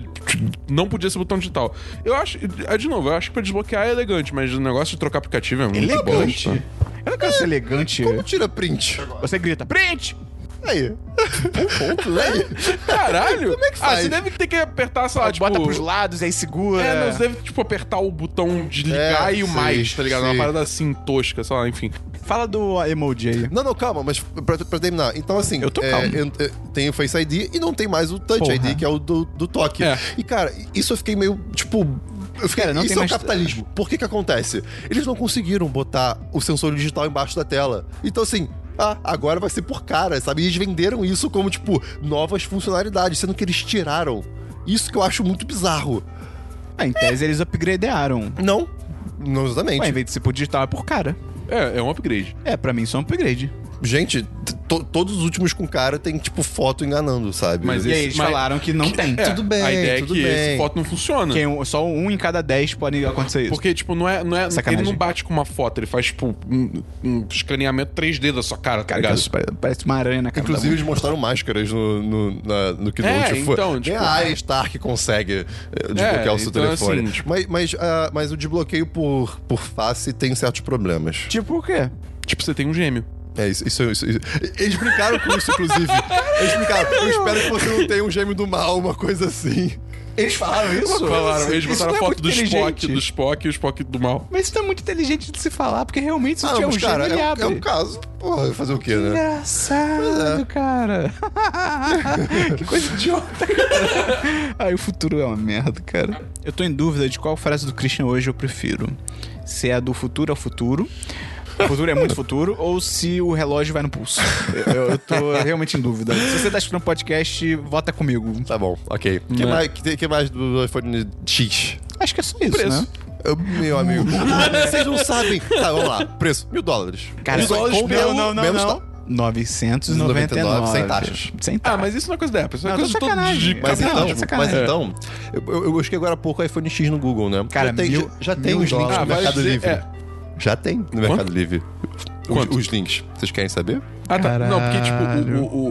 Speaker 3: não podia ser botão digital. Eu acho. é, De novo, eu acho que pra desbloquear é elegante, mas o negócio de trocar aplicativo é
Speaker 2: Tá
Speaker 3: muito
Speaker 1: Elegante.
Speaker 3: bosta.
Speaker 1: Eu não quero
Speaker 2: É,
Speaker 1: ser elegante.
Speaker 2: Tira print.
Speaker 1: Você grita, print!
Speaker 2: Aí.
Speaker 3: Caralho! Como é que
Speaker 2: faz?
Speaker 3: Ah, você deve ter que apertar,
Speaker 2: Tá,
Speaker 3: sei lá, tipo.
Speaker 1: Ah, Bota pros lados, aí segura.
Speaker 3: É, não, você deve, tipo, apertar o botão de ligar
Speaker 2: É,
Speaker 3: e o
Speaker 2: sei,
Speaker 3: mais, tá ligado? Uma
Speaker 2: sei.
Speaker 3: parada assim tosca, sei lá, enfim.
Speaker 1: Fala do emoji aí.
Speaker 2: Não, não, calma, mas pra, pra terminar. Então, assim,
Speaker 1: Eu tô
Speaker 2: é,
Speaker 1: calmo.
Speaker 2: eu- é, tem o Face ID e não tem mais o Touch
Speaker 1: Porra.
Speaker 2: ID, que é o do, do toque.
Speaker 3: É.
Speaker 2: E, cara, isso eu fiquei meio, tipo... Eu fiquei,
Speaker 1: Cara, não
Speaker 2: isso
Speaker 1: tem
Speaker 2: é
Speaker 1: mais-
Speaker 2: o capitalismo. Por que que acontece? Eles não conseguiram botar o sensor digital embaixo da tela. Então, assim... Ah, agora vai ser por cara, sabe? E eles venderam isso como, tipo, novas funcionalidades, sendo que eles tiraram. Isso que eu acho muito bizarro.
Speaker 1: Ah, em tese eles upgradearam.
Speaker 2: Não. Não exatamente.
Speaker 1: Ué, em vez de ser por digital, é por cara.
Speaker 3: É, é um upgrade.
Speaker 1: É, pra mim isso é um upgrade.
Speaker 2: Gente, t- to- todos os últimos com cara tem, tipo, foto enganando, sabe?
Speaker 3: Mas
Speaker 1: E aí
Speaker 3: esse-
Speaker 1: eles
Speaker 3: mas-
Speaker 1: falaram que não tem.
Speaker 3: É,
Speaker 2: Tudo bem,
Speaker 3: A ideia
Speaker 2: tudo
Speaker 3: é que
Speaker 2: bem.
Speaker 3: esse foto não funciona.
Speaker 1: Quem- só um em cada dez pode acontecer isso.
Speaker 3: Porque, tipo, não é. Não é ele
Speaker 1: Sacanagem.
Speaker 3: não bate com uma foto, ele faz, tipo, um, um escaneamento 3D da sua cara, tá
Speaker 1: Cara,
Speaker 3: ligado?
Speaker 1: isso pare- parece uma aranha na cara.
Speaker 2: Inclusive, eles mostraram máscaras no, no, na- no Keynote.
Speaker 3: É,
Speaker 2: Foi-
Speaker 3: então,
Speaker 2: Nem
Speaker 3: tipo-
Speaker 2: a Arya Stark consegue eh, desbloquear o seu
Speaker 3: então,
Speaker 2: telefone.
Speaker 3: assim, tipo-
Speaker 2: mas, mas, ah, mas o desbloqueio por, por face tem certos problemas.
Speaker 1: Tipo o quê?
Speaker 3: Tipo, você tem um gêmeo.
Speaker 2: É isso, isso, isso, isso. Eles brincaram com isso, inclusive. Eles brincaram. Eu espero que você não tenha um gêmeo do mal, uma coisa assim.
Speaker 1: Eles falaram isso?
Speaker 3: Falaram, eles
Speaker 1: Isso
Speaker 3: botaram
Speaker 1: não
Speaker 3: a
Speaker 1: é
Speaker 3: foto
Speaker 1: muito
Speaker 3: do Spock,
Speaker 1: inteligente.
Speaker 3: do Spock e o Spock do mal.
Speaker 1: Mas isso não é muito inteligente de se falar, porque realmente se
Speaker 2: Ah,
Speaker 1: tiver um
Speaker 2: mas, cara,
Speaker 1: gêmeo, ele
Speaker 2: é, um-
Speaker 1: abre.
Speaker 2: é um caso. Porra, fazer o quê,
Speaker 3: é.
Speaker 2: né?
Speaker 1: Engraçado, cara. que coisa idiota, cara. Ai, o futuro é uma merda, cara. Eu tô em dúvida de qual frase do Christian hoje eu prefiro. Se é a do futuro ao futuro, o futuro é muito futuro, ou se o relógio vai no pulso. Eu, eu tô realmente em dúvida. Se você tá escutando o podcast, vota comigo.
Speaker 2: Tá bom, ok. O que,
Speaker 3: Né.
Speaker 2: mais, que, que mais do iPhone X?
Speaker 1: Acho que é só isso,
Speaker 3: Preço.
Speaker 1: né?
Speaker 2: Eu- meu amigo. Vocês não sabem. Tá, vamos lá. Preço: mil dólares.
Speaker 1: Cara,
Speaker 2: mil dólares
Speaker 1: não,
Speaker 2: pelo
Speaker 1: não, não,
Speaker 2: um menos tá.
Speaker 1: não.
Speaker 2: ta-
Speaker 1: 999.
Speaker 2: sem taxas.
Speaker 1: Sem
Speaker 3: Ah,
Speaker 1: taxas.
Speaker 3: mas isso não é coisa da Apple, isso é
Speaker 1: Não,
Speaker 3: coisa
Speaker 1: tá
Speaker 3: de todo
Speaker 1: sacanagem.
Speaker 3: de
Speaker 2: Mas
Speaker 1: Não,
Speaker 2: então, mas
Speaker 1: sacanagem.
Speaker 2: então eu, eu busquei agora há pouco o iPhone X no Google, né?
Speaker 1: Cara,
Speaker 2: já tem,
Speaker 1: mil-
Speaker 2: já, já tem
Speaker 1: mil
Speaker 2: os links
Speaker 1: dólares.
Speaker 2: no
Speaker 3: Ah, vai
Speaker 2: Mercado
Speaker 3: dizer-
Speaker 2: Livre.
Speaker 3: é.
Speaker 2: Já tem no Mercado Livre. Os,
Speaker 3: Quanto?
Speaker 2: os links. Vocês querem saber?
Speaker 3: Ah, tá. Não, porque,
Speaker 1: Caralho.
Speaker 3: tipo, o, o,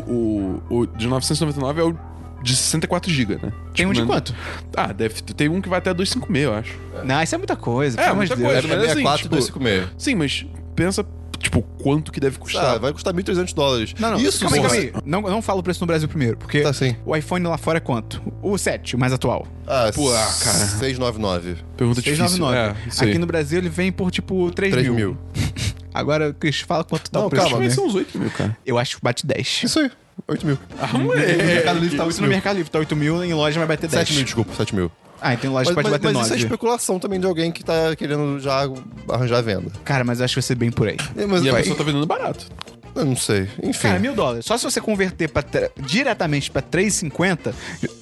Speaker 3: o, o, o de 999 é o de 64 GB, né?
Speaker 1: Tem
Speaker 3: Tipo,
Speaker 1: um de
Speaker 3: né?
Speaker 1: quanto?
Speaker 3: Ah, deve, tem um que vai até 256, eu acho.
Speaker 1: Não, isso é muita coisa.
Speaker 3: É,
Speaker 1: pelo amor de
Speaker 3: muita
Speaker 1: Deus.
Speaker 3: coisa.
Speaker 2: É
Speaker 3: mas assim,
Speaker 2: 64 e
Speaker 3: tipo-
Speaker 2: 256.
Speaker 3: Sim, mas pensa, tipo, quanto que deve
Speaker 2: Tá,
Speaker 3: custar.
Speaker 2: vai custar 1.300 dólares.
Speaker 1: Não, não.
Speaker 2: Isso,
Speaker 1: calma aí,
Speaker 2: porra.
Speaker 1: calma aí. Não, não fala o preço no Brasil primeiro, porque
Speaker 2: Tá sim.
Speaker 1: o iPhone lá fora é quanto? O 7, o mais atual.
Speaker 2: Ah,
Speaker 3: Pô, ah, cara.
Speaker 2: 699.
Speaker 3: Pergunta difícil.
Speaker 1: 699.
Speaker 3: É, isso aí.
Speaker 1: Aqui no Brasil ele vem por tipo 3,
Speaker 2: 3
Speaker 1: mil.
Speaker 2: mil.
Speaker 1: Agora, Cris, fala quanto tá
Speaker 2: Não,
Speaker 1: o preço.
Speaker 2: calma,
Speaker 3: Vai
Speaker 1: né?
Speaker 3: ser uns 8 mil, cara.
Speaker 1: Eu acho que bate 10.
Speaker 2: Isso aí. 8 mil.
Speaker 3: Ah, moleque.
Speaker 2: Mercado Livre tá
Speaker 1: Isso no Mercado Livre tá 8 mil, em loja vai bater 10.
Speaker 2: 7 mil, desculpa, 7 mil.
Speaker 1: Ah, então em loja pode bater
Speaker 2: mas isso é
Speaker 1: 9.
Speaker 2: especulação também de alguém que tá querendo já arranjar a venda.
Speaker 1: Cara, mas eu acho que vai ser bem por aí.
Speaker 2: É, Mas,
Speaker 3: E a
Speaker 2: vai-
Speaker 3: pessoa tá vendendo barato.
Speaker 2: Eu não sei. Enfim.
Speaker 1: Cara, é mil dólares. Só se você converter pra, tre- diretamente pra 3,50,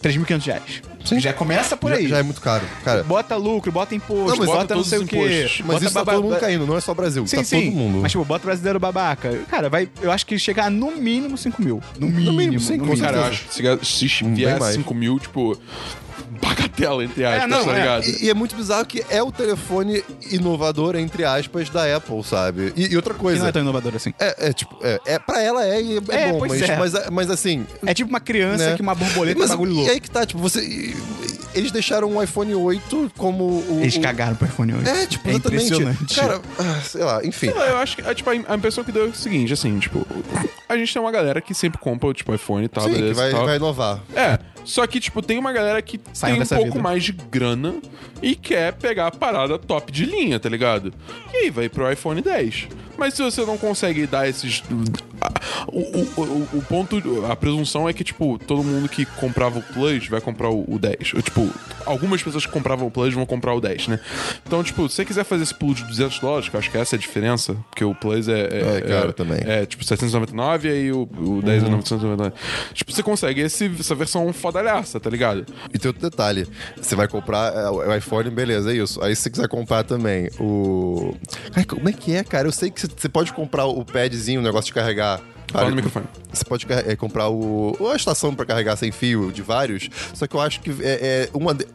Speaker 1: 3.500 reais.
Speaker 2: Sim.
Speaker 1: Já começa por
Speaker 2: já,
Speaker 1: aí.
Speaker 2: já é muito caro. Cara,
Speaker 1: Bota lucro, bota imposto,
Speaker 2: Não, mas
Speaker 1: bota
Speaker 3: bota
Speaker 1: não
Speaker 3: todos
Speaker 1: sei o
Speaker 3: os
Speaker 1: quê.
Speaker 3: impostos.
Speaker 2: mas
Speaker 1: bota
Speaker 2: isso tá
Speaker 1: baba-
Speaker 2: todo mundo
Speaker 1: ba-
Speaker 2: caindo, não é só o Brasil.
Speaker 1: Sim,
Speaker 2: tá
Speaker 1: sim.
Speaker 2: todo mundo.
Speaker 1: Mas, tipo, bota brasileiro babaca. Cara, vai, eu acho que chegar no mínimo 5 mil. No mínimo. No
Speaker 2: mínimo,
Speaker 1: mínimo,
Speaker 2: sim, com
Speaker 3: Cara,
Speaker 2: certeza.
Speaker 3: eu
Speaker 2: Hum,
Speaker 3: acho que se, se
Speaker 2: Bem
Speaker 3: vier
Speaker 2: mais.
Speaker 3: 5 mil, tipo, bagatela, entre aspas,
Speaker 1: não,
Speaker 3: tá
Speaker 1: é.
Speaker 3: ligado?
Speaker 2: E, e é muito bizarro que é o telefone inovador, entre aspas, da Apple, sabe? E, e outra
Speaker 1: Que não é
Speaker 2: coisa.
Speaker 1: tão inovador assim.
Speaker 2: É, é, tipo, é, é, pra ela é e é,
Speaker 1: É,
Speaker 2: bom,
Speaker 1: pois
Speaker 2: mas,
Speaker 1: é.
Speaker 2: mas, mas assim.
Speaker 1: É tipo uma criança
Speaker 2: né?
Speaker 1: que uma borboleta
Speaker 2: mas,
Speaker 1: é um bagulho
Speaker 2: E
Speaker 1: louco.
Speaker 2: aí que tá, tipo, você. e- e- Eles deixaram o iPhone 8 como o.
Speaker 1: Eles
Speaker 2: o-
Speaker 1: cagaram pro iPhone hoje.
Speaker 2: É, tipo,
Speaker 1: é impressionante.
Speaker 2: exatamente. Cara, ah, sei lá, enfim.
Speaker 3: Sei lá, eu acho que, ah, tipo, a a impressão que deu é o seguinte, assim, tipo, a gente tem uma galera que sempre compra, tipo, iPhone e tal,
Speaker 2: Sim, que
Speaker 3: beleza
Speaker 2: vai,
Speaker 3: e tal.
Speaker 2: vai inovar.
Speaker 3: É, só que, tipo, tem uma galera que
Speaker 1: Saiam
Speaker 3: tem um
Speaker 1: dessa
Speaker 3: pouco
Speaker 1: vida.
Speaker 3: mais de grana e quer pegar a parada top de linha, tá ligado? E aí vai pro iPhone 10. Mas se você não consegue dar esses. a- O, o- o- o ponto. A presunção é que, tipo, todo mundo que comprava o Plus vai comprar o, o 10. Ou, tipo, algumas pessoas que compravam o Plus vão comprar o 10, né? Então, tipo, se você quiser fazer esse pulo de 200 dólares, que eu acho que essa é a diferença, porque o Plus é. É,
Speaker 2: É caro também.
Speaker 3: é tipo 799 e aí o, o 10 é 999. Tipo, você consegue esse, essa versão fodalhaça, tá ligado?
Speaker 2: E tem outro detalhe. Você vai comprar é, o iPhone, beleza, é isso. Aí se você quiser comprar também o. Ai, como é que é, cara? Eu sei que você- você pode comprar o padzinho, o negócio de carregar.
Speaker 3: Fala
Speaker 2: Ah,
Speaker 3: no microfone.
Speaker 2: Você pode car- é, comprar o. ou a estação pra carregar sem fio de vários. Só que eu acho que é, é uma. de-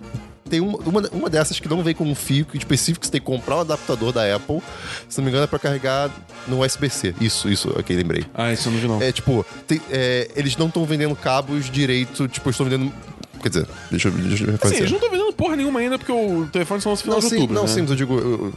Speaker 2: Tem uma, uma, uma dessas que não vem com um fio que específico, você tem que comprar um adaptador da Apple. Se não me engano, é pra carregar no USB-C. Isso, isso, ok, lembrei.
Speaker 3: Ah, isso eu não vi não.
Speaker 2: É tipo, tem- é, eles não estão vendendo cabos direito, tipo, estão vendendo. Quer dizer, deixa eu, deixa eu
Speaker 3: assim,
Speaker 2: reconhecer.
Speaker 3: eles não estão vendendo porra nenhuma ainda, porque o telefone só no final
Speaker 2: é. não,
Speaker 3: de
Speaker 2: sim,
Speaker 3: outubro.
Speaker 2: não
Speaker 3: né?
Speaker 2: sim, mas eu digo. eu-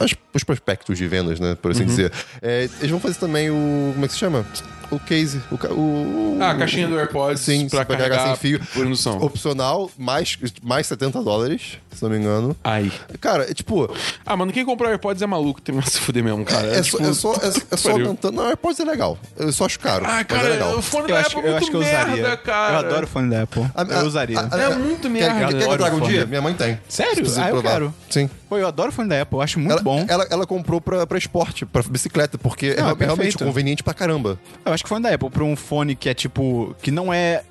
Speaker 2: as- os prospectos de vendas, né? Por assim
Speaker 3: Uhum.
Speaker 2: dizer. É, eles vão fazer também o. Como é que se chama? O case. O, ca- o-
Speaker 3: Ah, a caixinha do AirPods
Speaker 2: Sim,
Speaker 3: pra, carregar,
Speaker 2: sem fio.
Speaker 3: por indução.
Speaker 2: Opcional, mais, mais 70 dólares, se não me engano.
Speaker 3: Ai.
Speaker 2: Cara, é tipo.
Speaker 3: Ah, mano, quem comprou AirPods é maluco, tem que se fuder mesmo, cara.
Speaker 2: É,
Speaker 3: tipo,
Speaker 2: só, é só, é, é só
Speaker 3: pariu.
Speaker 2: aumentando. Não, pode ser legal. Eu só acho caro.
Speaker 3: Ah,
Speaker 2: mas é
Speaker 3: cara,
Speaker 2: legal.
Speaker 3: o fone
Speaker 1: Eu
Speaker 3: da
Speaker 1: acho,
Speaker 3: Apple é
Speaker 1: eu
Speaker 3: muito
Speaker 1: acho que eu
Speaker 3: merda,
Speaker 1: usaria.
Speaker 3: cara.
Speaker 1: Eu adoro o fone da Apple.
Speaker 2: A- a-
Speaker 1: eu usaria.
Speaker 2: a- a-
Speaker 3: É muito
Speaker 2: Quer,
Speaker 3: merda.
Speaker 2: quer que eu
Speaker 1: Adoro
Speaker 2: traga um
Speaker 1: fone.
Speaker 2: dia? Minha mãe tem.
Speaker 1: Sério?
Speaker 2: Preciso
Speaker 1: Ah, eu
Speaker 2: provar.
Speaker 1: quero.
Speaker 2: Sim.
Speaker 1: Pô, eu adoro o fone da Apple, eu acho muito
Speaker 2: Ela,
Speaker 1: bom.
Speaker 2: Ela, ela comprou pra, pra esporte, pra bicicleta, porque
Speaker 1: Não,
Speaker 2: é,
Speaker 1: é
Speaker 2: realmente
Speaker 1: perfeito.
Speaker 2: conveniente pra caramba.
Speaker 1: Eu acho que o fone da Apple pra um fone que é tipo. que não é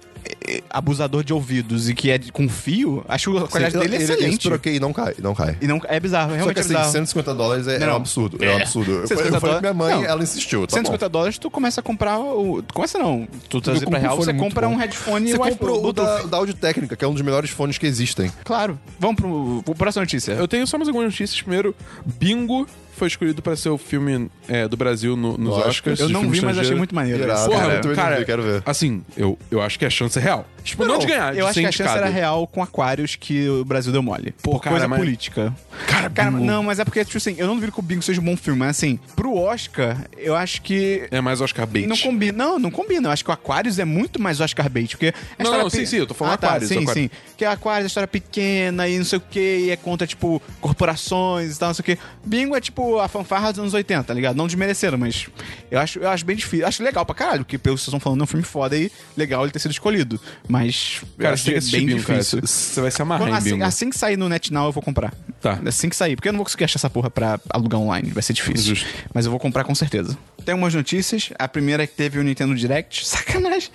Speaker 1: é, abusador de ouvidos e que é de, com fio, acho que a qualidade
Speaker 2: Ele-
Speaker 1: dele é
Speaker 2: ele- Eles
Speaker 1: excelente.
Speaker 2: troquei e não cai, não cai.
Speaker 1: E não, é bizarro,
Speaker 2: Só
Speaker 1: realmente
Speaker 2: que
Speaker 1: é
Speaker 2: assim,
Speaker 1: bizarro.
Speaker 2: 150 dólares é, é
Speaker 1: Não.
Speaker 2: um absurdo. É, um absurdo. Eu falei,
Speaker 1: 150
Speaker 2: eu falei pra minha mãe,
Speaker 1: dólares- não.
Speaker 2: ela insistiu. Tá
Speaker 1: 150 dólares, tu começa a comprar o. Tu começa não. Tu trazer pra
Speaker 3: compra um
Speaker 1: real,
Speaker 3: fone
Speaker 1: você
Speaker 3: muito
Speaker 1: compra
Speaker 3: bom.
Speaker 1: um headphone
Speaker 2: bom. Você
Speaker 1: e um
Speaker 2: comprou o
Speaker 1: iPhone,
Speaker 2: da,
Speaker 1: Bluetooth.
Speaker 2: da Audio Técnica, que é um dos melhores fones que existem.
Speaker 1: Claro. Vamos pro, pro próxima notícia.
Speaker 3: Eu tenho só mais algumas notícias. Primeiro, Bingo foi escolhido pra ser o filme é, do Brasil no- nos
Speaker 2: Lógico.
Speaker 3: Oscars.
Speaker 1: Eu
Speaker 3: de
Speaker 1: não
Speaker 3: filme
Speaker 1: vi, mas achei
Speaker 3: estrangeiro.
Speaker 1: muito maneiro.
Speaker 2: Irado.
Speaker 1: isso.
Speaker 3: Porra,
Speaker 2: Cara, eu
Speaker 3: cara,
Speaker 2: também não vi, quero ver.
Speaker 3: Assim, eu, eu acho que a chance é real. Tipo, não,
Speaker 2: Não,
Speaker 3: de ganhar, de
Speaker 1: Eu acho
Speaker 3: ser
Speaker 1: que a chance
Speaker 3: indicado.
Speaker 1: era real com Aquários que o Brasil deu mole. Por
Speaker 3: cara,
Speaker 1: coisa
Speaker 3: mas-
Speaker 1: política.
Speaker 3: Cara, Bingo.
Speaker 1: não, mas é porque, tipo assim, eu não duvido que o Bingo seja um bom filme, mas assim, pro Oscar, eu acho que.
Speaker 3: É mais Oscar Bates.
Speaker 1: Não combina. Não, não combina. Eu acho que o Aquarius é muito mais Oscar bait, porque... a
Speaker 3: Não,
Speaker 1: história
Speaker 3: não, sim, sim, eu tô falando
Speaker 1: ah, tá,
Speaker 3: Aquarius,
Speaker 1: sim,
Speaker 3: Aquarius.
Speaker 1: sim. Que Aquarius é história pequena e não sei o quê, e é contra, tipo, corporações e tal, não sei o quê. Bingo é, tipo, a fanfarra dos anos 80, tá ligado? Não desmerecendo, mas eu acho, eu acho bem difícil. Acho legal pra caralho, porque pelo que vocês estão falando, é um filme foda e legal ele ter sido escolhido. Mas eu
Speaker 3: Cara,
Speaker 1: acho é
Speaker 3: você tem que assistir
Speaker 1: bem
Speaker 3: Bingo, cara.
Speaker 1: difícil.
Speaker 3: Você você vai se amarrar
Speaker 1: Quando-
Speaker 3: Ah, em
Speaker 1: assim,
Speaker 3: Bingo.
Speaker 1: assim que sair no NetNow, eu vou comprar.
Speaker 3: Tá.
Speaker 1: Assim que sair, porque eu não vou conseguir achar essa porra pra alugar online, vai ser difícil.
Speaker 3: Justo.
Speaker 1: Mas eu vou comprar com certeza. Tem algumas notícias. A primeira é que teve o Nintendo Direct. Sacanagem.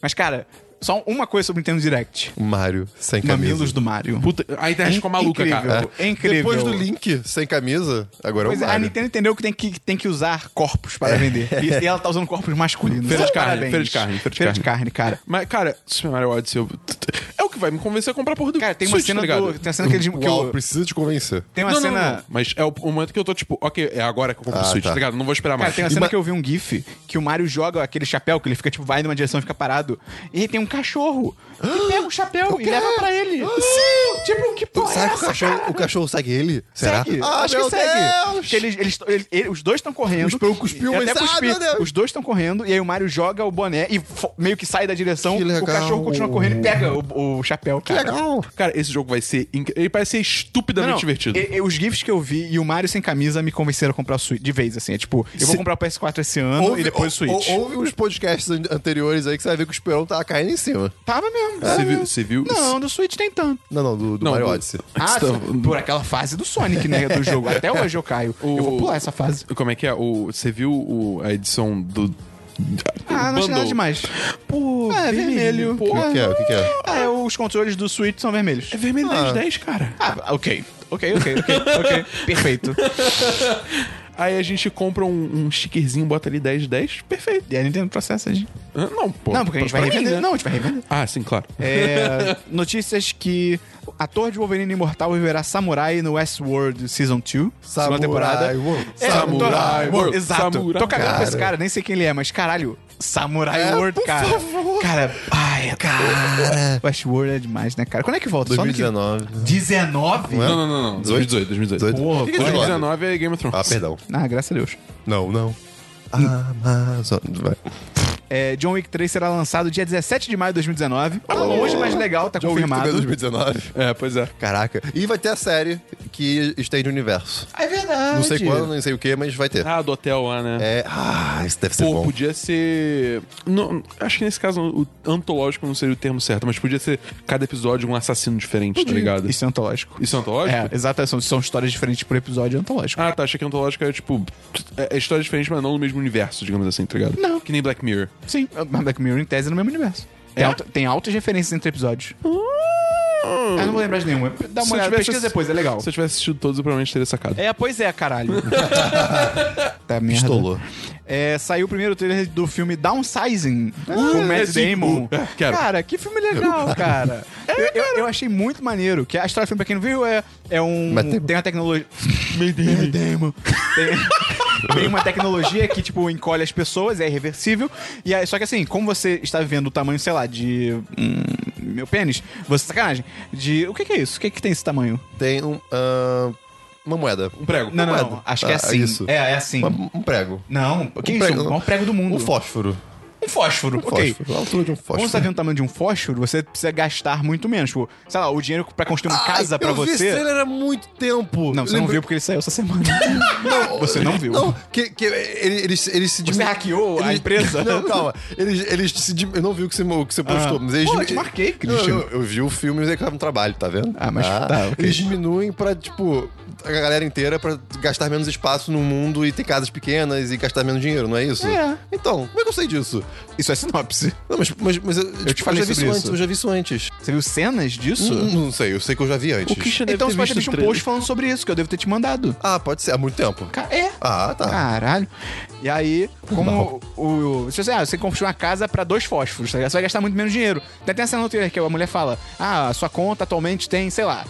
Speaker 1: Mas, cara, só uma coisa sobre o Nintendo Direct:
Speaker 2: Mario, sem camisa.
Speaker 1: Mamilos do Mario.
Speaker 3: Puta, a internet ficou maluca,
Speaker 1: incrível.
Speaker 3: cara.
Speaker 1: É incrível.
Speaker 2: Depois do Link sem camisa, agora
Speaker 1: Pois
Speaker 2: é
Speaker 1: é,
Speaker 2: o
Speaker 1: a
Speaker 2: Mario.
Speaker 1: Nintendo entendeu que tem que, que tem que usar corpos para vender. E, e ela tá usando corpos masculinos.
Speaker 3: É. Feira de
Speaker 1: Então,
Speaker 3: carne,
Speaker 1: parabéns.
Speaker 3: feira de carne, feira de
Speaker 1: carne, cara.
Speaker 3: Mas, cara, Super Mario Odyssey eu- é o que vai me convencer a comprar a porra do
Speaker 1: Cara, tem uma
Speaker 3: Switch,
Speaker 1: cena
Speaker 3: tá ligado?
Speaker 1: do, Tem uma cena que eles. Que
Speaker 2: Uau,
Speaker 1: eu-
Speaker 2: precisa te convencer.
Speaker 1: tem uma
Speaker 3: não,
Speaker 1: cena.
Speaker 3: não, não, não. Mas é o o momento que eu tô tipo, ok, é agora que eu compro o
Speaker 2: Ah,
Speaker 3: Switch, tá.
Speaker 2: tá.
Speaker 3: ligado? Não vou esperar
Speaker 1: Cara,
Speaker 3: mais.
Speaker 1: tem uma
Speaker 3: E
Speaker 1: cena
Speaker 3: ma-
Speaker 1: que eu vi um GIF que o Mario joga aquele chapéu que ele fica, tipo, vai numa direção e fica parado. E aí tem um cachorro
Speaker 2: Ah,
Speaker 1: que pega o chapéu e leva pra ele. Sim! Tipo, que porra é
Speaker 2: Será que Ah, o
Speaker 1: essa,
Speaker 2: cachorro,
Speaker 1: cara?
Speaker 2: o cachorro segue ele? Será?
Speaker 1: Segue.
Speaker 2: Ah,
Speaker 1: acho
Speaker 2: meu
Speaker 1: que segue.
Speaker 2: Deus!
Speaker 1: Porque eles, eles, eles- eles- os dois estão correndo.
Speaker 2: Cuspiu, cuspiu,
Speaker 1: Eu até
Speaker 2: mas- Ah,
Speaker 1: cuspi.
Speaker 2: meu Deus!
Speaker 1: Os dois estão correndo, e aí o Mario joga o boné e fo- meio que sai da direção.
Speaker 2: Que
Speaker 1: O
Speaker 2: legal.
Speaker 1: cachorro continua correndo e pega o, o chapéu, cara.
Speaker 2: Legal.
Speaker 3: Cara, esse jogo vai ser. inc- Ele parece ser estupidamente
Speaker 1: Não,
Speaker 3: divertido.
Speaker 1: e- e os GIFs que eu vi e o Mario sem camisa me convenceram a comprar o Switch de vez, assim. É tipo, eu vou
Speaker 2: Se-
Speaker 1: comprar o PS4 esse ano e depois o Switch.
Speaker 2: ou- Ouve os podcasts an- anteriores aí que você vai ver que o Esperão tá caindo em cima.
Speaker 1: Tava mesmo.
Speaker 3: Você viu? Você viu?
Speaker 1: Não, do Switch tem tanto.
Speaker 2: Não, não, do, do
Speaker 3: Não,
Speaker 2: Mario
Speaker 3: do-
Speaker 2: Odyssey.
Speaker 1: Ah, por aquela fase do Sonic, né? Do jogo. Até hoje eu caio. Eu vou pular essa fase.
Speaker 3: Como é que é? O, você viu o- a edição do.
Speaker 1: Ah, não achei nada demais.
Speaker 3: Pô,
Speaker 1: Ah, é vermelho.
Speaker 3: Pô,
Speaker 2: O que é? O que que é?
Speaker 1: É, os controles do Switch são vermelhos.
Speaker 3: é vermelho 10 10, cara.
Speaker 1: Ah, ok. Ok, ok, ok, ok. Perfeito.
Speaker 3: Aí a gente compra um, um stickerzinho, bota ali 10 10, perfeito.
Speaker 1: E a Nintendo processa a gente.
Speaker 3: Ah, Não, pô.
Speaker 1: Não, porque a gente
Speaker 3: pra-
Speaker 1: vai
Speaker 3: pra mim,
Speaker 1: revender.
Speaker 3: né?
Speaker 1: Não, a gente vai revender.
Speaker 3: Ah, sim, claro.
Speaker 1: É, notícias que o ator de Wolverine Imortal viverá Samurai no Westworld Season 2. Segunda
Speaker 2: Samurai
Speaker 1: temporada.
Speaker 2: World.
Speaker 1: É,
Speaker 3: Samurai
Speaker 1: tô-
Speaker 3: World.
Speaker 1: Exato.
Speaker 3: Samurai.
Speaker 1: tô cagando com esse
Speaker 2: Cara.
Speaker 1: cara, nem sei quem ele é, mas caralho, Samurai
Speaker 2: É,
Speaker 1: World,
Speaker 2: por
Speaker 1: cara.
Speaker 2: favor.
Speaker 1: Cara, ai, cara. Westworld é demais, né, cara? Quando é que volta? Só no que-
Speaker 2: 2019.
Speaker 1: 19?
Speaker 2: é?
Speaker 3: Não, não, não, não. 2018, 2018.
Speaker 2: 18.
Speaker 1: Porra,
Speaker 2: Que que é
Speaker 3: 2019 é Game of Thrones.
Speaker 2: Ah, perdão.
Speaker 1: Ah, graças a Deus.
Speaker 2: Não, não.
Speaker 1: Hum.
Speaker 2: Amazon. Vai.
Speaker 1: É, John Wick 3 será lançado dia 17 de maio de 2019. Tá longe, mas legal, tá
Speaker 2: John Wick também é
Speaker 1: confirmado. Ah.
Speaker 2: 2019.
Speaker 3: É, pois é.
Speaker 2: Caraca. E vai ter a série que estende o universo.
Speaker 1: Ah, é verdade.
Speaker 2: Não sei quando, nem sei o que, mas vai ter.
Speaker 3: Ah, do hotel lá, né?
Speaker 2: É. Ah, isso deve ser
Speaker 3: Pô,
Speaker 2: bom.
Speaker 3: podia ser. não, acho que nesse caso o antológico não seria o termo certo, mas podia ser cada episódio um assassino diferente, tá ligado? Isso,
Speaker 1: Isso é antológico.
Speaker 3: é antológico?
Speaker 1: É, exato, são, são histórias diferentes por episódio é antológico.
Speaker 3: Ah, tá. Achei que antológico era tipo. É é história diferente, mas não no mesmo universo, digamos assim, tá ligado?
Speaker 1: Não.
Speaker 3: Que nem Black Mirror.
Speaker 1: Sim, mas Black Mirror em tese é no mesmo universo. Tem, alta- tem altas referências entre episódios. Eu não vou lembrar de nenhuma. Dá
Speaker 3: Se
Speaker 1: uma
Speaker 3: eu
Speaker 1: olhada,
Speaker 3: tivesse-
Speaker 1: pesquisa depois, é legal.
Speaker 3: Se eu tivesse assistido todos, eu provavelmente teria sacado.
Speaker 1: É, pois é, caralho. tá merda.
Speaker 2: Pistolou.
Speaker 1: É, saiu o primeiro trailer do filme Downsizing com o Matt
Speaker 3: esse-
Speaker 1: Damon.
Speaker 3: uh, quero.
Speaker 1: Cara, que filme legal, cara. eu, eu- eu achei muito maneiro. Que a história do filme, pra quem não viu, é, é um.
Speaker 2: Matt Damon.
Speaker 1: Tem uma tecnologia. Matt Damon. Tem, tem uma tecnologia que, tipo, encolhe as pessoas, é irreversível. E aí, só que assim, como você está vivendo o tamanho, sei lá, de. hum, meu pênis, você. Sacanagem. De. O que, que é isso? O que, que tem esse tamanho?
Speaker 2: Tem um, ah, uma moeda.
Speaker 3: Um prego.
Speaker 1: Não, não,
Speaker 2: moeda.
Speaker 1: não. Acho que é
Speaker 2: Ah,
Speaker 1: assim.
Speaker 2: isso.
Speaker 1: É, é assim.
Speaker 2: Uma- um prego.
Speaker 1: Não, o que é isso? O maior prego do mundo.
Speaker 2: Um fósforo.
Speaker 1: Um fósforo, ok.
Speaker 2: Fósforo. A altura de um
Speaker 1: Quando
Speaker 2: fósforo.
Speaker 1: você tá vendo o tamanho de um fósforo, você precisa gastar muito menos. Tipo, sei lá, o dinheiro pra construir uma casa
Speaker 2: Ai,
Speaker 1: pra
Speaker 2: Ah, Eu vi esse
Speaker 1: você.
Speaker 2: trailer há muito tempo.
Speaker 1: Não, você não
Speaker 2: Lembra-
Speaker 1: viu porque ele saiu essa semana. você não viu.
Speaker 2: Não, que, que ele- eles, eles se...
Speaker 1: Você hackeou a empresa?
Speaker 2: Não, calma. Eles, eles se... dim- Eu não vi o que você, o que você postou,
Speaker 1: Ah.
Speaker 2: mas eles...
Speaker 1: Pô,
Speaker 2: dim-
Speaker 1: eu te marquei,
Speaker 2: Não,
Speaker 1: Christian.
Speaker 2: é Eu, eu vi o filme e eles acabam no trabalho, tá vendo?
Speaker 1: Ah, mas tá, ok.
Speaker 2: Eles diminuem pra, tipo... a galera inteira pra gastar menos espaço no mundo e ter casas pequenas e gastar menos dinheiro, não é isso?
Speaker 1: É.
Speaker 2: Então, como é que eu sei disso?
Speaker 1: Isso é sinopse.
Speaker 2: Não, mas, mas, mas eu, tipo,
Speaker 1: te falei
Speaker 2: eu já vi
Speaker 1: sobre isso.
Speaker 2: isso antes, eu já vi isso antes.
Speaker 1: Você viu cenas disso?
Speaker 2: Não, não sei, eu sei que eu já vi antes.
Speaker 3: O Christian deve
Speaker 1: Então
Speaker 3: ter
Speaker 1: você pode ter
Speaker 3: visto
Speaker 1: visto um
Speaker 3: o trailer.
Speaker 1: post falando sobre isso, que eu devo ter te mandado.
Speaker 2: Ah, pode ser, há muito tempo.
Speaker 1: Ca- É.
Speaker 2: Ah, tá.
Speaker 1: Caralho. E aí, como o. Se você, ah, você construiu uma casa pra dois fósforos, tá ligado? Você vai gastar muito menos dinheiro. Tem até essa no trailer que a mulher fala: Ah, a sua conta atualmente tem, sei lá.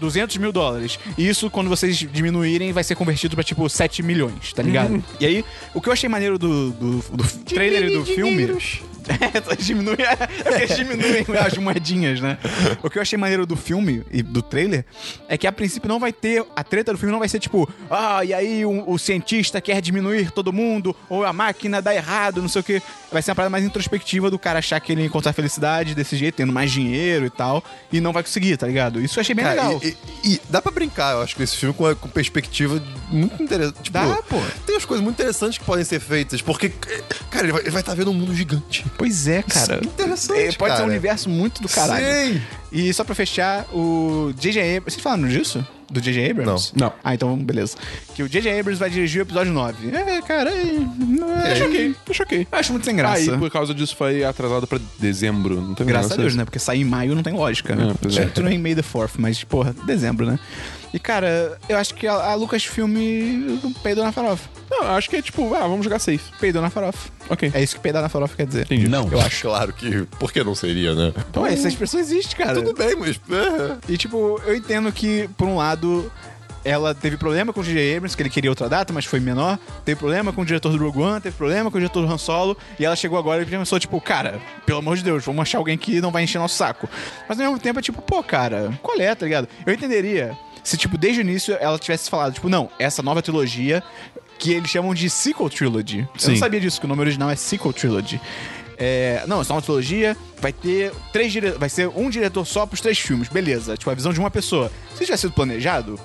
Speaker 1: 200 mil dólares. E isso, quando vocês diminuírem, vai ser convertido pra tipo 7 milhões, tá ligado? E aí, o que eu achei maneiro do, do, do trailer e do filme. É, diminui, é, eles diminuem as moedinhas, né? O que eu achei maneiro do filme e do trailer é que a princípio não vai ter. A treta do filme não vai ser tipo, ah, e aí o, o cientista quer diminuir todo mundo, ou a máquina dá errado, não sei o quê. Vai ser uma parada mais introspectiva do cara achar que ele ia encontrar felicidade desse jeito, tendo mais dinheiro e tal, e não vai conseguir, tá ligado? Isso eu achei bem
Speaker 2: Cara,
Speaker 1: legal.
Speaker 2: Ah, E, e- e dá pra brincar, eu acho, com esse filme com, a- com perspectiva de- muito interessante. Tipo,
Speaker 1: Dá, pô.
Speaker 2: Tem umas coisas muito interessantes que podem ser feitas, porque, cara, ele vai estar vendo um mundo gigante.
Speaker 1: Pois é, cara.
Speaker 2: Isso é interessante,
Speaker 1: É, Pode ser um
Speaker 2: cara.
Speaker 1: universo muito do caralho.
Speaker 2: Sim.
Speaker 1: E só pra fechar, o J.J. Abrams. Vocês falaram disso? Do J.J. Abrams?
Speaker 3: Não. Não.
Speaker 1: Ah, então, beleza. Que o J.J. Abrams vai dirigir o episódio 9. É, cara, é, não é,
Speaker 3: Eu choquei, eu choquei.
Speaker 1: Acho muito sem
Speaker 3: Aí,
Speaker 1: graça.
Speaker 3: por causa disso, foi atrasado pra dezembro. Não tem
Speaker 1: Graças
Speaker 3: graça
Speaker 1: a Deus, né? Porque sair em maio não tem lógica, né?
Speaker 3: É, pois é.
Speaker 1: Certo, não é em May the 4th, mas, porra, dezembro, né? E, cara, eu acho que a, a Lucasfilm peidou na farofa.
Speaker 3: Não, acho que é tipo, ah, vamos jogar safe.
Speaker 1: Peidou na farofa.
Speaker 3: Ok.
Speaker 1: É isso que peidar na farofa quer dizer.
Speaker 3: Entendi.
Speaker 2: Eu acho, claro que. Por que não seria, né?
Speaker 1: Então, essa expressão existe, cara.
Speaker 2: É Tudo bem, mas. é.
Speaker 1: E, tipo, eu entendo que, por um lado, ela teve problema com o J.J. Abrams, que ele queria outra data, mas foi menor. Teve problema com o diretor do Rogue One, teve problema com o diretor do Han Solo. E ela chegou agora e pensou, tipo, cara, pelo amor de Deus, vamos achar alguém que não vai encher nosso saco. Mas, ao mesmo tempo, é tipo, pô, cara, qual é, tá ligado? Eu entenderia se, tipo, desde o início ela tivesse falado, tipo, não, essa nova trilogia que eles chamam de Sequel Trilogy. Eu não
Speaker 3: Sim.
Speaker 1: sabia disso, que o nome original é Sequel Trilogy. É, não, é só uma trilogia, vai ter três dire... vai ser um diretor só pros três filmes, beleza. Tipo, a visão de uma pessoa. Se tivesse sido planejado,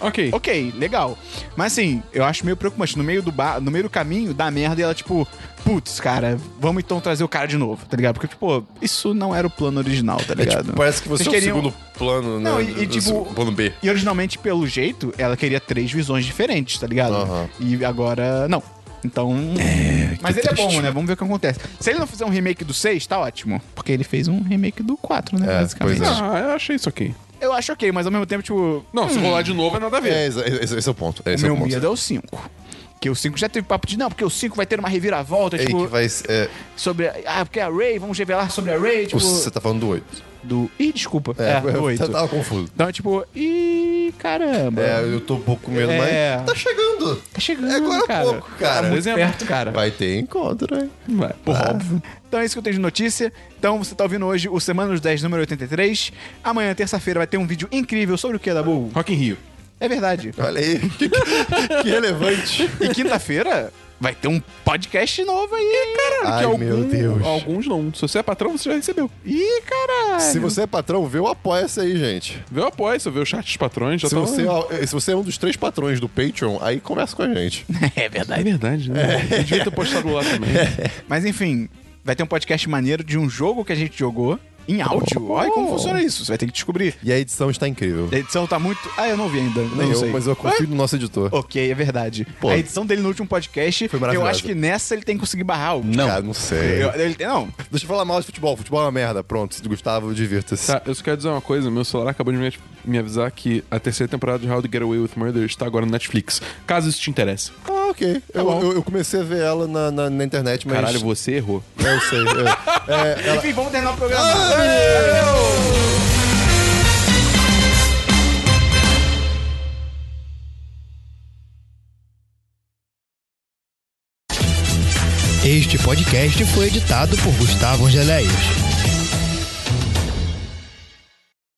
Speaker 3: Ok.
Speaker 1: ok, legal. Mas assim, eu acho meio preocupante. No meio do, ba... no meio do caminho, dá merda e ela, tipo, putz, cara, vamos então trazer o cara de novo, tá ligado? Porque, tipo, isso não era o plano original, tá ligado?
Speaker 2: Tipo, parece que você
Speaker 1: Vocês
Speaker 2: é o
Speaker 1: queriam-
Speaker 2: segundo plano, né?
Speaker 1: Não, e- e
Speaker 2: do-
Speaker 1: tipo-
Speaker 2: do Plano B.
Speaker 1: E originalmente, pelo jeito, ela queria três visões diferentes, tá ligado?
Speaker 2: Aham.
Speaker 1: E agora, não. Então. mas ele é bom, né? Vamos ver o que acontece. Se ele não fizer um remake do 6, tá ótimo. Porque ele fez um remake do 4, né?
Speaker 2: É,
Speaker 1: basicamente.
Speaker 2: pois é.
Speaker 3: Ah, eu achei isso ok.
Speaker 1: Eu acho ok, mas ao mesmo tempo, tipo.
Speaker 3: Não, se rolar de novo é nada a ver.
Speaker 2: É, esse, esse- esse é o ponto.
Speaker 1: o
Speaker 2: Esse é
Speaker 1: meu
Speaker 2: o ponto.
Speaker 1: medo é o 5. Que o 5 já teve papo de não, porque o 5 vai ter uma reviravolta,
Speaker 2: Ei,
Speaker 1: tipo,
Speaker 2: que vai ser- é,
Speaker 1: sobre. Ah, porque a Ray, vamos revelar sobre a Ray, tipo.
Speaker 2: o- Você tá falando do 8.
Speaker 1: Do. Ih, desculpa.
Speaker 2: É,
Speaker 1: É, do
Speaker 2: eu
Speaker 1: 8.
Speaker 2: tava confuso.
Speaker 1: Então é tipo, ih, caramba.
Speaker 2: É, eu tô um pouco com medo,
Speaker 1: É.
Speaker 2: mas tá chegando.
Speaker 1: Tá chegando,
Speaker 2: É agora há
Speaker 1: cara.
Speaker 2: pouco, cara.
Speaker 1: Tá muito
Speaker 3: Dezembro.
Speaker 1: perto, cara.
Speaker 2: Vai ter encontro, hein?
Speaker 3: Vai.
Speaker 1: Porra, óbvio. Então é isso que eu tenho de notícia. Então você tá ouvindo hoje o Semana dos 10, número 83. Amanhã, terça-feira, vai ter um vídeo incrível sobre o que, Dabu?
Speaker 3: Rock in Rio.
Speaker 1: É verdade.
Speaker 2: Olha aí, que, que- que relevante.
Speaker 1: E quinta-feira vai ter um podcast novo aí, cara.
Speaker 2: Ai, meu Deus.
Speaker 3: Alguns não. Se você é patrão, você já recebeu.
Speaker 1: Ih, caralho.
Speaker 2: Se você é patrão, vê o Apoia-se aí, gente.
Speaker 3: Vê o apoio, você vê o chat dos patrões, já
Speaker 2: Se
Speaker 3: tá
Speaker 2: você, é- se você é um dos três patrões do Patreon, aí conversa com a gente.
Speaker 1: É
Speaker 3: É
Speaker 1: verdade.
Speaker 3: verdade, né? Eu devia ter postado lá também.
Speaker 1: Mas enfim, vai ter um podcast maneiro de um jogo que a gente jogou em áudio. Olha como funciona isso. Você vai ter que descobrir.
Speaker 2: E a edição está incrível.
Speaker 1: A edição tá muito. Ah, eu não vi ainda. Não,
Speaker 2: Nem eu,
Speaker 1: sei.
Speaker 2: mas eu confio no nosso editor.
Speaker 1: Ok, é verdade.
Speaker 2: Pô.
Speaker 1: A edição dele no último podcast,
Speaker 2: Foi
Speaker 1: eu
Speaker 2: maravilhosa.
Speaker 1: acho que nessa ele tem que conseguir barrar algo.
Speaker 2: Não. Cara, não sei.
Speaker 1: Eu- ele tem, não.
Speaker 2: Deixa eu falar mal de futebol. Futebol é uma merda. Pronto, Gustavo, divirta-se.
Speaker 3: Tá, eu só quero dizer uma coisa: meu celular acabou de me, me avisar que a terceira temporada de How to Get Away with Murder está agora no Netflix. Caso isso te interesse.
Speaker 2: Ah, ok. eu, eu, eu comecei a ver ela na, na, na internet, mas.
Speaker 3: Caralho, você errou.
Speaker 2: Eu sei. é. É, ela-
Speaker 1: Enfim, vamos terminar o programa.
Speaker 6: Este podcast foi editado por Gustavo Angeléias.